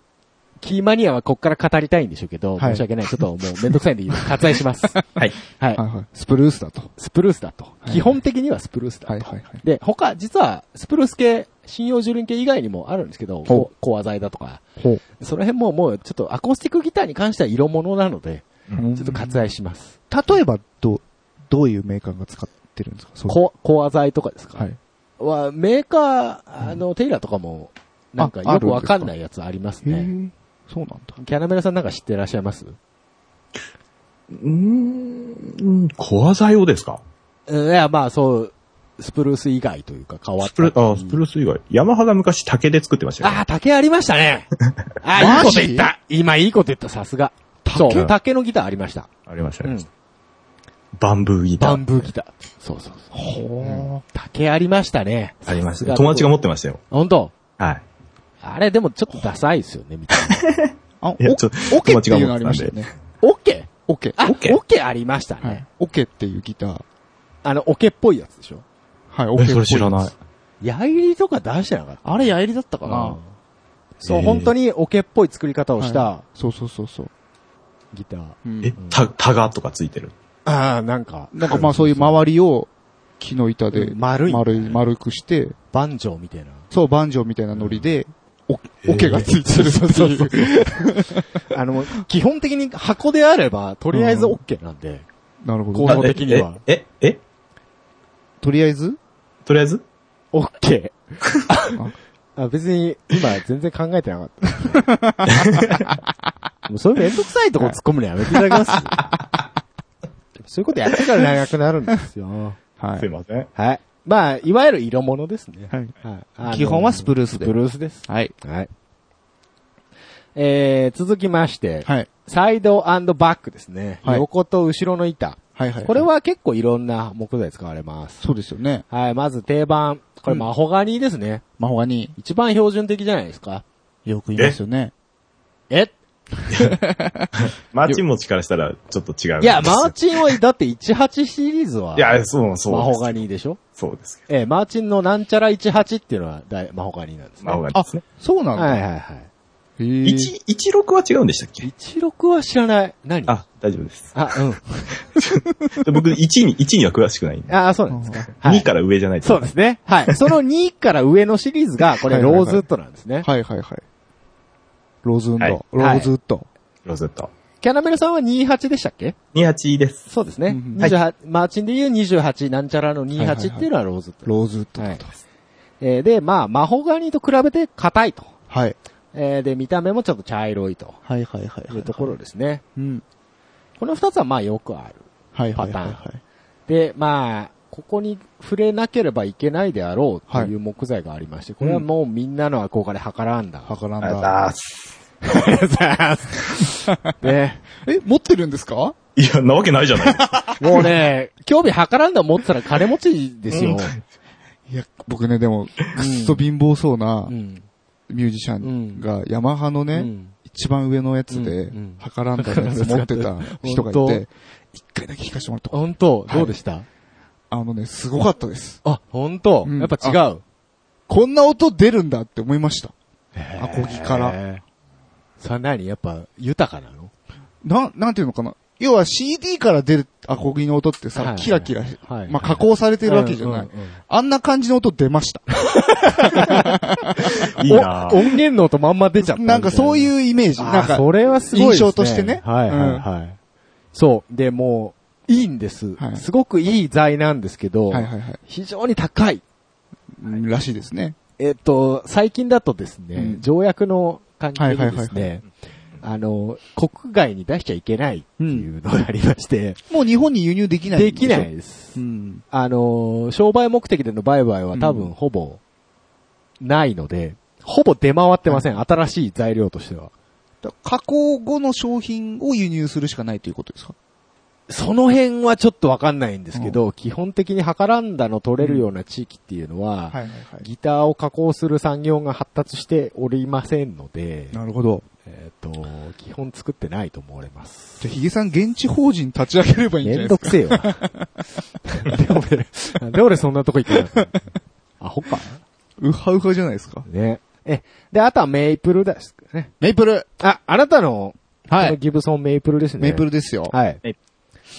[SPEAKER 1] キーマニアはこっから語りたいんでしょうけど、
[SPEAKER 2] はい
[SPEAKER 1] 申し訳ない。ちょっともうめんどくさいんで、割愛します。
[SPEAKER 3] はい。
[SPEAKER 1] はい
[SPEAKER 4] は。いはい。スプルースだと。
[SPEAKER 1] スプルースだと。
[SPEAKER 4] い
[SPEAKER 1] 基本的にはスプルースだと。
[SPEAKER 4] はいはいはい。
[SPEAKER 1] で、他、実は、スプルース系、信用樹林系以外にもあるんですけど、
[SPEAKER 2] ほ
[SPEAKER 1] こうコア材だとか、
[SPEAKER 2] ほう。
[SPEAKER 1] その辺ももうちょっとアコースティックギターに関しては色物なので、ちょっと割愛します。
[SPEAKER 2] 例えば、ど、どういうメーカーが使ってるんですかそういう
[SPEAKER 1] ココア材とかですか
[SPEAKER 2] はい。
[SPEAKER 1] は、メーカー、あの、テイラーとかも、なんか
[SPEAKER 4] あ
[SPEAKER 1] よくわかんないやつあります
[SPEAKER 2] へ
[SPEAKER 1] ね。
[SPEAKER 2] ーそうなんだ。
[SPEAKER 1] キャラメラさんなんか知ってらっしゃいます
[SPEAKER 3] うん。小技用ですか
[SPEAKER 1] うんいや、まあそう、スプルース以外というか変わっ
[SPEAKER 3] ス
[SPEAKER 1] た
[SPEAKER 3] プ
[SPEAKER 1] り。
[SPEAKER 3] ル、あ、スプルース以外。ヤマハが昔竹で作ってましたよね。
[SPEAKER 1] あー、竹ありました [LAUGHS] ね。あー、いい
[SPEAKER 2] マ
[SPEAKER 1] こ
[SPEAKER 2] ジ
[SPEAKER 1] と言った。今いいこと言った、さすが。そう、竹のギターありました。
[SPEAKER 3] ありました
[SPEAKER 1] う
[SPEAKER 3] ね
[SPEAKER 1] ん。。
[SPEAKER 3] バンブーギタ
[SPEAKER 1] バン
[SPEAKER 3] ー。
[SPEAKER 1] ブーギター。そうそうそう。
[SPEAKER 2] ほ
[SPEAKER 1] 竹ありましたね。
[SPEAKER 3] ありまし
[SPEAKER 1] さす
[SPEAKER 3] た。友達が持
[SPEAKER 1] も。
[SPEAKER 3] ってましたよ。
[SPEAKER 1] 本当
[SPEAKER 3] はい。
[SPEAKER 1] あれでもちょっとダサいですよね、みたいな。
[SPEAKER 4] あ、
[SPEAKER 3] いや
[SPEAKER 4] オ
[SPEAKER 3] ちょ
[SPEAKER 4] オケっていうのありましたよね。
[SPEAKER 1] オッケー
[SPEAKER 4] オケ。
[SPEAKER 1] あ、オ
[SPEAKER 3] オッケー
[SPEAKER 1] ッケーありました
[SPEAKER 4] は
[SPEAKER 1] ね
[SPEAKER 4] い。。オケっていうギター。
[SPEAKER 1] あの、オケっぽいやつでしょ。
[SPEAKER 4] はい、オ
[SPEAKER 3] え、
[SPEAKER 4] ケ。
[SPEAKER 3] それ知らない。。
[SPEAKER 1] ヤイリとか出してなかった
[SPEAKER 2] あれ、やえりだったか
[SPEAKER 1] か
[SPEAKER 2] な
[SPEAKER 1] な。そ
[SPEAKER 3] へ
[SPEAKER 1] う、
[SPEAKER 3] ー
[SPEAKER 1] 本当にオケっぽい作り方をした
[SPEAKER 4] そうそうそうそう。
[SPEAKER 1] ギター。
[SPEAKER 4] うん
[SPEAKER 3] え、た、タガとかついてる。
[SPEAKER 1] ああ、なんか、
[SPEAKER 4] なんかまあそういう周りを木の板で
[SPEAKER 1] うん丸い
[SPEAKER 4] 丸い、丸くして、
[SPEAKER 1] バンジョーみたいな。
[SPEAKER 4] そう、バンジョーみたいなノリで、お、
[SPEAKER 3] ー
[SPEAKER 4] オケがついてるっていう。
[SPEAKER 1] あの、基本的に箱であれば、とりあえず OK なんで、
[SPEAKER 4] [LAUGHS] なるほ
[SPEAKER 1] こう
[SPEAKER 4] ど。
[SPEAKER 1] 能的には
[SPEAKER 3] え、え、え
[SPEAKER 4] とりあえず
[SPEAKER 3] とりあえず
[SPEAKER 1] OK。あ、 [LAUGHS] 別に、今、全然考えてなか
[SPEAKER 4] [LAUGHS]
[SPEAKER 1] った。もうそういうめんどくさいとこ突っ込むのやめていただきます。そういうことやってから長くなるんで
[SPEAKER 4] [LAUGHS]
[SPEAKER 1] すよ。
[SPEAKER 4] は
[SPEAKER 3] すい
[SPEAKER 4] い。
[SPEAKER 3] ません。
[SPEAKER 1] はい。まあ、いわゆる色物ですね。
[SPEAKER 4] はい。
[SPEAKER 1] はいあの
[SPEAKER 2] 基本はスプルースで
[SPEAKER 1] スプルースです。
[SPEAKER 4] はい。
[SPEAKER 1] はい。えー、続きまして、
[SPEAKER 4] はい。
[SPEAKER 1] サイドバックですね。
[SPEAKER 4] はい
[SPEAKER 1] 横と後ろの板。
[SPEAKER 4] はいはい。
[SPEAKER 1] これ、は結構いろんな木材使われます。
[SPEAKER 4] そうですよね。
[SPEAKER 1] はい、まず定番。これ
[SPEAKER 4] うん
[SPEAKER 1] マホガニですね。
[SPEAKER 4] まほがに、
[SPEAKER 1] 一番標準的じゃないですか。
[SPEAKER 2] よく言いますよね。
[SPEAKER 1] え
[SPEAKER 3] マーチン持ちからしたらちょっと違う。、
[SPEAKER 1] いや、マーチンは、だって18シリーズはい
[SPEAKER 3] や、そう、そう。
[SPEAKER 1] マホガニでしょ
[SPEAKER 3] そうですけ
[SPEAKER 1] ええ、マーチンのなんちゃら18っていうのは大マホガニなんです
[SPEAKER 3] ど。
[SPEAKER 1] ね。
[SPEAKER 3] マホガニ
[SPEAKER 4] あ
[SPEAKER 3] ですね。、
[SPEAKER 4] そうなん
[SPEAKER 1] はい
[SPEAKER 4] だ。
[SPEAKER 1] はいはい。
[SPEAKER 4] へー
[SPEAKER 3] 一、一六は違うんでしたっけ
[SPEAKER 1] 16は知らない。何あ、
[SPEAKER 3] あ、大丈夫です。
[SPEAKER 1] うん。
[SPEAKER 3] で僕、1に、一には詳しくないんで。
[SPEAKER 1] あ、そうなんですか。は
[SPEAKER 3] 2
[SPEAKER 1] い。
[SPEAKER 3] から上じゃない
[SPEAKER 1] [LAUGHS]
[SPEAKER 3] と
[SPEAKER 1] そうですね。はい。その2から上のシリーズが、これ、
[SPEAKER 4] はいはいは
[SPEAKER 1] ロ
[SPEAKER 4] い
[SPEAKER 1] ーズウッドなんですね。
[SPEAKER 4] はいはいはい。
[SPEAKER 2] ローズウッド。
[SPEAKER 3] はい
[SPEAKER 2] ローズウッド。
[SPEAKER 3] ロズット。
[SPEAKER 1] キャラメルさんは28でしたっけ
[SPEAKER 3] 28です。
[SPEAKER 1] そうですね。
[SPEAKER 2] うん
[SPEAKER 1] 28、マーチンで言う28、なんちゃらの28っていうのはローズと。
[SPEAKER 2] ローズウッド。
[SPEAKER 1] はいえーで、まあ、マホガニと比べて硬いと。
[SPEAKER 2] はい。
[SPEAKER 1] えーで、見た目もちょっと茶色いと
[SPEAKER 2] はいはいはい
[SPEAKER 1] い
[SPEAKER 2] は
[SPEAKER 1] う
[SPEAKER 2] い。
[SPEAKER 1] ところですね。
[SPEAKER 2] うん。
[SPEAKER 1] この二つはまあよくある。
[SPEAKER 2] はいはいはい
[SPEAKER 1] パタ
[SPEAKER 2] はい。
[SPEAKER 1] で、まあ、ここに触れなければいけないであろうという木材がありまして、これはもうみんなの憧れ [LAUGHS] 計らんだ。
[SPEAKER 2] はからん
[SPEAKER 3] ありがとうご
[SPEAKER 2] だ。
[SPEAKER 3] ざいます。
[SPEAKER 1] りがとうございます。 [LAUGHS] ね、
[SPEAKER 2] え、持ってるんですか
[SPEAKER 3] いや、なわけないじゃない。
[SPEAKER 1] もうね、興味計らんだ持ってたら金持ちですよ。
[SPEAKER 2] いや、僕ね、でも、くっそ貧乏そうな
[SPEAKER 1] うん。
[SPEAKER 2] ミュージシャンが、ヤマハの
[SPEAKER 1] う
[SPEAKER 2] ね、
[SPEAKER 1] ん
[SPEAKER 2] 一番上のやつで
[SPEAKER 1] うんうん、
[SPEAKER 2] はからんだやつ持ってた人がい
[SPEAKER 1] 本
[SPEAKER 2] て、一回だけ弾かしてもらったこと
[SPEAKER 1] 本当、
[SPEAKER 2] はい
[SPEAKER 1] どうでした
[SPEAKER 2] あのね、すごかったです。
[SPEAKER 1] あ、本当、
[SPEAKER 2] うん
[SPEAKER 1] やっぱ違う。
[SPEAKER 2] こんな音出るんだって思いました。アコギから。
[SPEAKER 1] ら。さあ何やっぱ豊かなの
[SPEAKER 2] なん、なんていうのかな。要は CD から出るアコギの音って
[SPEAKER 1] はい
[SPEAKER 2] さ、
[SPEAKER 1] はい
[SPEAKER 2] キラキラ、
[SPEAKER 1] はい
[SPEAKER 2] まあ加工されてるわけじゃない。
[SPEAKER 1] うんうんうん
[SPEAKER 2] あんな感じの音出ました。
[SPEAKER 3] いいな
[SPEAKER 1] お音源の音まんま出ちゃった。
[SPEAKER 2] なんかそう
[SPEAKER 1] う、
[SPEAKER 2] いうイメージ。なんか、
[SPEAKER 1] それはすごいですね。
[SPEAKER 2] 印象としてね
[SPEAKER 1] はいはいはい。そう。で、もう、いいんです、
[SPEAKER 2] はい
[SPEAKER 1] すごくいい材なんですけど、
[SPEAKER 2] はいはいはい。
[SPEAKER 1] 非常に高い。
[SPEAKER 2] うんらしいですね。
[SPEAKER 1] えっ、と、最近だとですね、
[SPEAKER 2] うん
[SPEAKER 1] 条約の関係でです
[SPEAKER 2] はい
[SPEAKER 1] ね、あの、国外に出しちゃいけないっていうのがありまして、
[SPEAKER 2] もう日本に輸入できないん
[SPEAKER 1] で
[SPEAKER 2] しょ
[SPEAKER 1] きない。です
[SPEAKER 2] う。ん。
[SPEAKER 1] あのー商売目的での売買は多
[SPEAKER 2] うん
[SPEAKER 1] 分ほぼ、ないので、ほぼ出回ってません、新しい材料としては。
[SPEAKER 2] だ加工後の商品を輸入するしかないということですか
[SPEAKER 1] その辺はちょっとわかんないんですけど、基本的に計らんだの取れるような地域っていうのは、
[SPEAKER 2] いはいは
[SPEAKER 1] ギターを加工する産業が発達しておりませんので、
[SPEAKER 2] なるほど。
[SPEAKER 1] えっ、と、基本作ってないと思われます。
[SPEAKER 2] じゃあ、ヒゲさん現地法人立ち上げればいいんじゃな
[SPEAKER 1] め
[SPEAKER 2] い
[SPEAKER 1] ん
[SPEAKER 2] で
[SPEAKER 1] ど
[SPEAKER 2] す
[SPEAKER 1] くせえよな。
[SPEAKER 2] [LAUGHS]
[SPEAKER 1] なんで俺、なんで俺そんなとこ行ってなかったアホか。
[SPEAKER 2] か。ウハウハじゃないですか。
[SPEAKER 1] ね。え、で、あとはメイプルですね。
[SPEAKER 2] メイプル
[SPEAKER 1] あ、あなたの、
[SPEAKER 2] はい
[SPEAKER 1] このギブソンメイプルですね。
[SPEAKER 2] メイプ
[SPEAKER 1] ル。
[SPEAKER 2] ルですよ。
[SPEAKER 1] はい
[SPEAKER 3] メイプ。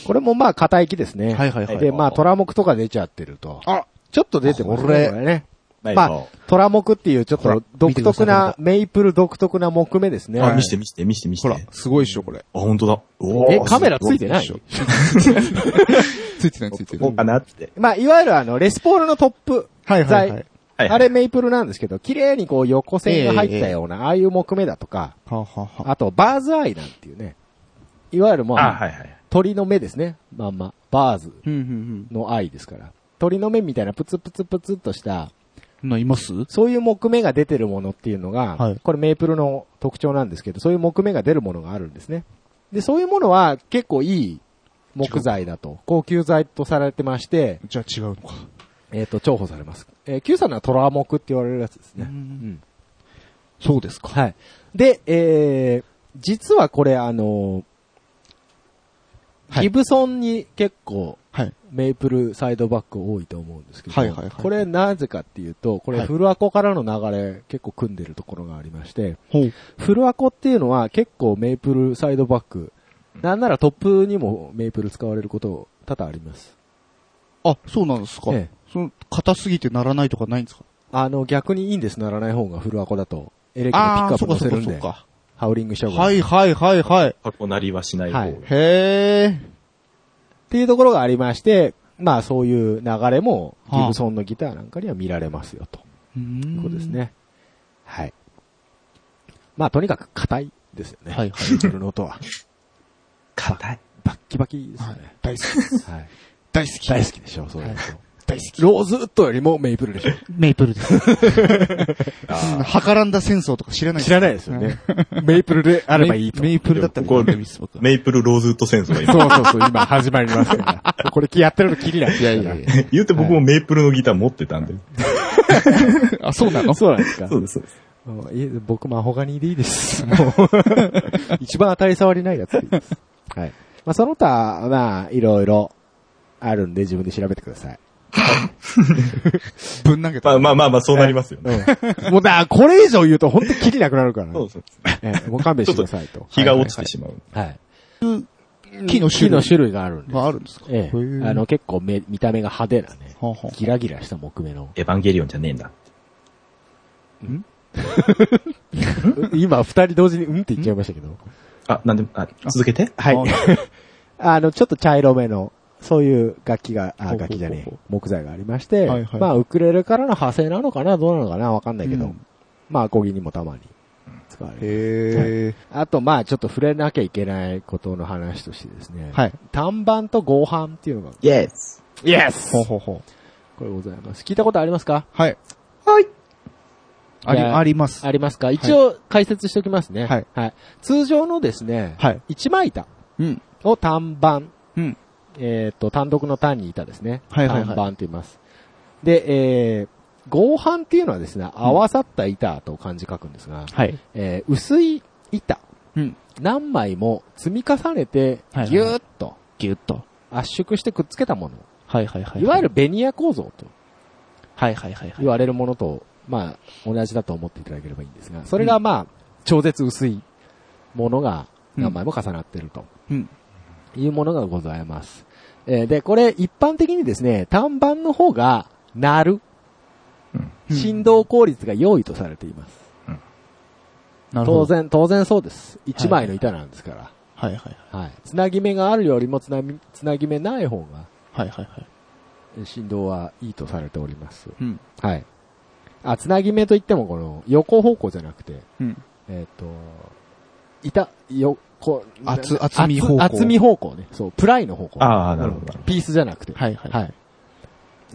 [SPEAKER 1] これもまあ、硬い木ですね。
[SPEAKER 2] はいはいはい
[SPEAKER 1] で、まあ、トラモクとか出ちゃってると。
[SPEAKER 2] あ
[SPEAKER 1] ちょっと出てます
[SPEAKER 2] これ
[SPEAKER 1] ね。これね。
[SPEAKER 3] ない
[SPEAKER 1] ま
[SPEAKER 3] の
[SPEAKER 1] あ、トラモクっていうちょっ
[SPEAKER 2] ほら
[SPEAKER 1] と独特
[SPEAKER 2] 見てください
[SPEAKER 1] な、メイプル独特な木目ですね。
[SPEAKER 3] あ、見して見して見して見し
[SPEAKER 2] ほ
[SPEAKER 3] て。
[SPEAKER 2] ら、すごいっしょ、これ。
[SPEAKER 3] あ、本当だ。おー
[SPEAKER 1] え、カメラついてない
[SPEAKER 3] すご
[SPEAKER 1] [LAUGHS]
[SPEAKER 2] ついてないついて
[SPEAKER 3] こ
[SPEAKER 2] な
[SPEAKER 3] う
[SPEAKER 2] い。
[SPEAKER 3] かなって。
[SPEAKER 1] まあ、いわゆるあの、レスポールのトップ。
[SPEAKER 2] はいはいはい
[SPEAKER 1] 材。
[SPEAKER 3] はい。
[SPEAKER 1] あれメイプルなんですけど、綺麗にこう横線が入ったような、ああいう木目だとか、
[SPEAKER 2] はあはあはあ
[SPEAKER 1] あとバーズアイなんていうね、いわゆるま
[SPEAKER 3] あ、
[SPEAKER 1] あ、
[SPEAKER 3] はいはい。
[SPEAKER 1] 鳥の目ですね。まんま、バーズ。
[SPEAKER 2] うんうん
[SPEAKER 1] の愛ですから。鳥の目みたいなプツプツプツっとした、
[SPEAKER 2] うん。ないます
[SPEAKER 1] そういう木目が出てるものっていうのが、
[SPEAKER 2] はい
[SPEAKER 1] これメープルの特徴なんですけど、そういう木目が出るものがあるんですね。で、そういうものは結構いい木材だと、高級材とされてまして、
[SPEAKER 2] じゃあ違うのか。
[SPEAKER 1] えっ、と、重宝されます。えー、Q さんのはトラ木って言われるやつですね。うん
[SPEAKER 2] そうですか。
[SPEAKER 1] はい。で、えー、実はこれあのー
[SPEAKER 2] はい
[SPEAKER 1] ギブソンに結構、
[SPEAKER 2] はい。
[SPEAKER 1] メイプルサイドバック多いと思うんですけど、
[SPEAKER 2] はいはいはい
[SPEAKER 1] これなぜかっていうと、こ
[SPEAKER 2] は
[SPEAKER 1] れ
[SPEAKER 2] い
[SPEAKER 1] フルアコからの流れ結構組んでるところがありまして、
[SPEAKER 2] ほう。
[SPEAKER 1] フルアコっていうのは結構メイプルサイドバック、なんならトップにもメイプル使われること多々あります。
[SPEAKER 2] あ、そうなんですか。
[SPEAKER 1] ええ
[SPEAKER 2] その、硬すぎてならないとかないんですか
[SPEAKER 1] あの逆にいいんです、ならない方がフルアコだと、エレキのピックアップ乗せるんで、
[SPEAKER 2] か。
[SPEAKER 1] ハウリングしちゃうから。
[SPEAKER 2] はいはいはいはい。
[SPEAKER 3] 箱なりはしない方
[SPEAKER 1] は
[SPEAKER 3] が
[SPEAKER 1] い。
[SPEAKER 2] へー。
[SPEAKER 1] っていうところがありまして、まあそういう流れも
[SPEAKER 2] はあ
[SPEAKER 1] ギブソンのギターなんかには見られますよと。と
[SPEAKER 2] う
[SPEAKER 1] い
[SPEAKER 2] ん
[SPEAKER 1] うことです。ね。はい。まあ、とにかく硬いですよね。。
[SPEAKER 2] はいはい
[SPEAKER 1] の音は。
[SPEAKER 3] 硬い。
[SPEAKER 1] バッキバキですよね。
[SPEAKER 2] 大好きです。
[SPEAKER 1] はい。
[SPEAKER 2] 大好き。
[SPEAKER 1] 大好きでしょ、そういうこと。
[SPEAKER 2] 大好き。
[SPEAKER 1] ローズウッドよりもメイプルでしょ。
[SPEAKER 2] メイプルです。
[SPEAKER 3] あー
[SPEAKER 2] はからんだ戦争とか知らない
[SPEAKER 1] 知らないですよね。メイプルであればいいと。
[SPEAKER 2] メイメイプルだったらメ
[SPEAKER 3] ここ
[SPEAKER 2] イプルです僕は
[SPEAKER 3] メイプルローズウッド戦争が今。
[SPEAKER 1] そうそうそう、今始まりますから。 [LAUGHS] これやってるのきりない。いやいや
[SPEAKER 3] [LAUGHS] 言うて僕もメイプルのギター持ってたんで。
[SPEAKER 2] あ、そうなの
[SPEAKER 1] そうなんですか
[SPEAKER 3] [LAUGHS] そうです、そうです。
[SPEAKER 1] もういえ僕、マホガニでいいです。もう一番当たり障りないやつでいいです。はい。まあ、その他、まあ、いろいろあるんで自分で調べてください。
[SPEAKER 2] ぶん投げ
[SPEAKER 3] ま
[SPEAKER 2] た。
[SPEAKER 3] あまあまあまあ、そうなりますよね。
[SPEAKER 1] うんもうだ、これ以上言うと本当にキリなくなるからね
[SPEAKER 3] そう。そう。
[SPEAKER 1] ええもう勘弁してくださいと。
[SPEAKER 3] 日が落ちてしまう。
[SPEAKER 1] はい。はい
[SPEAKER 2] 木の
[SPEAKER 1] 木
[SPEAKER 2] 種類
[SPEAKER 1] の種類があるんで。
[SPEAKER 2] があるんですか
[SPEAKER 1] ええ
[SPEAKER 2] へー
[SPEAKER 1] あの、結構め、見た目が派手なね。
[SPEAKER 2] はあはあ
[SPEAKER 1] ギラギラした木目の。
[SPEAKER 3] エヴァンゲリオンじゃねえんだ。
[SPEAKER 1] 今、二人同時にうんって言っちゃいましたけど。
[SPEAKER 3] あ、なんでも、あ、続けて。
[SPEAKER 1] はい
[SPEAKER 5] あ。
[SPEAKER 1] [LAUGHS] あの、ちょっと茶色めの、そういう楽器が、あ
[SPEAKER 2] ほうほうほう
[SPEAKER 1] 楽器じゃねえ、木材がありまして、
[SPEAKER 2] はいはい
[SPEAKER 1] まあ、ウクレレからの派生なのかな、どうなのかな、わかんないけど、
[SPEAKER 2] うん
[SPEAKER 1] まあ、アコギにもたまに使われる。
[SPEAKER 2] へ
[SPEAKER 1] あと、まあ、ちょっと触れなきゃいけないことの話としてですね、
[SPEAKER 2] ー。はい。
[SPEAKER 1] 単板と合板っていうのが、
[SPEAKER 3] イエス。
[SPEAKER 1] イエス
[SPEAKER 2] ほうほうほう。
[SPEAKER 1] これございます。聞いたことありますか
[SPEAKER 2] はい。
[SPEAKER 3] はい。
[SPEAKER 2] あり、
[SPEAKER 1] いや
[SPEAKER 2] あります。
[SPEAKER 1] ありますか一応解説しておきますね。
[SPEAKER 2] はい。
[SPEAKER 1] 通常のですね、
[SPEAKER 2] はい。
[SPEAKER 1] 一枚板
[SPEAKER 2] うん
[SPEAKER 1] を単板。
[SPEAKER 2] うん
[SPEAKER 1] えっ、と、単独の単に板ですね。
[SPEAKER 2] はいはいは
[SPEAKER 1] 単
[SPEAKER 2] い
[SPEAKER 1] 板って言います。で、えー、合板っていうのはですね、合わさった板と漢字書くんですが、
[SPEAKER 2] はい。
[SPEAKER 1] えー薄い板、
[SPEAKER 2] うん
[SPEAKER 1] 何枚も積み重ねて
[SPEAKER 2] はいはいは、い
[SPEAKER 1] ぎゅーっと
[SPEAKER 2] ぎゅっと。
[SPEAKER 1] 圧縮してくっつけたもの、
[SPEAKER 2] はいはいはい
[SPEAKER 1] わゆる、ベニヤ構造と
[SPEAKER 2] はいはいはいは
[SPEAKER 1] 言われるものと、まあ、同じだと思っていただければいいんですが、それがまあ、超絶薄いものが何枚も重なってると。
[SPEAKER 2] うん
[SPEAKER 1] いうものがございます。えーで、これ一般的にですね、単板の方が、鳴る
[SPEAKER 2] うん
[SPEAKER 1] 振動効率が良いとされています。
[SPEAKER 2] なるほ
[SPEAKER 1] 当
[SPEAKER 2] ど。
[SPEAKER 1] 然、当然そうです。一枚の板なんですから。
[SPEAKER 2] はいはい
[SPEAKER 1] はい。つなぎ目があるよりもつなぎ、つなぎ目ない方が、
[SPEAKER 2] はいはいはい。
[SPEAKER 1] え振動はいいとされております。
[SPEAKER 2] うん
[SPEAKER 1] はい。あ、つなぎ目といっても、この、横方向じゃなくて、
[SPEAKER 2] うん
[SPEAKER 1] えっ、と、板、よ、こう、
[SPEAKER 2] 厚
[SPEAKER 1] な
[SPEAKER 2] 厚み方向
[SPEAKER 1] 厚厚み方向ね。そう、プライの方向。
[SPEAKER 3] ああ、なるほど。
[SPEAKER 1] ピースじゃなくて。
[SPEAKER 2] はいはい。
[SPEAKER 1] はい。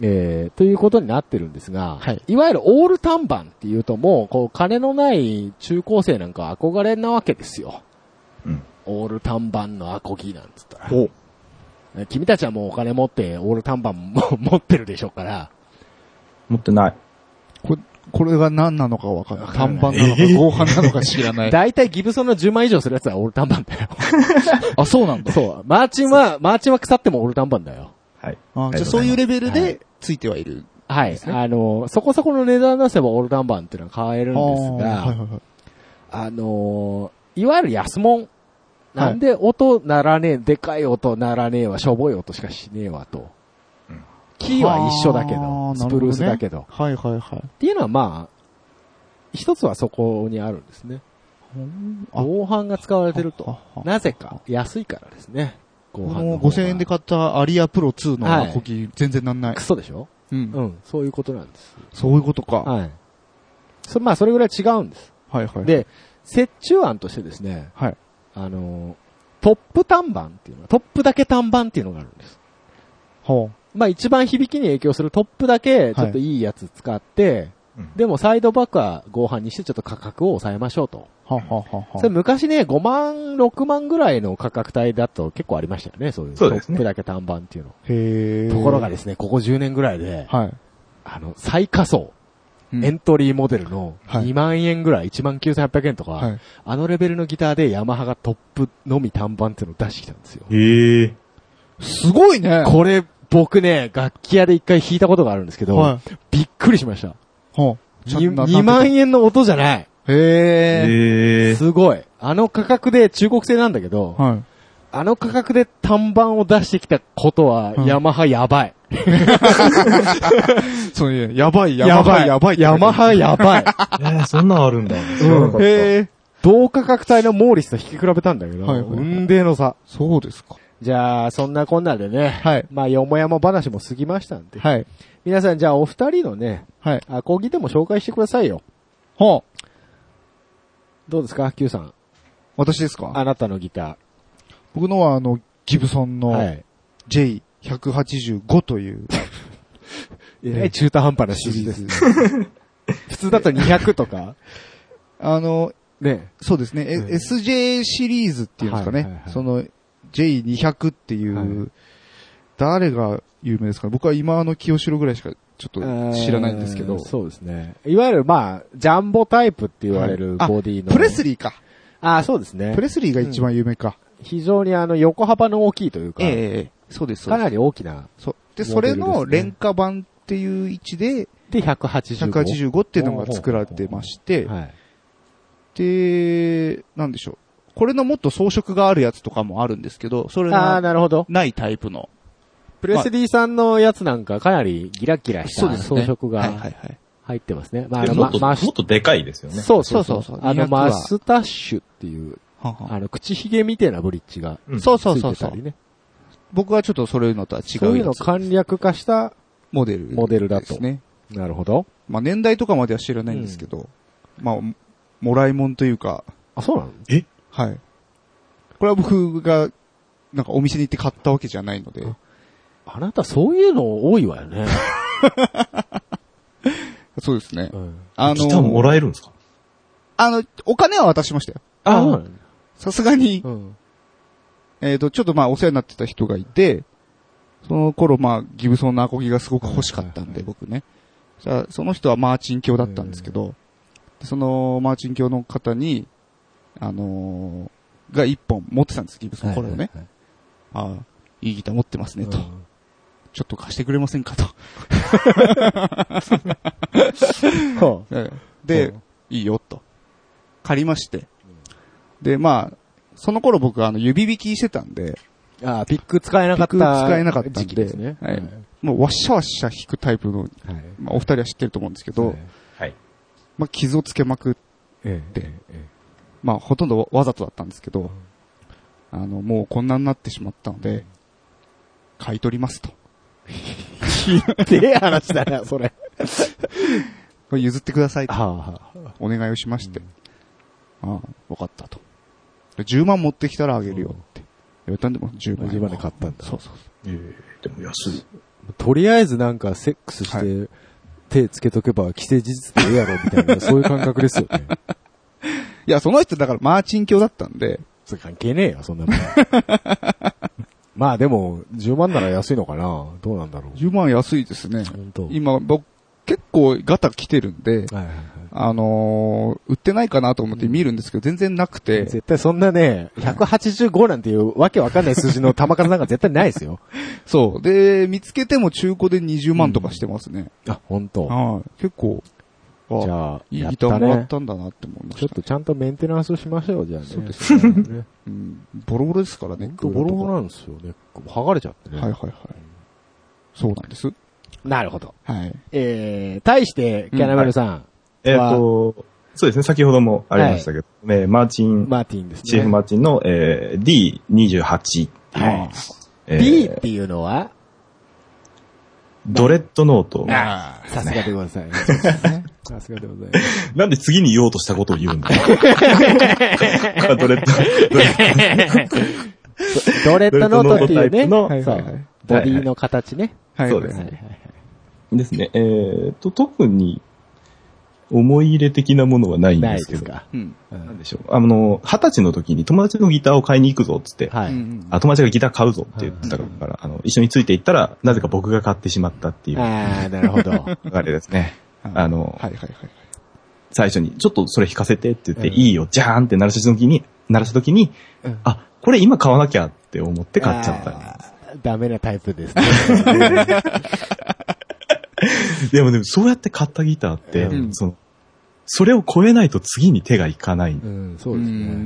[SPEAKER 1] えー、ということになってるんですが、
[SPEAKER 2] はいい、
[SPEAKER 1] わゆるオール単板っていうともう、こう、金のない中高生なんか憧れなわけですよ。
[SPEAKER 3] うん。
[SPEAKER 1] オール単板のアコギなんつったら。
[SPEAKER 2] お
[SPEAKER 1] え君たちはもうお金持って、オール単板も持ってるでしょうから、
[SPEAKER 3] 持ってない。
[SPEAKER 2] これが何なのかわかんない。
[SPEAKER 1] わかんな
[SPEAKER 2] 短パ
[SPEAKER 1] い
[SPEAKER 2] ンなのか合板なのか知らない。
[SPEAKER 1] だいたいギブソンの10万以上するやつはオール単板だよ。
[SPEAKER 2] [LAUGHS] あ、そうなんだ。
[SPEAKER 1] そう。マーチンは、マーチンは腐ってもオール単板だよ。
[SPEAKER 2] あ
[SPEAKER 3] はい。りがとうございま
[SPEAKER 2] じ
[SPEAKER 3] す
[SPEAKER 2] ゃあそういうレベル
[SPEAKER 1] は
[SPEAKER 2] でついてはいる。
[SPEAKER 1] はい。
[SPEAKER 2] ですね
[SPEAKER 1] あの、そこそこの値段出せばオール単板っていうのは買えるんですが、
[SPEAKER 2] あーはいはいはい。
[SPEAKER 1] あのーいわゆる安物。なんで音ならねえ、でかい音ならねえわ、しょぼい音しかしねえわと
[SPEAKER 3] うん。
[SPEAKER 1] キーは一緒だけ
[SPEAKER 2] あ
[SPEAKER 1] ど、
[SPEAKER 2] ー
[SPEAKER 1] スプルースだけど。
[SPEAKER 2] はいはいはい。
[SPEAKER 1] っていうのはまあ、一つはそこにあるんですね。
[SPEAKER 2] あ
[SPEAKER 1] 合板が使われてると。。
[SPEAKER 2] ああ
[SPEAKER 1] なぜか、安いからですね。合
[SPEAKER 2] こ
[SPEAKER 1] 板
[SPEAKER 2] の
[SPEAKER 1] の方が。
[SPEAKER 2] 5000円で買ったアリアプロ2の
[SPEAKER 1] はい
[SPEAKER 2] アコギ全然なんない
[SPEAKER 1] ク。ソでしょ
[SPEAKER 2] うん
[SPEAKER 1] うん、そういうことなんです。
[SPEAKER 2] そういうことか。
[SPEAKER 1] はい。そ、まあ、それぐらい違うんです。
[SPEAKER 2] はいはい。、
[SPEAKER 1] で、折衷案としてですね、
[SPEAKER 2] はい。
[SPEAKER 1] あの、トップ単板っていうのは、トップだけ単板っていうのがあるんです。
[SPEAKER 2] ほ
[SPEAKER 1] まあ一番響きに影響するトップだけ、ちょっといいやつ使って、
[SPEAKER 3] うん
[SPEAKER 1] でもサイドバックは合板にしてちょっと価格を抑えましょうと。
[SPEAKER 2] う。はははは
[SPEAKER 1] それ昔ね、5万、6万ぐらいの価格帯だと結構ありましたよね、そういう。
[SPEAKER 3] そうです
[SPEAKER 1] ト
[SPEAKER 3] ね
[SPEAKER 1] ップだけ単板っていうの。
[SPEAKER 2] へー
[SPEAKER 1] ところがですね、ここ10年ぐらいで、
[SPEAKER 2] はい。
[SPEAKER 1] あの、最下層、
[SPEAKER 2] うん
[SPEAKER 1] エントリーモデルの
[SPEAKER 2] はい
[SPEAKER 1] 2万円ぐらい、19,800円とか、
[SPEAKER 2] はい。
[SPEAKER 1] あのレベルのギターでヤマハがトップのみ単板っていうのを出してきたんですよ。
[SPEAKER 3] へえ。
[SPEAKER 2] すごいね
[SPEAKER 1] これ、僕ね、楽器屋で一回弾いたことがあるんですけど、
[SPEAKER 2] はい。
[SPEAKER 1] びっくりしました。
[SPEAKER 2] ほう。
[SPEAKER 1] 2, 万
[SPEAKER 2] 円。
[SPEAKER 1] 円の音じゃない。
[SPEAKER 2] へえ。
[SPEAKER 3] へえ。
[SPEAKER 1] すごい。あの価格で、中国製なんだけど、
[SPEAKER 2] はい。
[SPEAKER 1] あの価格で単板を出してきたことは、
[SPEAKER 2] うん
[SPEAKER 1] ヤマハやばい。
[SPEAKER 2] そういう、やばい、やばい、やばい。
[SPEAKER 1] ヤマハや [LAUGHS] ばい。
[SPEAKER 3] えーそんなんあるんだ。
[SPEAKER 1] うん
[SPEAKER 3] へえ。
[SPEAKER 2] へえ。
[SPEAKER 1] 同価格帯のモーリスと引き比べたんだけど、
[SPEAKER 2] はいはいはい
[SPEAKER 1] 運命の差。
[SPEAKER 2] そうですか。
[SPEAKER 1] じゃあ、そんなこんなでね、
[SPEAKER 2] はい。
[SPEAKER 1] まあ、よもやま話も過ぎましたんで、
[SPEAKER 2] はい。
[SPEAKER 1] 皆さんじゃあお二人のね、
[SPEAKER 2] はい。
[SPEAKER 1] アコギでも紹介してくださいよ。
[SPEAKER 2] ほう。
[SPEAKER 1] どうですか ?Q さん。
[SPEAKER 2] 私ですか
[SPEAKER 1] あなたのギタ
[SPEAKER 2] 僕のはあの、ギブソ
[SPEAKER 1] ー。
[SPEAKER 2] ンの。J185 という。
[SPEAKER 1] [LAUGHS] えらい中途半端なシリーズですね。普通だと200とか。
[SPEAKER 2] あの、
[SPEAKER 1] ね。
[SPEAKER 2] そう [LAUGHS] ですね、え
[SPEAKER 1] うん
[SPEAKER 2] SJ シリーズっていうんですかね。
[SPEAKER 1] はいはいはい
[SPEAKER 2] その J200 っていう、
[SPEAKER 1] はい
[SPEAKER 2] 誰が有名ですかね僕は今の清志郎ぐらいしかちょっと知らないんですけ
[SPEAKER 1] え
[SPEAKER 2] ど
[SPEAKER 1] ー。そうですね。いわゆるまあ、ジャンボタイプって言われる
[SPEAKER 2] はいあ
[SPEAKER 1] ボディの。
[SPEAKER 2] プレス
[SPEAKER 1] リー。
[SPEAKER 2] リーか。
[SPEAKER 1] あー、そうですね
[SPEAKER 2] プ。レスリーが一番有名か。
[SPEAKER 1] 非常にあの、横幅の大きいというか、
[SPEAKER 2] ええそうです、そう
[SPEAKER 1] か
[SPEAKER 2] で
[SPEAKER 1] なり大きな。
[SPEAKER 2] す。そうで、
[SPEAKER 1] モ
[SPEAKER 2] そ
[SPEAKER 1] デル
[SPEAKER 2] れ
[SPEAKER 1] ですね
[SPEAKER 2] の廉価版っていう位置で、
[SPEAKER 1] で、185。
[SPEAKER 2] 185っていうのが作られてまして、
[SPEAKER 1] はい。
[SPEAKER 2] で、なんでしょう。これのもっと装飾があるやつとかもあるんですけど、それ
[SPEAKER 1] ああ、
[SPEAKER 2] が
[SPEAKER 1] なるほど。
[SPEAKER 2] ないタイプの。
[SPEAKER 1] プレスリーさんのやつなんかかなりギラギラした
[SPEAKER 2] そうです
[SPEAKER 1] 装
[SPEAKER 2] ね
[SPEAKER 1] 飾が。
[SPEAKER 2] はいはいはい。
[SPEAKER 1] 入ってますね。まあ、あ
[SPEAKER 3] で
[SPEAKER 1] の、
[SPEAKER 3] も
[SPEAKER 1] ま
[SPEAKER 3] っと、も
[SPEAKER 1] マ
[SPEAKER 3] っ
[SPEAKER 1] ス、
[SPEAKER 3] とでかいですよね。
[SPEAKER 1] そうそうそう。
[SPEAKER 2] そうそうそう
[SPEAKER 1] あの、
[SPEAKER 2] 200は
[SPEAKER 1] マスタッシュっていう、
[SPEAKER 2] はんはん
[SPEAKER 1] あの、口ひげみたいなブリッジが、
[SPEAKER 3] うん
[SPEAKER 2] そう
[SPEAKER 1] つ
[SPEAKER 2] そうそう
[SPEAKER 1] いて
[SPEAKER 2] そ
[SPEAKER 1] た
[SPEAKER 2] う
[SPEAKER 1] り。ね。
[SPEAKER 2] 僕はちょっとそれのとは違うやつ。
[SPEAKER 1] そういうのを簡略化した、
[SPEAKER 2] モデル。
[SPEAKER 1] モデルだと
[SPEAKER 2] ですね。
[SPEAKER 1] なるほど。
[SPEAKER 2] まあ年代とかまでは知らないんですけど、まあ、もらいもんというか、
[SPEAKER 1] あ、そうなの
[SPEAKER 2] はい。これは僕が、なんかお店に行って買ったわけじゃないので、
[SPEAKER 1] あなたそういうの多いわよ [LAUGHS] ね。
[SPEAKER 2] そうですね
[SPEAKER 1] う。ん。
[SPEAKER 2] あ
[SPEAKER 3] ギターも
[SPEAKER 2] の、
[SPEAKER 3] らえるんですか
[SPEAKER 2] あの、お金は渡しましたよ。
[SPEAKER 1] あ、そうなの
[SPEAKER 2] さすがに、
[SPEAKER 1] うん。
[SPEAKER 2] えっ、と、ちょっとまあお世話になってた人がいて、その頃まあギブソンのアコギがすごく欲しかったんで、僕ね。じゃあその人はマーチン教だったんですけど、そのマーチン教の方に、あのーが一本持ってたんです、ギブソン。これをね。
[SPEAKER 1] はい
[SPEAKER 2] ああ、いいギター持ってますね、
[SPEAKER 1] はい
[SPEAKER 2] と。
[SPEAKER 1] はい。
[SPEAKER 2] ちょっと貸してくれませんか、と。
[SPEAKER 1] うんは
[SPEAKER 2] で、いいよ、と。借りまして。で、まあ、その頃僕はあの指引きしてたんで、
[SPEAKER 1] ああ、ピック使えなかった。
[SPEAKER 2] ピック使えなかったんで
[SPEAKER 1] 時期ですね。
[SPEAKER 2] はいもうワッシャワッシャ弾くタイプの、
[SPEAKER 1] はい。
[SPEAKER 2] まあお二人は知ってると思うんですけど、
[SPEAKER 1] はい
[SPEAKER 3] はい。
[SPEAKER 2] まあ、傷をつけまくっ
[SPEAKER 1] ええ
[SPEAKER 2] て、まあ、ほとんどわざとだったんですけど、あの、もうこんなになってしまったので、買い取りますと。
[SPEAKER 1] ひでえ [LAUGHS] 話だな、それ。
[SPEAKER 2] これ譲ってくださいと
[SPEAKER 1] はあはあ。
[SPEAKER 2] お願いをしまして、ああ、わかったと。で10万持ってきたらあげるよって。言ったんでも10万。
[SPEAKER 1] 自分で買ったんだ。
[SPEAKER 2] そうそう
[SPEAKER 3] ええでも安い。
[SPEAKER 1] とりあえずなんかセックスして、
[SPEAKER 2] は
[SPEAKER 1] 手つけとけば既成事実でええやろみたいな、そういう感覚ですよね。
[SPEAKER 2] いや、その人だからマーチン教だったんで、
[SPEAKER 1] それ関係ねえよ、そ
[SPEAKER 2] [LAUGHS]
[SPEAKER 1] んなもん。まあでも、10万なら安いのかなどうなんだろう。
[SPEAKER 2] 10万安いですね。
[SPEAKER 1] 本当。
[SPEAKER 2] 今、僕、結構ガタ来てるんで、
[SPEAKER 1] はいはいはい
[SPEAKER 2] あのー売ってないかなと思って見るんですけど、全然なくて、
[SPEAKER 1] 絶対そんなね、185なんていうわけわかんない数字の玉数なんか絶対ないです
[SPEAKER 2] [LAUGHS]
[SPEAKER 1] よ。
[SPEAKER 2] そう。で、見つけても中古で20万とかしてますね。
[SPEAKER 1] あ、本当。
[SPEAKER 2] はい。結構、あ
[SPEAKER 1] じゃあ、
[SPEAKER 2] いい
[SPEAKER 1] やっ
[SPEAKER 2] ギター
[SPEAKER 1] た
[SPEAKER 2] もらっ
[SPEAKER 1] ね。
[SPEAKER 2] たんだなって思いま
[SPEAKER 1] ちょ
[SPEAKER 2] し、
[SPEAKER 1] ったとちゃんとメンテナンスしましょう、じゃあね。
[SPEAKER 2] そうで
[SPEAKER 1] [LAUGHS]
[SPEAKER 2] す
[SPEAKER 1] ね。
[SPEAKER 2] うん。ボロボロですからね。
[SPEAKER 1] ボロボロなんですよね。剥がれちゃってね。
[SPEAKER 2] はいはいはい。そうなんです。
[SPEAKER 1] なるほど。
[SPEAKER 2] はい。
[SPEAKER 1] えー、対して、キャラメルさん、
[SPEAKER 3] えっ、と、そうですね、先ほどもありましたけど、えーマーチン、
[SPEAKER 1] マーティンですね。
[SPEAKER 3] チーフマーチンの、えー、D28。
[SPEAKER 1] はい
[SPEAKER 3] えー
[SPEAKER 1] D っていうのは、
[SPEAKER 3] ドレッドノート。
[SPEAKER 2] あ
[SPEAKER 1] さすがでござい
[SPEAKER 2] [LAUGHS]
[SPEAKER 1] ます。さすがでございます。
[SPEAKER 3] なんで次に言おうとしたことを言うん
[SPEAKER 1] [LAUGHS]
[SPEAKER 3] だドレッド、ドレッ
[SPEAKER 1] [LAUGHS] ドレッドノートっていう
[SPEAKER 3] ドレ
[SPEAKER 1] ね
[SPEAKER 3] ッドノートタイプの、
[SPEAKER 1] そう
[SPEAKER 2] はいはいはい
[SPEAKER 1] ボディの形ね。
[SPEAKER 2] あ。はい。
[SPEAKER 3] そうです
[SPEAKER 1] はいはい
[SPEAKER 3] ですね。えー、と、特に思い入れ的なものはないん
[SPEAKER 1] な
[SPEAKER 3] で
[SPEAKER 1] い
[SPEAKER 3] す
[SPEAKER 1] で
[SPEAKER 3] け
[SPEAKER 1] す
[SPEAKER 3] ど。
[SPEAKER 1] か。
[SPEAKER 2] うん。
[SPEAKER 1] うん
[SPEAKER 3] なんでしょう。あの、二十歳の時に友達のギターを買いに行くぞっつって、
[SPEAKER 1] は
[SPEAKER 2] う
[SPEAKER 1] い。
[SPEAKER 2] ん
[SPEAKER 3] あ、友達がギター買うぞって言ってたから、あの、一緒について行ったら、なぜか僕が買ってしまったっていう
[SPEAKER 1] ああ、なるほど。
[SPEAKER 3] あれですね。あの
[SPEAKER 2] はいはいはい。
[SPEAKER 3] 最初に、ちょっとそれ弾かせてって言って、
[SPEAKER 1] うん
[SPEAKER 3] いいよ、じゃーんって鳴らした時に、鳴らした時に、
[SPEAKER 1] うん
[SPEAKER 3] あ、これ今買わなきゃって思って買っちゃった。
[SPEAKER 1] あーダメなタイプですね。
[SPEAKER 3] でもでも、そうやって買ったギターって、
[SPEAKER 2] うん
[SPEAKER 3] その、それを超えないと次に手がいかない。
[SPEAKER 1] うん、そうですね。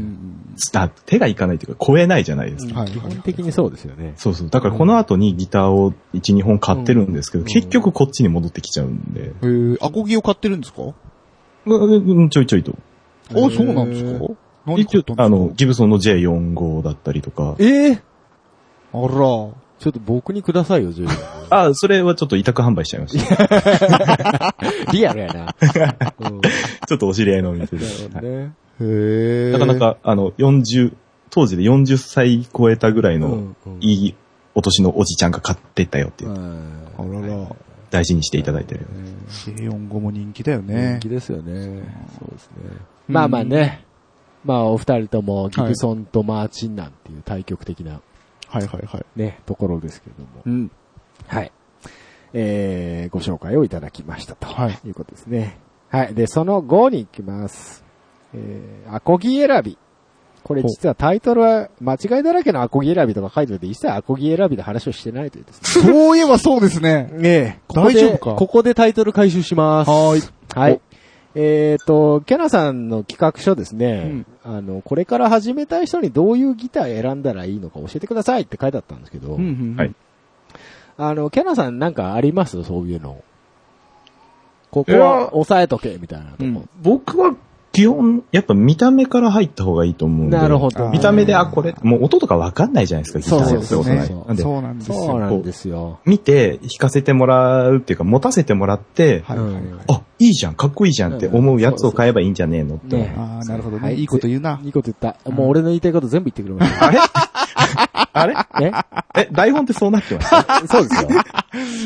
[SPEAKER 3] あ手がいかないというか、超えないじゃないですか。
[SPEAKER 2] はい
[SPEAKER 1] 基本的にそうですよね。
[SPEAKER 3] そうそう。だからこの後にギターを1、2本買ってるんですけど、
[SPEAKER 1] うん
[SPEAKER 3] 結局こっちに戻ってきちゃうんで、
[SPEAKER 2] えー、アコギを買ってるんですかあ、
[SPEAKER 3] うんちょいちょいと。
[SPEAKER 1] ー
[SPEAKER 2] そうなんですか何
[SPEAKER 3] 一
[SPEAKER 2] 買
[SPEAKER 3] 応
[SPEAKER 2] ったんですか
[SPEAKER 3] あの、ギブソンの J45 だったりとか、
[SPEAKER 1] ええ
[SPEAKER 2] あら。
[SPEAKER 1] ちょっと僕にくださいよ、10
[SPEAKER 3] あ、それはちょっと委託販売しちゃいました。
[SPEAKER 1] リアルやな。うん
[SPEAKER 3] [LAUGHS] ちょっとお知り合いのお店で。
[SPEAKER 1] なるね。
[SPEAKER 2] へー
[SPEAKER 3] なかな。か、あの、40、当時で40歳超えたぐらいうの、
[SPEAKER 1] んうん
[SPEAKER 3] いいお年のおじちゃんが買ってったよっていうう、
[SPEAKER 1] ん
[SPEAKER 2] あらら。
[SPEAKER 3] 大事にしていただいてる。
[SPEAKER 2] C45 も人気だよ
[SPEAKER 1] 人
[SPEAKER 2] ね
[SPEAKER 1] 気。ですよね。そうですね。まあまあね。まあお二人ともギブソンとマーチンなんていう対極的な
[SPEAKER 2] はいはいはい。
[SPEAKER 1] ね、ところですけれども
[SPEAKER 2] う。ん。
[SPEAKER 1] はい。えー、ご紹介をいただきましたと。
[SPEAKER 2] はい
[SPEAKER 1] い。うことですね。はい。で、その後に行きます。えー、アコギ選び。これ実はタイトルは間違いだらけのアコギ選びとか書いておいて、一切アコギ選びの話をしてないというですね。
[SPEAKER 2] そういえばそうですね。
[SPEAKER 1] ねえ、ここ
[SPEAKER 2] 大
[SPEAKER 1] で
[SPEAKER 2] 丈夫か
[SPEAKER 1] ここでタイトル回収します。
[SPEAKER 2] はーい。
[SPEAKER 1] はい。えっ、と、キャナさんの企画書ですね、あの、これから始めたい人にどういうギター選んだらいいのか教えてくださいって書いてあったんですけど、
[SPEAKER 2] ん
[SPEAKER 3] はい。
[SPEAKER 1] あの、キャナさんなんかありますそういうの。ここは抑えとけ、みたいなとこ。
[SPEAKER 3] 僕は、基本、やっぱ見た目から入った方がいいと思うんで。
[SPEAKER 1] なるほど。
[SPEAKER 3] 見た目で、あ、これ、もう音とかわかんないじゃないですか、ギター
[SPEAKER 1] そうそうそうそ
[SPEAKER 3] って
[SPEAKER 1] う
[SPEAKER 3] なんで、
[SPEAKER 4] そうなんですよ。
[SPEAKER 1] そうなんですよ。
[SPEAKER 3] 見て、弾かせてもらうっていうか、持たせてもらって、
[SPEAKER 4] はいはいはい。
[SPEAKER 3] あ、いいじゃん、かっこいいじゃんって思うやつを買えばいいんじゃねえのって思う。
[SPEAKER 1] ね
[SPEAKER 4] ああ、なるほど
[SPEAKER 1] は
[SPEAKER 4] ね。
[SPEAKER 1] い
[SPEAKER 4] いいこと言うな。
[SPEAKER 1] [LAUGHS] いいこと言った。もう俺の言いたいこと全部言ってくれまし
[SPEAKER 3] あれ [LAUGHS] あ
[SPEAKER 1] [LAUGHS]
[SPEAKER 3] れ
[SPEAKER 1] た。ね
[SPEAKER 3] え、台本ってそうなってました
[SPEAKER 1] そうですよ。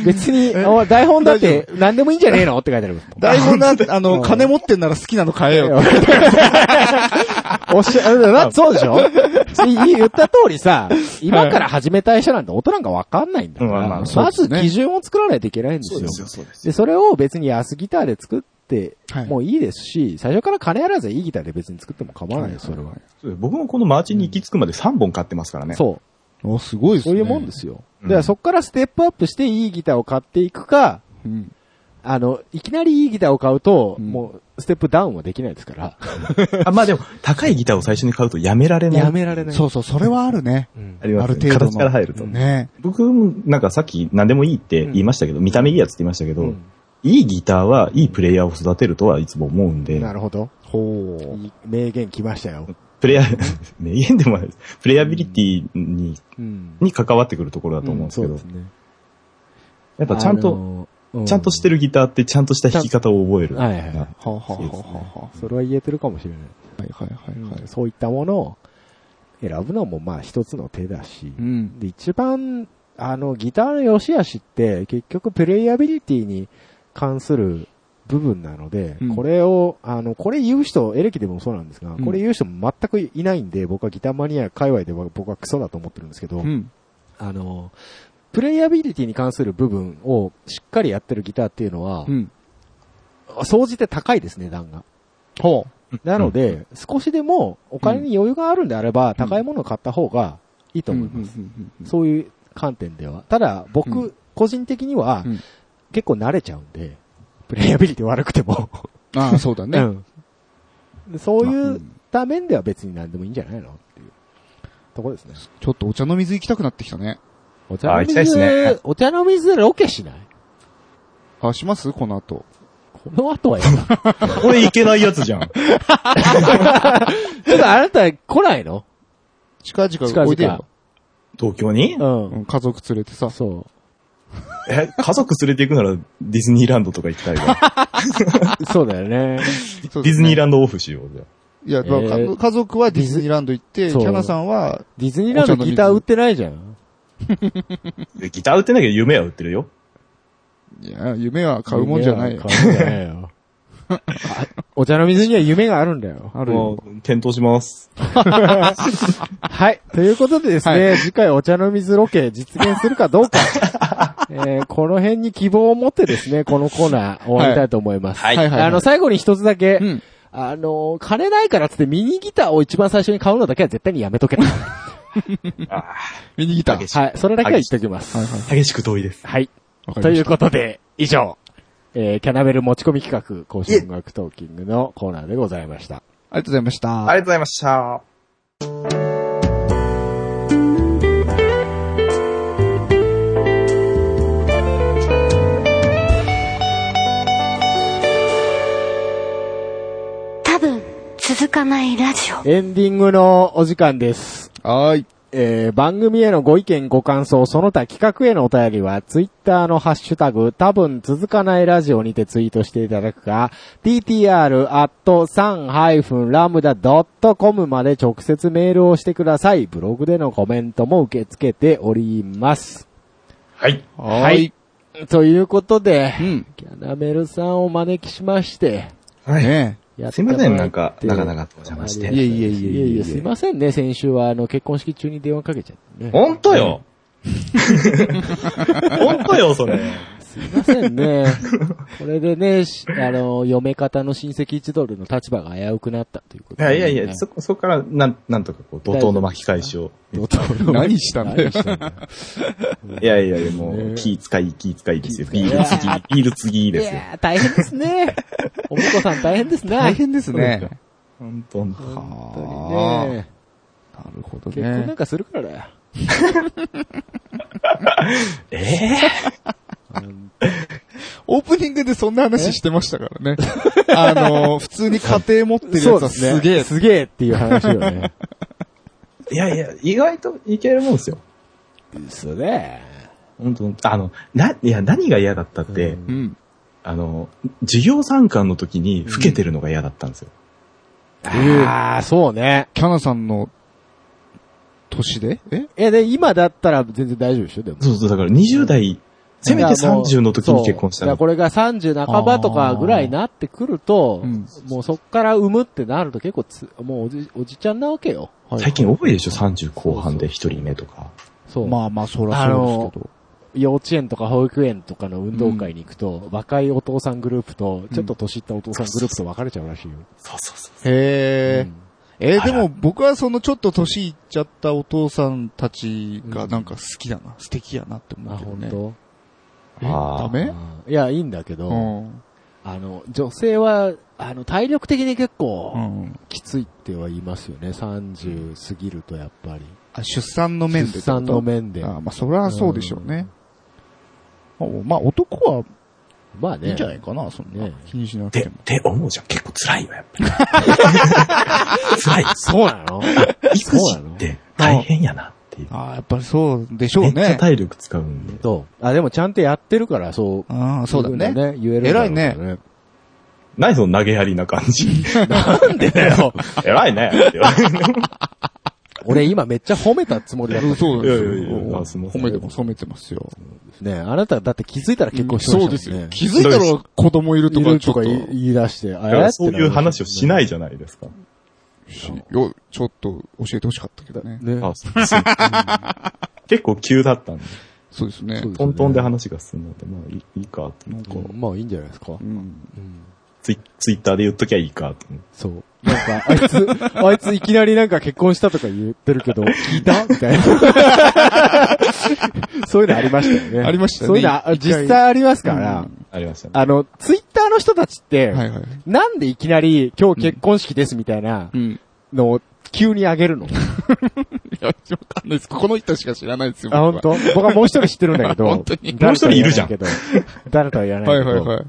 [SPEAKER 1] 別に、お台本だって何でもいいんじゃねえのって書いてある。
[SPEAKER 2] 台本な
[SPEAKER 4] [LAUGHS]
[SPEAKER 2] んて、あの、金持ってんなら好きなの買えよ。
[SPEAKER 1] [LAUGHS] おっしゃ、だそうでしょい言った通り [LAUGHS] さ、今から始めたい人なんて音なんかわかんないんだか
[SPEAKER 3] うんまあ
[SPEAKER 1] ら、
[SPEAKER 3] まあ
[SPEAKER 1] まず基準を作らないといけないんですよ。
[SPEAKER 3] そうです
[SPEAKER 1] で、それを別に安ギターで作って
[SPEAKER 4] はい
[SPEAKER 1] もういいですし、最初から金あらずいいギターで別に作っても構わないよ、それは。
[SPEAKER 3] そう僕もこのマーチに行き着くまで3本買ってますからね。
[SPEAKER 1] そ。
[SPEAKER 2] お、すごいう
[SPEAKER 1] そういうもんですよ。
[SPEAKER 3] うん
[SPEAKER 1] だからそこからステップアップしていいギターを買っていくか、
[SPEAKER 4] うん。
[SPEAKER 1] あの、いきなりいいギターを買うと、
[SPEAKER 4] うん
[SPEAKER 1] もう、ステップダウンはできないですから。
[SPEAKER 3] あまあでも、高いギターを最初に買うとやめられない。
[SPEAKER 1] やめられない。
[SPEAKER 4] そうそう、それはあるね。
[SPEAKER 1] うん
[SPEAKER 3] あります、ね、
[SPEAKER 4] ある程度の
[SPEAKER 3] 形から入ると。
[SPEAKER 4] ね
[SPEAKER 3] 僕もなんかさっき何でもいいって言いましたけど、見た目いいやつって言いましたけど、
[SPEAKER 1] うん
[SPEAKER 3] いいギターはいいプレイヤーを育てるとはいつも思うんで、
[SPEAKER 1] なるほど。ほう。名言来ましたよ。
[SPEAKER 3] プレイヤー、名言でもないです。プレイアビリティに、
[SPEAKER 1] うん。
[SPEAKER 3] に関わってくるところだと思うんですけど、
[SPEAKER 1] ね。
[SPEAKER 3] やっぱちゃんと、
[SPEAKER 1] あのー、
[SPEAKER 3] ちゃんとして
[SPEAKER 1] る。
[SPEAKER 3] るギターってちゃんとした弾き方を覚える。
[SPEAKER 1] はいはいは
[SPEAKER 4] は
[SPEAKER 1] い。
[SPEAKER 4] あ、はあはあはあは
[SPEAKER 1] それは言えてるかもしれない。
[SPEAKER 4] あ、はいはいはいはい。
[SPEAKER 1] そういったものを選ぶのもまあ一つの手だし、
[SPEAKER 4] うん。
[SPEAKER 1] で、一番、あの、ギターの良し悪しって、結局プレイアビリティに関する部分なので、
[SPEAKER 4] うん
[SPEAKER 1] これを、あの、これ言う人、エレキでもそうなんですが、
[SPEAKER 4] うん
[SPEAKER 1] これ言う人も全くいないんで、僕はギターマニア界隈では僕はクソだと思ってるんですけど、
[SPEAKER 4] うん。
[SPEAKER 1] あの、プレイアビリティに関する部分をしっかりやってるギターっていうのは、
[SPEAKER 4] うん。
[SPEAKER 1] 総じて高いですね、段が。
[SPEAKER 4] ほう。
[SPEAKER 1] なので、少しでもお金に余裕があるんであれば、高いものを買った方がいいと思います。
[SPEAKER 4] うんうん
[SPEAKER 1] そういう観点では。ただ、僕、
[SPEAKER 4] う
[SPEAKER 1] 個人的には、
[SPEAKER 4] うん
[SPEAKER 1] 結構慣れちゃうんで、プレイアビリティ悪くても。
[SPEAKER 4] うんああ、そうだね。
[SPEAKER 1] うんでそう
[SPEAKER 4] まあ
[SPEAKER 1] いううんためでは別に何でもいいんじゃないのっていうところですね。
[SPEAKER 4] ちょっとお茶の水行きたくなってきたね。
[SPEAKER 1] お茶の
[SPEAKER 3] 行きたいっす
[SPEAKER 1] 水、
[SPEAKER 3] ね
[SPEAKER 1] お茶の水でロケしない
[SPEAKER 4] あ、しますこの後。
[SPEAKER 1] この後はやだ。
[SPEAKER 3] 俺いけないやつじゃん。 [LAUGHS]
[SPEAKER 1] ちょっとあなた来ないの
[SPEAKER 4] 近々おいでよ。
[SPEAKER 3] 東京に、
[SPEAKER 1] う。
[SPEAKER 4] うんん家族連れてさ。
[SPEAKER 1] そ
[SPEAKER 3] え、家族連れて行くならディズニーランドとか行きたいわ。
[SPEAKER 1] う。そうだよ
[SPEAKER 4] デ
[SPEAKER 1] ね。
[SPEAKER 3] ディズニー
[SPEAKER 4] ラン
[SPEAKER 3] ランドオフしようじゃあ
[SPEAKER 4] ド。いや、まあ
[SPEAKER 1] えー
[SPEAKER 4] 家族はディズニーランド行って、キ
[SPEAKER 1] そう
[SPEAKER 4] ャナさんは、
[SPEAKER 1] ディズニーランドギター売ってないじゃん。
[SPEAKER 3] え [LAUGHS] ギター売ってなきゃ夢は売ってるよ。
[SPEAKER 4] いや、夢は買うもんじゃないよ。
[SPEAKER 1] 買うもんじゃないよ。あお茶の水には夢があるんだよ。
[SPEAKER 4] ある
[SPEAKER 3] も
[SPEAKER 4] よ。
[SPEAKER 3] う、検討します。
[SPEAKER 1] はい。ということでですね、次回お茶の水ロケ実現するかど [LAUGHS] うか、えーこの辺に希望を持ってですね、このコーナー終わりたいと思います。
[SPEAKER 3] はい
[SPEAKER 4] はいはい
[SPEAKER 1] あの、最後に一つだけ、
[SPEAKER 4] うん
[SPEAKER 1] あのー、金ないからっつってミニギターを一番最初に買うのだけは絶対にやめと [LAUGHS] け。は
[SPEAKER 4] ミニギター。
[SPEAKER 1] い。それだけは言っておきます。
[SPEAKER 4] は
[SPEAKER 1] はいい。
[SPEAKER 4] はい。
[SPEAKER 3] 激しく同意です。
[SPEAKER 4] わか
[SPEAKER 1] とい
[SPEAKER 4] り
[SPEAKER 1] うことで、以上、えーキャナベル持ち込み企画、公衆音楽トーキングのコーナーでございました。
[SPEAKER 4] ありがとうございました。
[SPEAKER 3] ありがとうございました。
[SPEAKER 6] 多分続かないラジオ
[SPEAKER 1] エンディングのお時間です。
[SPEAKER 4] はーい。
[SPEAKER 1] えー番組へのご意見、ご感想、その他企画へのお便りは、ツイッターのハッシュタグ、多分続かないラジオにてツイートしていただくか、ttr.san-lambda.com まで直接メールをしてください。ブログでのコメントも受け付けております。
[SPEAKER 3] はい。
[SPEAKER 4] はーい。
[SPEAKER 1] ということで、
[SPEAKER 4] うん。
[SPEAKER 1] キャナメルさんをお招きしまして、
[SPEAKER 3] は。
[SPEAKER 4] ね
[SPEAKER 1] やっ
[SPEAKER 3] す
[SPEAKER 1] て
[SPEAKER 3] い
[SPEAKER 1] もら
[SPEAKER 3] ま
[SPEAKER 1] って
[SPEAKER 3] せん、なんか、長々とお邪魔し
[SPEAKER 1] ありがと
[SPEAKER 3] て。
[SPEAKER 4] いえいえ
[SPEAKER 1] うござ
[SPEAKER 4] いえ
[SPEAKER 1] [LAUGHS]
[SPEAKER 4] いえ
[SPEAKER 1] いやいや、すいませんね、先週は、あの、結婚式中に電話かけちゃってね。
[SPEAKER 3] ほんとよほんとよ、それ。
[SPEAKER 1] すいませんね。これでね、しあの、嫁方の親戚一ドルの立場が危うくなったということで、
[SPEAKER 3] いや
[SPEAKER 1] ね。
[SPEAKER 3] いやいや、そ、そこから、なん、なんとかこう、怒涛の巻き返しを。
[SPEAKER 1] 怒涛の
[SPEAKER 4] 何したんだよ
[SPEAKER 1] 何したんだよ
[SPEAKER 3] いやいやいや、も
[SPEAKER 1] ね
[SPEAKER 3] う、気使い、気使いですよ。
[SPEAKER 1] 気遣い
[SPEAKER 3] ビール次、ビール次
[SPEAKER 1] い
[SPEAKER 3] ですよ。
[SPEAKER 1] やー大変ですね。お婿さん大変ですね。
[SPEAKER 4] 大変です
[SPEAKER 3] そうですよ
[SPEAKER 4] ね。
[SPEAKER 3] ほんと、ほんと
[SPEAKER 1] 本当にね。
[SPEAKER 4] なるほど
[SPEAKER 1] 結婚な
[SPEAKER 4] ね
[SPEAKER 1] ん。かするからだよ。
[SPEAKER 3] ええ
[SPEAKER 1] 本
[SPEAKER 4] オープニング
[SPEAKER 2] でそんな話してましたからね。あの、普通に家庭持ってるやつはすげえ。
[SPEAKER 1] すげえっていう話よね。
[SPEAKER 3] いやいや、意外といけるもんですよ。
[SPEAKER 1] ですね。
[SPEAKER 3] 本当本当あの、な、いや、何が嫌だったって、
[SPEAKER 2] うん。
[SPEAKER 3] あの、授業参観の時に老けてるのが嫌だったんですよ。
[SPEAKER 1] ああ、そうね。
[SPEAKER 2] キャナさんの、年でえ
[SPEAKER 1] いや、で、今だったら全然大丈夫でしょ、でも。
[SPEAKER 3] そうそう、だから20代、せめて
[SPEAKER 1] だからもう
[SPEAKER 3] 30の時に結婚した
[SPEAKER 1] そうだか
[SPEAKER 3] の
[SPEAKER 1] ら。これが30半ばとかぐらいになってくると、
[SPEAKER 2] うん
[SPEAKER 1] もうそっから産むってなると結構つ、もうおじ、おじちゃんなわけよ。
[SPEAKER 3] 最近多いでしょ、30後半で一人目とか。
[SPEAKER 1] そう。
[SPEAKER 2] まあまあ、そらそうですけど。
[SPEAKER 1] 幼稚園とか保育園とかの運動会に行くと、若いお父さんグループと、ちょっと年いったお父さんグループと分かれちゃうらしいよ。
[SPEAKER 3] そうそうそう。
[SPEAKER 1] う
[SPEAKER 2] へ
[SPEAKER 1] ん
[SPEAKER 2] え。えー、
[SPEAKER 3] はい
[SPEAKER 2] で
[SPEAKER 3] はい
[SPEAKER 2] も僕はそのちょっと年いっちゃったお父さんたちがなんか好きだな。素敵やなって思
[SPEAKER 1] あ、
[SPEAKER 2] うけど
[SPEAKER 1] 本
[SPEAKER 2] ね。
[SPEAKER 1] 当。
[SPEAKER 2] え
[SPEAKER 3] あー
[SPEAKER 2] ダメ
[SPEAKER 1] いや、いいんだけど、
[SPEAKER 2] うん。
[SPEAKER 1] あの、女性は、あの、体力的に結
[SPEAKER 2] う
[SPEAKER 1] 構、
[SPEAKER 2] ん。
[SPEAKER 1] きついっては言いますよね。30過ぎるとやっぱり。
[SPEAKER 2] あ出産の面でって
[SPEAKER 1] 出
[SPEAKER 2] こと。
[SPEAKER 1] 産の面で。
[SPEAKER 2] あまあ、そりゃそうでしょうね。まあ、男は
[SPEAKER 1] まあね。
[SPEAKER 2] いいんじゃないかな、そんな
[SPEAKER 1] ね。
[SPEAKER 2] 気にしな
[SPEAKER 3] で
[SPEAKER 2] くても。
[SPEAKER 3] って思うじゃん。結構辛いよ、やっぱり。辛い。
[SPEAKER 1] そうなの
[SPEAKER 3] 育児って大変やなっていう。
[SPEAKER 2] ああ、やっぱりそうでしょう
[SPEAKER 3] めっちゃ
[SPEAKER 2] ね。
[SPEAKER 3] 体力使うんで。
[SPEAKER 1] そう。あ、でもちゃんとやってるから、そう。
[SPEAKER 2] ああ、そうだね。
[SPEAKER 1] ね。言えるんだろうね。
[SPEAKER 2] 偉い
[SPEAKER 3] 何その投げやりな感じ。
[SPEAKER 1] なんでだよ。
[SPEAKER 3] [LAUGHS] 偉いね。って
[SPEAKER 1] 俺今めっちゃ褒めたつもりだったんだけど。
[SPEAKER 2] そうですよ
[SPEAKER 3] いやいやいやあすいませ
[SPEAKER 2] 褒
[SPEAKER 3] ん
[SPEAKER 2] めてます、褒めてますよ。
[SPEAKER 1] ねあなただって気づいたら結婚してま
[SPEAKER 2] そ
[SPEAKER 1] した
[SPEAKER 2] う
[SPEAKER 1] もんね
[SPEAKER 2] ですよ。気づいたら子供いると
[SPEAKER 1] い
[SPEAKER 2] か
[SPEAKER 1] る
[SPEAKER 2] ちょ
[SPEAKER 1] と
[SPEAKER 2] っと、
[SPEAKER 1] か言い
[SPEAKER 2] し
[SPEAKER 1] 言い出して、あ。
[SPEAKER 3] いやそういう話をしないいじゃないですか。
[SPEAKER 2] よちょっと教えてほしかったけどね。
[SPEAKER 1] ね。
[SPEAKER 3] あそうそう結構急だったんで、
[SPEAKER 2] そうですね
[SPEAKER 1] そう。す
[SPEAKER 3] ト
[SPEAKER 1] ね
[SPEAKER 3] ントンで話が進んで、まあいいいいかと思って、
[SPEAKER 1] うんまあいいんじゃないですか
[SPEAKER 2] う。ん。
[SPEAKER 1] うん
[SPEAKER 3] ツイツイッターで言っときゃいいかと思って。
[SPEAKER 1] そう。なんか、あい
[SPEAKER 2] [LAUGHS]
[SPEAKER 1] つ、あいついきなりなんか結婚したとか言ってるけど、聞いたみたいな。
[SPEAKER 2] [LAUGHS]
[SPEAKER 1] そういうのありましたよね。
[SPEAKER 2] ありましたね
[SPEAKER 1] そういうのあ、
[SPEAKER 2] 一回
[SPEAKER 1] 実際ありますから、
[SPEAKER 2] うん
[SPEAKER 3] ありましたね。
[SPEAKER 1] あの、ツイッターの人たちって、
[SPEAKER 2] はいはい。
[SPEAKER 1] なんでいきなり今日結婚式ですみたいな
[SPEAKER 2] うん。い
[SPEAKER 1] のを急にあげるの、
[SPEAKER 2] や、わかんないです。ここの人しか知らないですよ。
[SPEAKER 1] あ、本当？僕はもう一人知ってるんだけど。
[SPEAKER 2] [LAUGHS] 本当に
[SPEAKER 1] 誰とは言わな
[SPEAKER 3] もう一人いる
[SPEAKER 1] けど。誰とは言わない
[SPEAKER 2] 僕は
[SPEAKER 1] けど。
[SPEAKER 2] はいはいはい。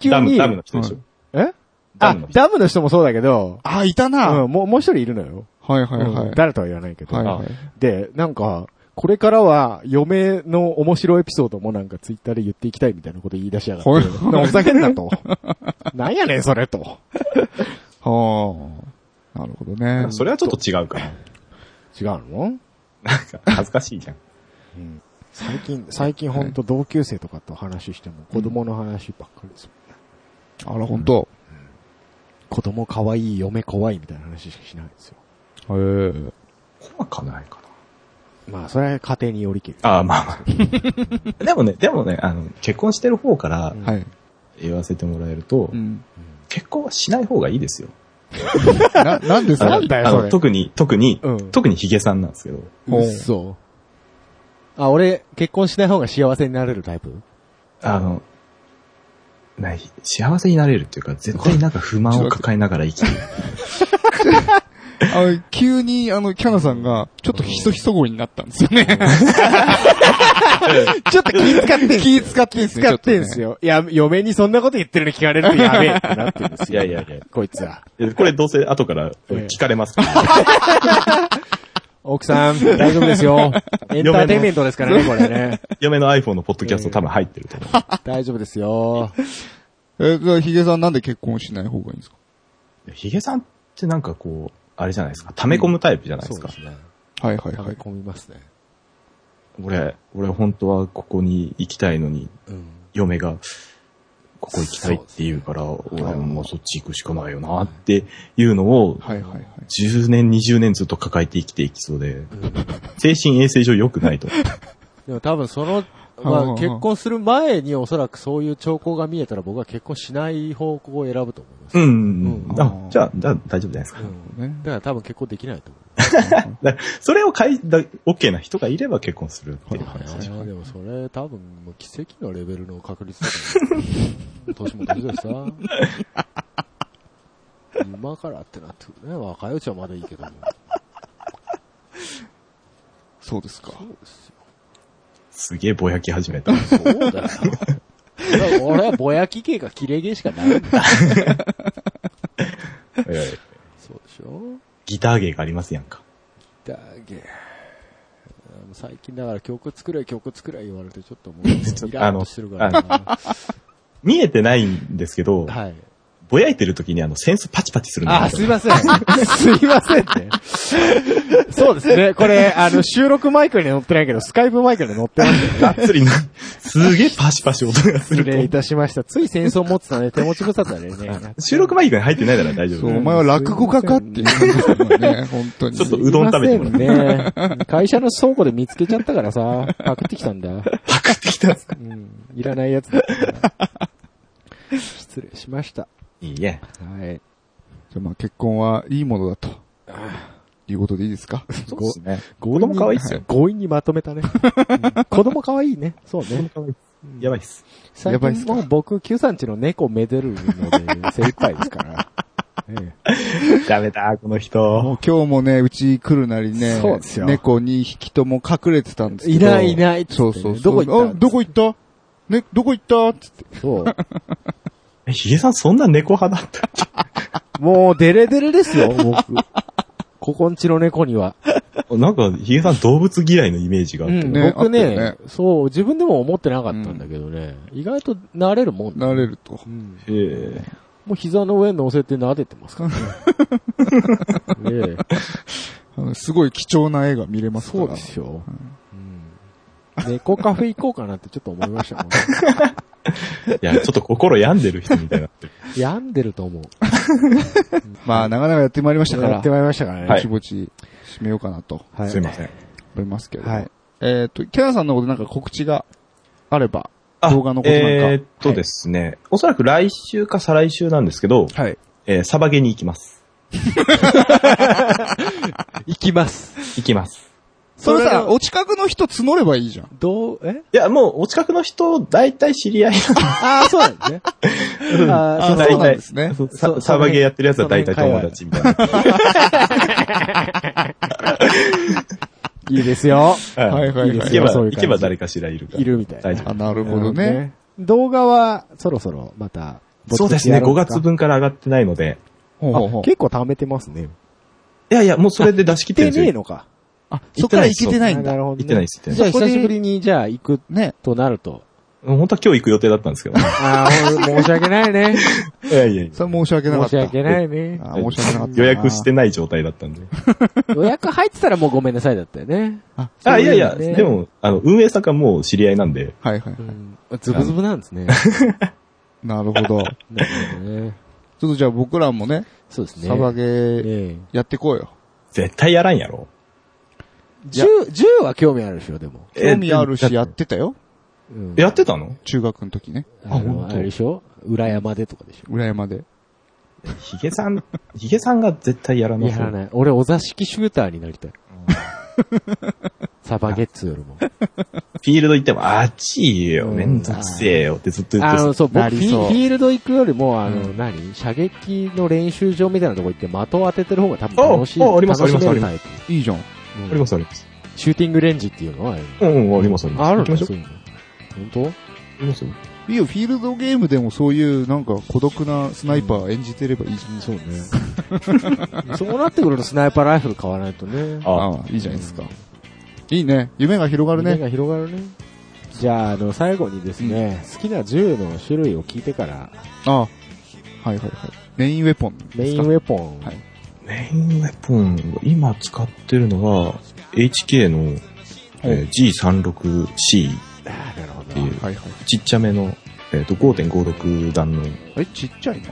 [SPEAKER 1] 急に。
[SPEAKER 3] ダム、ダムの人でしょ。
[SPEAKER 1] え
[SPEAKER 3] ダ
[SPEAKER 1] あ
[SPEAKER 3] ムの、人
[SPEAKER 1] ダムの人もそうだけど、
[SPEAKER 2] あ、いたな。
[SPEAKER 1] うん、もう、もう一人いるのよ。
[SPEAKER 2] はいはいはい
[SPEAKER 1] うん。誰とは言わないけど。
[SPEAKER 2] はいはい。
[SPEAKER 1] で、なんか、これからは、嫁の面白いエピソードもなんかツイッターで言っていきたいみたいなこと言い出しやがって。
[SPEAKER 2] はい
[SPEAKER 1] なおざけんなと。 [LAUGHS] なんやねん、それと。
[SPEAKER 2] はあ。なるほどね。
[SPEAKER 3] それはちょっと違
[SPEAKER 1] [LAUGHS]
[SPEAKER 3] うかな。
[SPEAKER 1] 違うの
[SPEAKER 3] なんか恥ずかしいじゃん。
[SPEAKER 1] 最近、最近ほんと同級生とかと話しても子供の話ばっかりです。
[SPEAKER 2] あら、本当。
[SPEAKER 1] 子供可愛い、嫁怖いみたいな話しかしないんですよ。
[SPEAKER 2] へえ。
[SPEAKER 3] 怖かないか
[SPEAKER 1] まあ、それは家庭によりけり。
[SPEAKER 3] な。ああ、まあま
[SPEAKER 1] [LAUGHS]
[SPEAKER 3] あ。でもね、でもね、あの、結婚してる方から
[SPEAKER 2] はい。
[SPEAKER 3] 言わせてもらえると、
[SPEAKER 2] うん。
[SPEAKER 3] 結婚はしない方がいいですよ。
[SPEAKER 2] な、なんです
[SPEAKER 1] そ
[SPEAKER 2] か
[SPEAKER 1] うなんだよ
[SPEAKER 3] あの
[SPEAKER 1] それ
[SPEAKER 3] 特に、特に、
[SPEAKER 1] うん
[SPEAKER 3] 特にヒゲさんなんですけど。
[SPEAKER 2] ほう
[SPEAKER 1] 嘘。あ、俺、結婚しない方が幸せになれるタイプ
[SPEAKER 3] あの、ない、幸せになれるっていうか、絶対なんか不満を抱えながら生きてる。
[SPEAKER 2] あの、急に、あの、キャナさんが、ちょっとひそひそ声になったんですよね。
[SPEAKER 1] ちょっと気使ってんすよ。
[SPEAKER 2] 気使ってんすね
[SPEAKER 1] 使ってんすよ。いや、嫁にそんなこと言ってるの聞かれるとや
[SPEAKER 2] [LAUGHS]
[SPEAKER 1] べえってなってるんですよ。
[SPEAKER 3] いやいやいや
[SPEAKER 1] こいつは。
[SPEAKER 3] えこれどうせ後から
[SPEAKER 1] ええ
[SPEAKER 3] 聞かれますから、
[SPEAKER 1] 奥さん、大丈夫です [LAUGHS] よ。エンターテインメントですからね、これ [LAUGHS] ね。
[SPEAKER 3] 嫁の iPhone のポッドキャスト多分入ってると思う。
[SPEAKER 1] 大丈夫ですよ。
[SPEAKER 2] [LAUGHS] え、じゃあヒゲさんなんで結婚しない方がいいんですか
[SPEAKER 3] いやヒゲさんってなんかこう、あれじゃないですか。溜め込むタイプじゃないですか。
[SPEAKER 1] ね。
[SPEAKER 2] はいはい
[SPEAKER 1] 溜
[SPEAKER 2] は
[SPEAKER 1] め
[SPEAKER 2] い。
[SPEAKER 1] 込みますね。
[SPEAKER 3] 俺、俺本当はここに行きたいのに、
[SPEAKER 1] うん。
[SPEAKER 3] 嫁が、ここ行きたいって言うから、俺はもうそっち行くしかないよなっていうのを、
[SPEAKER 2] はいはいはい。
[SPEAKER 3] 10年、20年ずっと抱えて生きていきそうで、精神衛生上良くないと思う。
[SPEAKER 1] でも多分その、ま
[SPEAKER 2] はあは
[SPEAKER 1] あ
[SPEAKER 2] あ
[SPEAKER 1] 結婚する前におそらくそういう兆候が見えたら僕は結婚しない方向を選ぶと思います。
[SPEAKER 3] うん。
[SPEAKER 2] うん
[SPEAKER 3] あ、じゃあ、じゃあ大丈夫じゃないですか
[SPEAKER 1] う。ん。
[SPEAKER 2] ね。
[SPEAKER 1] だから多分結婚できないと思う。
[SPEAKER 3] だそれを買い、だ OK な人がいれば結婚するっていう話。
[SPEAKER 1] いやでもそれ多分もう奇跡のレベルの確率だと思う年も年だしさ。 [LAUGHS] 今からってなってくるね。若いうちはまだいいけども。
[SPEAKER 2] そうですか。
[SPEAKER 3] すげえぼやき始めた。
[SPEAKER 1] そうだよ。俺はぼやき系か綺麗系しかないんだ。
[SPEAKER 3] ええ
[SPEAKER 1] そうでしょ
[SPEAKER 3] ギター芸がありますやんか。
[SPEAKER 1] だげ。最近だから曲作れ曲作れ言われてちょっと
[SPEAKER 3] [LAUGHS]
[SPEAKER 1] もう、イ
[SPEAKER 3] ちょっと
[SPEAKER 1] ラッとしてるからな。
[SPEAKER 3] 見えてないんですけど、
[SPEAKER 1] はい。
[SPEAKER 3] ぼやいてる時にあの、センスパチパチするん
[SPEAKER 1] あ、
[SPEAKER 3] です
[SPEAKER 1] い
[SPEAKER 3] すよ。
[SPEAKER 1] ません。す [LAUGHS] いませんね。そうですね。これ、あの、収録マイクには載ってないけど、スカイプマイクには載ってますよね。
[SPEAKER 3] がっつりな、すげえパシパシ音がす
[SPEAKER 1] 失礼 [LAUGHS] い
[SPEAKER 3] る
[SPEAKER 1] たしました。つい戦争持ってたね。手持ち無沙汰でね
[SPEAKER 3] と。。収録マイクに入ってないなら大丈
[SPEAKER 2] そう、
[SPEAKER 3] 夫。
[SPEAKER 2] お前は落語家かっていう感じですもんね、本当に
[SPEAKER 3] ちょ。っとうどん食べてもらって。
[SPEAKER 1] ね。会社の倉庫で見つけちゃったからさ、パクってきたんだ。
[SPEAKER 3] パクってきたんですか
[SPEAKER 1] うん。いらないやつだったから。失礼しました。
[SPEAKER 3] いいえ。
[SPEAKER 1] はい。
[SPEAKER 2] じゃあまあ結婚はいいものだと。いうことでいいですか
[SPEAKER 3] そうですね。
[SPEAKER 1] 子
[SPEAKER 3] 供可愛いっすよ
[SPEAKER 1] 強引にまとめたね。うん子供可愛いね。そうね。
[SPEAKER 3] やばいっす。
[SPEAKER 1] 最
[SPEAKER 2] やばいっ
[SPEAKER 1] 近
[SPEAKER 2] すか
[SPEAKER 1] もう僕、9 3地の猫めでるので精一杯です [LAUGHS] から。ええ
[SPEAKER 3] ダメだ、この
[SPEAKER 2] も
[SPEAKER 3] 人。
[SPEAKER 2] う今日もね、うち来るなりね
[SPEAKER 1] そうです、よ
[SPEAKER 2] 猫2匹とも隠れてたんですけ
[SPEAKER 1] い
[SPEAKER 2] ど。
[SPEAKER 1] ないいないっつって
[SPEAKER 2] そ
[SPEAKER 1] ね
[SPEAKER 2] うそうそう。
[SPEAKER 1] どこ行った
[SPEAKER 2] あどこ行ったね、どこ行ったっつって。
[SPEAKER 1] そう。
[SPEAKER 3] え、ヒゲさんそんな猫派だった
[SPEAKER 1] [LAUGHS] もう、デレデレですよ、僕。ここんちの猫には。
[SPEAKER 3] なんか、ヒゲさん動物嫌いのイメージがあって。
[SPEAKER 2] ね
[SPEAKER 1] 僕
[SPEAKER 2] あった
[SPEAKER 1] ね
[SPEAKER 2] よね
[SPEAKER 1] そう、自分でも思ってなかったんだけどね。意外と慣れるもんだ
[SPEAKER 2] なれると。
[SPEAKER 1] うん
[SPEAKER 3] ええ
[SPEAKER 1] もう膝の上に乗せて撫でてますからね。 [LAUGHS] ねえ
[SPEAKER 2] あのすごい貴重な絵が見れますか
[SPEAKER 1] そう
[SPEAKER 2] ら
[SPEAKER 1] で。すよ。うん猫カフェ行こうかなってちょっと思いましたも [LAUGHS] ん。
[SPEAKER 3] いや、ちょっと心病んでる人みたいになってる。
[SPEAKER 1] 病んでると思う。
[SPEAKER 2] まあ、なかなかやってまいりましたか
[SPEAKER 1] や
[SPEAKER 2] ら
[SPEAKER 1] って、まいりましたからね。
[SPEAKER 3] はい
[SPEAKER 2] 気持ち締めようかなと
[SPEAKER 1] は
[SPEAKER 3] すいません。
[SPEAKER 2] 思いますけれども。
[SPEAKER 1] はい
[SPEAKER 2] えっと、キャナさんのことなんか告知があれば、
[SPEAKER 3] あ
[SPEAKER 2] 動画のことなんか
[SPEAKER 3] えーっとですね、おそらく来週か再来週なんですけど、
[SPEAKER 2] はい。
[SPEAKER 3] えーサバゲに行き
[SPEAKER 2] [LAUGHS]
[SPEAKER 3] ます。
[SPEAKER 1] 行きます。
[SPEAKER 3] 行きます。
[SPEAKER 2] それ
[SPEAKER 1] それ
[SPEAKER 2] さ、
[SPEAKER 1] は
[SPEAKER 2] お近くの人募ればいいじゃん。
[SPEAKER 1] どう、え
[SPEAKER 3] いや、もう、お近くの人、大体知り合い
[SPEAKER 1] ああ、そうなんですね。あ
[SPEAKER 2] あ
[SPEAKER 1] ー
[SPEAKER 3] なん
[SPEAKER 1] そう
[SPEAKER 2] そう
[SPEAKER 3] で
[SPEAKER 2] な
[SPEAKER 3] 大
[SPEAKER 2] ん
[SPEAKER 3] 体
[SPEAKER 2] ですね。
[SPEAKER 1] そう
[SPEAKER 3] サ
[SPEAKER 1] そ
[SPEAKER 3] サバゲーやってるやつは大体
[SPEAKER 1] その辺
[SPEAKER 3] 友達みたいな。
[SPEAKER 1] いいですよ。
[SPEAKER 2] はいはいはい
[SPEAKER 3] 行けば、
[SPEAKER 1] そういう感じ
[SPEAKER 3] 行けば誰かしらいるから。
[SPEAKER 1] いるみたいな
[SPEAKER 3] 大丈
[SPEAKER 2] あ、なるほどね。。
[SPEAKER 1] 動画は、そろそろ、また、
[SPEAKER 3] 夫。そうですね、5
[SPEAKER 1] ぼちぼち
[SPEAKER 3] 月分から上がってないので。
[SPEAKER 2] ほう
[SPEAKER 1] や
[SPEAKER 2] ほ
[SPEAKER 1] ろ
[SPEAKER 2] う
[SPEAKER 1] う
[SPEAKER 2] ほ
[SPEAKER 1] か。あ
[SPEAKER 2] う
[SPEAKER 1] 結構貯めてますね。
[SPEAKER 3] いやいや、もうそれで出し切
[SPEAKER 1] 来
[SPEAKER 3] って
[SPEAKER 1] て
[SPEAKER 3] るんです
[SPEAKER 1] ねえ
[SPEAKER 3] よ。
[SPEAKER 1] のか。
[SPEAKER 2] あ、
[SPEAKER 3] す
[SPEAKER 2] そっから行けてないん
[SPEAKER 1] な
[SPEAKER 2] だ。
[SPEAKER 1] るほど、ね。
[SPEAKER 3] 行ってないです、行って
[SPEAKER 1] じ
[SPEAKER 3] ない
[SPEAKER 1] ゃあ、
[SPEAKER 2] そこ
[SPEAKER 1] 久
[SPEAKER 2] で
[SPEAKER 1] しぶりに、じゃあ、行く
[SPEAKER 2] ね。
[SPEAKER 1] となると。
[SPEAKER 3] です。本当は今日行く予定だったんですけど。
[SPEAKER 1] ああ、申し訳ないね。
[SPEAKER 3] いやいやいや
[SPEAKER 2] それ申し訳なかっ
[SPEAKER 1] 申
[SPEAKER 2] た。
[SPEAKER 1] し訳ないね。
[SPEAKER 2] あ申し訳なかった。
[SPEAKER 3] 予約してない状態だったんで。
[SPEAKER 1] 予約入ってたらもうごめんなさいだったよね。
[SPEAKER 3] あ、いやいや、
[SPEAKER 1] そうだよね
[SPEAKER 3] でも、あの、運営さんがもう知り合いなんで、
[SPEAKER 2] はいはい。
[SPEAKER 1] うん。ズブズブなんですね。
[SPEAKER 2] なるほど。ちょっ
[SPEAKER 1] なるほどね
[SPEAKER 2] とじゃあ僕らもね、
[SPEAKER 1] そうですね。
[SPEAKER 2] サバゲー
[SPEAKER 1] ええ
[SPEAKER 2] やってこうよ。
[SPEAKER 3] 絶対やらんやろ。
[SPEAKER 1] 銃、銃は興味あるでしょ、でも。
[SPEAKER 2] 興味ある
[SPEAKER 3] え
[SPEAKER 2] し、やってたよ。
[SPEAKER 1] うん
[SPEAKER 3] やってたの
[SPEAKER 2] 中学の時ね。
[SPEAKER 1] あの、あれでしょ裏山でとかでし
[SPEAKER 2] 裏山で。
[SPEAKER 3] ヒゲさん、
[SPEAKER 1] [LAUGHS]
[SPEAKER 3] ヒゲさんが絶対やら
[SPEAKER 1] ょ
[SPEAKER 3] な
[SPEAKER 1] やら
[SPEAKER 3] い。
[SPEAKER 1] ない。俺、お座敷シューターになりたい。サバゲッツよりも。
[SPEAKER 3] フィールド行っても、あっちいよ、めんどくせえよってずっと言っ
[SPEAKER 1] あ
[SPEAKER 3] て
[SPEAKER 1] の、
[SPEAKER 3] た
[SPEAKER 1] そう、僕
[SPEAKER 2] な
[SPEAKER 1] フ
[SPEAKER 2] り
[SPEAKER 1] ィ、
[SPEAKER 2] そう
[SPEAKER 1] フィールド行くよりも、あの、何射撃の練習場みたいなとこ行って的を当ててる方が多分楽しい。
[SPEAKER 3] あああります
[SPEAKER 1] 楽しめる
[SPEAKER 3] ありま
[SPEAKER 1] タイ
[SPEAKER 2] いいじゃん。
[SPEAKER 1] プうん
[SPEAKER 3] ありますあります。
[SPEAKER 1] シューティングレンジっていうのはあれ
[SPEAKER 3] うんうん、ありますあります。
[SPEAKER 1] ある
[SPEAKER 3] 行
[SPEAKER 1] ん
[SPEAKER 3] き
[SPEAKER 1] で
[SPEAKER 3] ましょ
[SPEAKER 1] す
[SPEAKER 3] う。
[SPEAKER 1] よ。本
[SPEAKER 3] 行きましょう
[SPEAKER 2] いいよ、フィールドゲームでもそういう、なんか、孤独なスナイパー演じてればいいじゃん。そうね。
[SPEAKER 1] 当そうなってくるとスナイパーライフル買わないとね。
[SPEAKER 3] あ、
[SPEAKER 2] ああ、いいじゃないですか。いいね。夢が広がる
[SPEAKER 1] 夢
[SPEAKER 2] ね。
[SPEAKER 1] が広がるね。じゃあ、あの、最後にですね、好きな銃の種類を聞いてから、
[SPEAKER 2] ああ。はいはいはい。メインウェポンですか。
[SPEAKER 1] メインウェポン。
[SPEAKER 2] はい
[SPEAKER 3] メインウェポン、今使ってるのは、HK の、えー G36C
[SPEAKER 1] あーなるほ
[SPEAKER 3] ってい
[SPEAKER 1] ど。
[SPEAKER 3] う、
[SPEAKER 2] はいはい。
[SPEAKER 3] ちっちゃめの、えっと、5.56弾の、
[SPEAKER 2] あれ、ちっちゃいの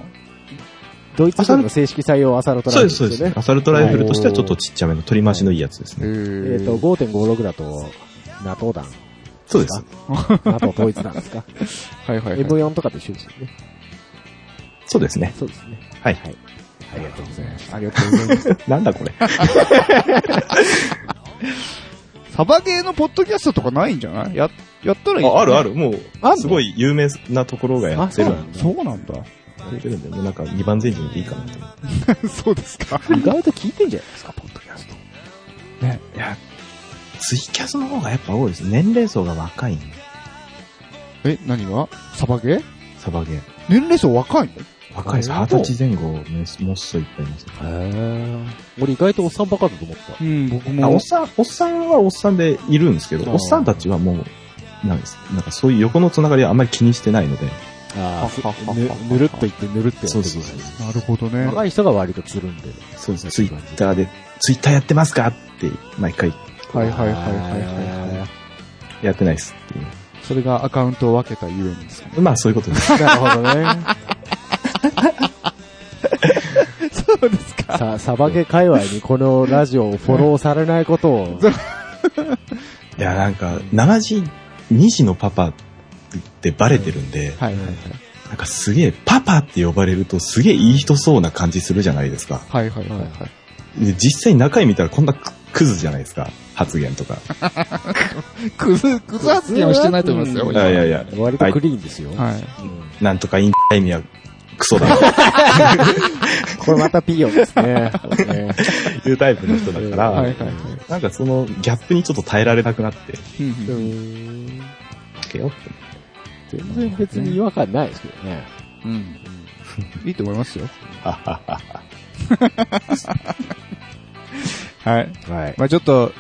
[SPEAKER 1] ドイツ軍の正式採用アサルトラ
[SPEAKER 3] そう
[SPEAKER 1] イフルで
[SPEAKER 3] です、そうです
[SPEAKER 1] よ
[SPEAKER 3] す
[SPEAKER 1] ね。。
[SPEAKER 3] アサルトライフルとしてはちょっとちっちゃめの、取り回しのいいやつです
[SPEAKER 2] え
[SPEAKER 3] ね。
[SPEAKER 1] えっと、5.56だと、NATO 弾。
[SPEAKER 3] そうです。
[SPEAKER 1] NATO 統一弾ですか。
[SPEAKER 2] はいはいはい。
[SPEAKER 1] M4 とかと一緒ですよね。
[SPEAKER 3] そうですね。
[SPEAKER 1] そうですね。
[SPEAKER 3] はい。
[SPEAKER 1] ありがとうございます。ありがとうございます。
[SPEAKER 3] なんだこれ。
[SPEAKER 2] サバゲーのポッドキャストとかないんじゃないや、やったらいい。
[SPEAKER 3] ああるある、も
[SPEAKER 1] あんの
[SPEAKER 3] う、すごい有名なところがやってる
[SPEAKER 1] あそうなんん
[SPEAKER 3] で、
[SPEAKER 2] そうなんだ。 [LAUGHS]
[SPEAKER 3] やってるんで、もうなんか2番前陣でいいかなと思って。
[SPEAKER 2] そうですか。 [LAUGHS]
[SPEAKER 1] 意外と聞いてんじゃないですか、ポッドキャスト。
[SPEAKER 3] いや、ツイキャスの方がやっぱ多いです。年齢層が若いんで。
[SPEAKER 2] え、何がサバゲー
[SPEAKER 3] サバゲー。
[SPEAKER 2] 年齢層若いの
[SPEAKER 3] 若いです。
[SPEAKER 1] あ
[SPEAKER 3] 二
[SPEAKER 1] そう
[SPEAKER 3] 十歳前後、ねもっそいっぱいいますね。
[SPEAKER 1] へえ。俺意外とおっさんばかだと思った。
[SPEAKER 2] うん、僕
[SPEAKER 3] あお
[SPEAKER 2] も
[SPEAKER 3] っ。さん、おっさんはおっさんでいるんですけど、
[SPEAKER 1] あー
[SPEAKER 3] おっさんたちはもう、なんです。なんかそういう横のつながりはあんまり気にしてないので。
[SPEAKER 1] ああ、
[SPEAKER 2] は
[SPEAKER 1] ぬぬるっといってぬるっとやって
[SPEAKER 3] そうそうそう
[SPEAKER 2] なるほどね。
[SPEAKER 1] 若い人が割とつるんでる。
[SPEAKER 3] そうですね。ツイッターで、ツイッターやってますかって、毎回
[SPEAKER 2] はいはいはいはいはいはい。
[SPEAKER 1] い。
[SPEAKER 3] やってないですってい
[SPEAKER 2] それがアカウントを分けたゆえにですかね。
[SPEAKER 3] う。まあそういうことです。
[SPEAKER 1] なるほどね。
[SPEAKER 2] そうですか。
[SPEAKER 1] さ、サバゲ界隈にこのラジオをフォローされないことを。
[SPEAKER 3] いや、なんか、7時、2時のパパってバレてるんで、
[SPEAKER 2] はいはいはい。
[SPEAKER 3] なんかすげえ、パパって呼ばれるとすげえいい人そうな感じするじゃないですか。
[SPEAKER 2] はいはいはいはい。
[SPEAKER 3] で実際中身見たらこんなククズじゃないですか。発言とか。
[SPEAKER 2] クズ、クズ発言はしてないと思いますよ。
[SPEAKER 1] うん
[SPEAKER 3] いやいやいや、
[SPEAKER 1] 割とクリーンですよ。
[SPEAKER 2] はい。
[SPEAKER 3] なんとかイン意味はクソだと
[SPEAKER 1] これまたピヨですね。これね
[SPEAKER 3] いうタイプの人だから、
[SPEAKER 2] はいはいはい。
[SPEAKER 3] なんかそのギャップにちょっと耐えられなくなって、
[SPEAKER 2] うん
[SPEAKER 1] う
[SPEAKER 2] うん
[SPEAKER 1] ん
[SPEAKER 3] かけようって
[SPEAKER 1] 全然別に違和感ないですけどね。
[SPEAKER 2] うん。いいと思い [LAUGHS] ますよ。はい。
[SPEAKER 1] はい。
[SPEAKER 2] まあちょっと、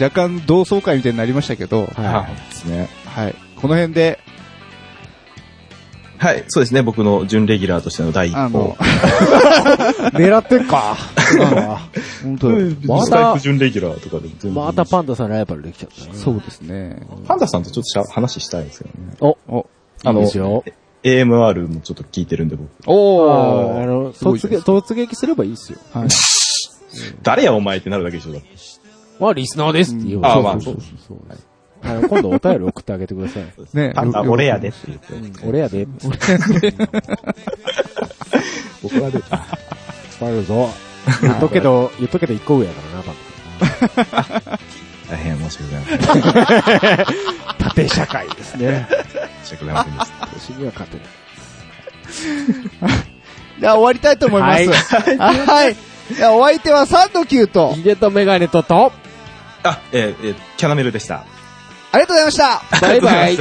[SPEAKER 2] 若干同窓会みたいになりましたけど、
[SPEAKER 1] は
[SPEAKER 3] ですね。
[SPEAKER 2] はい。この辺で、
[SPEAKER 3] はい、そうですね。僕の準レギュラーとしての第一
[SPEAKER 2] あ
[SPEAKER 3] 歩
[SPEAKER 2] [LAUGHS] の。、
[SPEAKER 1] い。狙ってんか。
[SPEAKER 2] 本
[SPEAKER 3] う
[SPEAKER 2] 当
[SPEAKER 3] ん
[SPEAKER 1] また
[SPEAKER 3] スタイフ準レギュラーとかでも全然
[SPEAKER 1] またパンダさんライバルできちゃったね。
[SPEAKER 2] そうですね。
[SPEAKER 3] パンダさんとちょっとしゃ話したいんですけどね。
[SPEAKER 2] お、
[SPEAKER 3] あ
[SPEAKER 1] いい
[SPEAKER 3] の
[SPEAKER 1] ですよ。
[SPEAKER 3] AMR もちょっと聞いてるんで僕。
[SPEAKER 1] あーあ
[SPEAKER 2] おー
[SPEAKER 1] の、
[SPEAKER 2] すごいじ
[SPEAKER 1] 突
[SPEAKER 2] ゃない
[SPEAKER 1] 撃、突撃すればいいですよ。
[SPEAKER 2] [LAUGHS] はい。
[SPEAKER 3] 誰やお前ってなるだけでしょだって。
[SPEAKER 1] まあ、リスナーですって言う
[SPEAKER 3] あーまあ
[SPEAKER 1] そうそうそうそう。あの今度お便り送ってあげてください。
[SPEAKER 2] ね
[SPEAKER 3] パンダ俺やでって言って。
[SPEAKER 1] 俺やで。俺
[SPEAKER 3] 僕はで。
[SPEAKER 1] やるぞ。言っとくけど、言っとくけど一個上やからな、パン
[SPEAKER 3] 大変申し訳ございません。申
[SPEAKER 1] ダ。縦社会です [LAUGHS] ね。
[SPEAKER 3] し訳ございませんでした。
[SPEAKER 1] 私には勝てない。
[SPEAKER 2] じゃあ終わりたいと思います。はい。じゃあお相手はサンドキューと、
[SPEAKER 1] ヒゲとメガネとと、
[SPEAKER 3] あ、えーえーキャナメルでした。
[SPEAKER 2] ありがとうございました
[SPEAKER 1] バイバイ。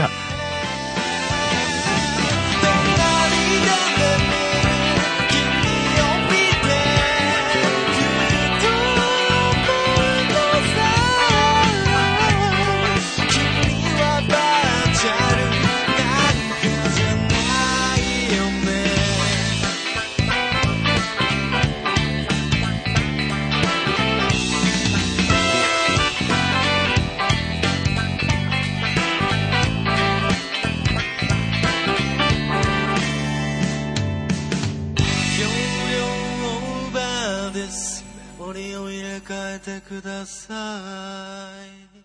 [SPEAKER 7] 44オーバーですメモリを入れ替えてください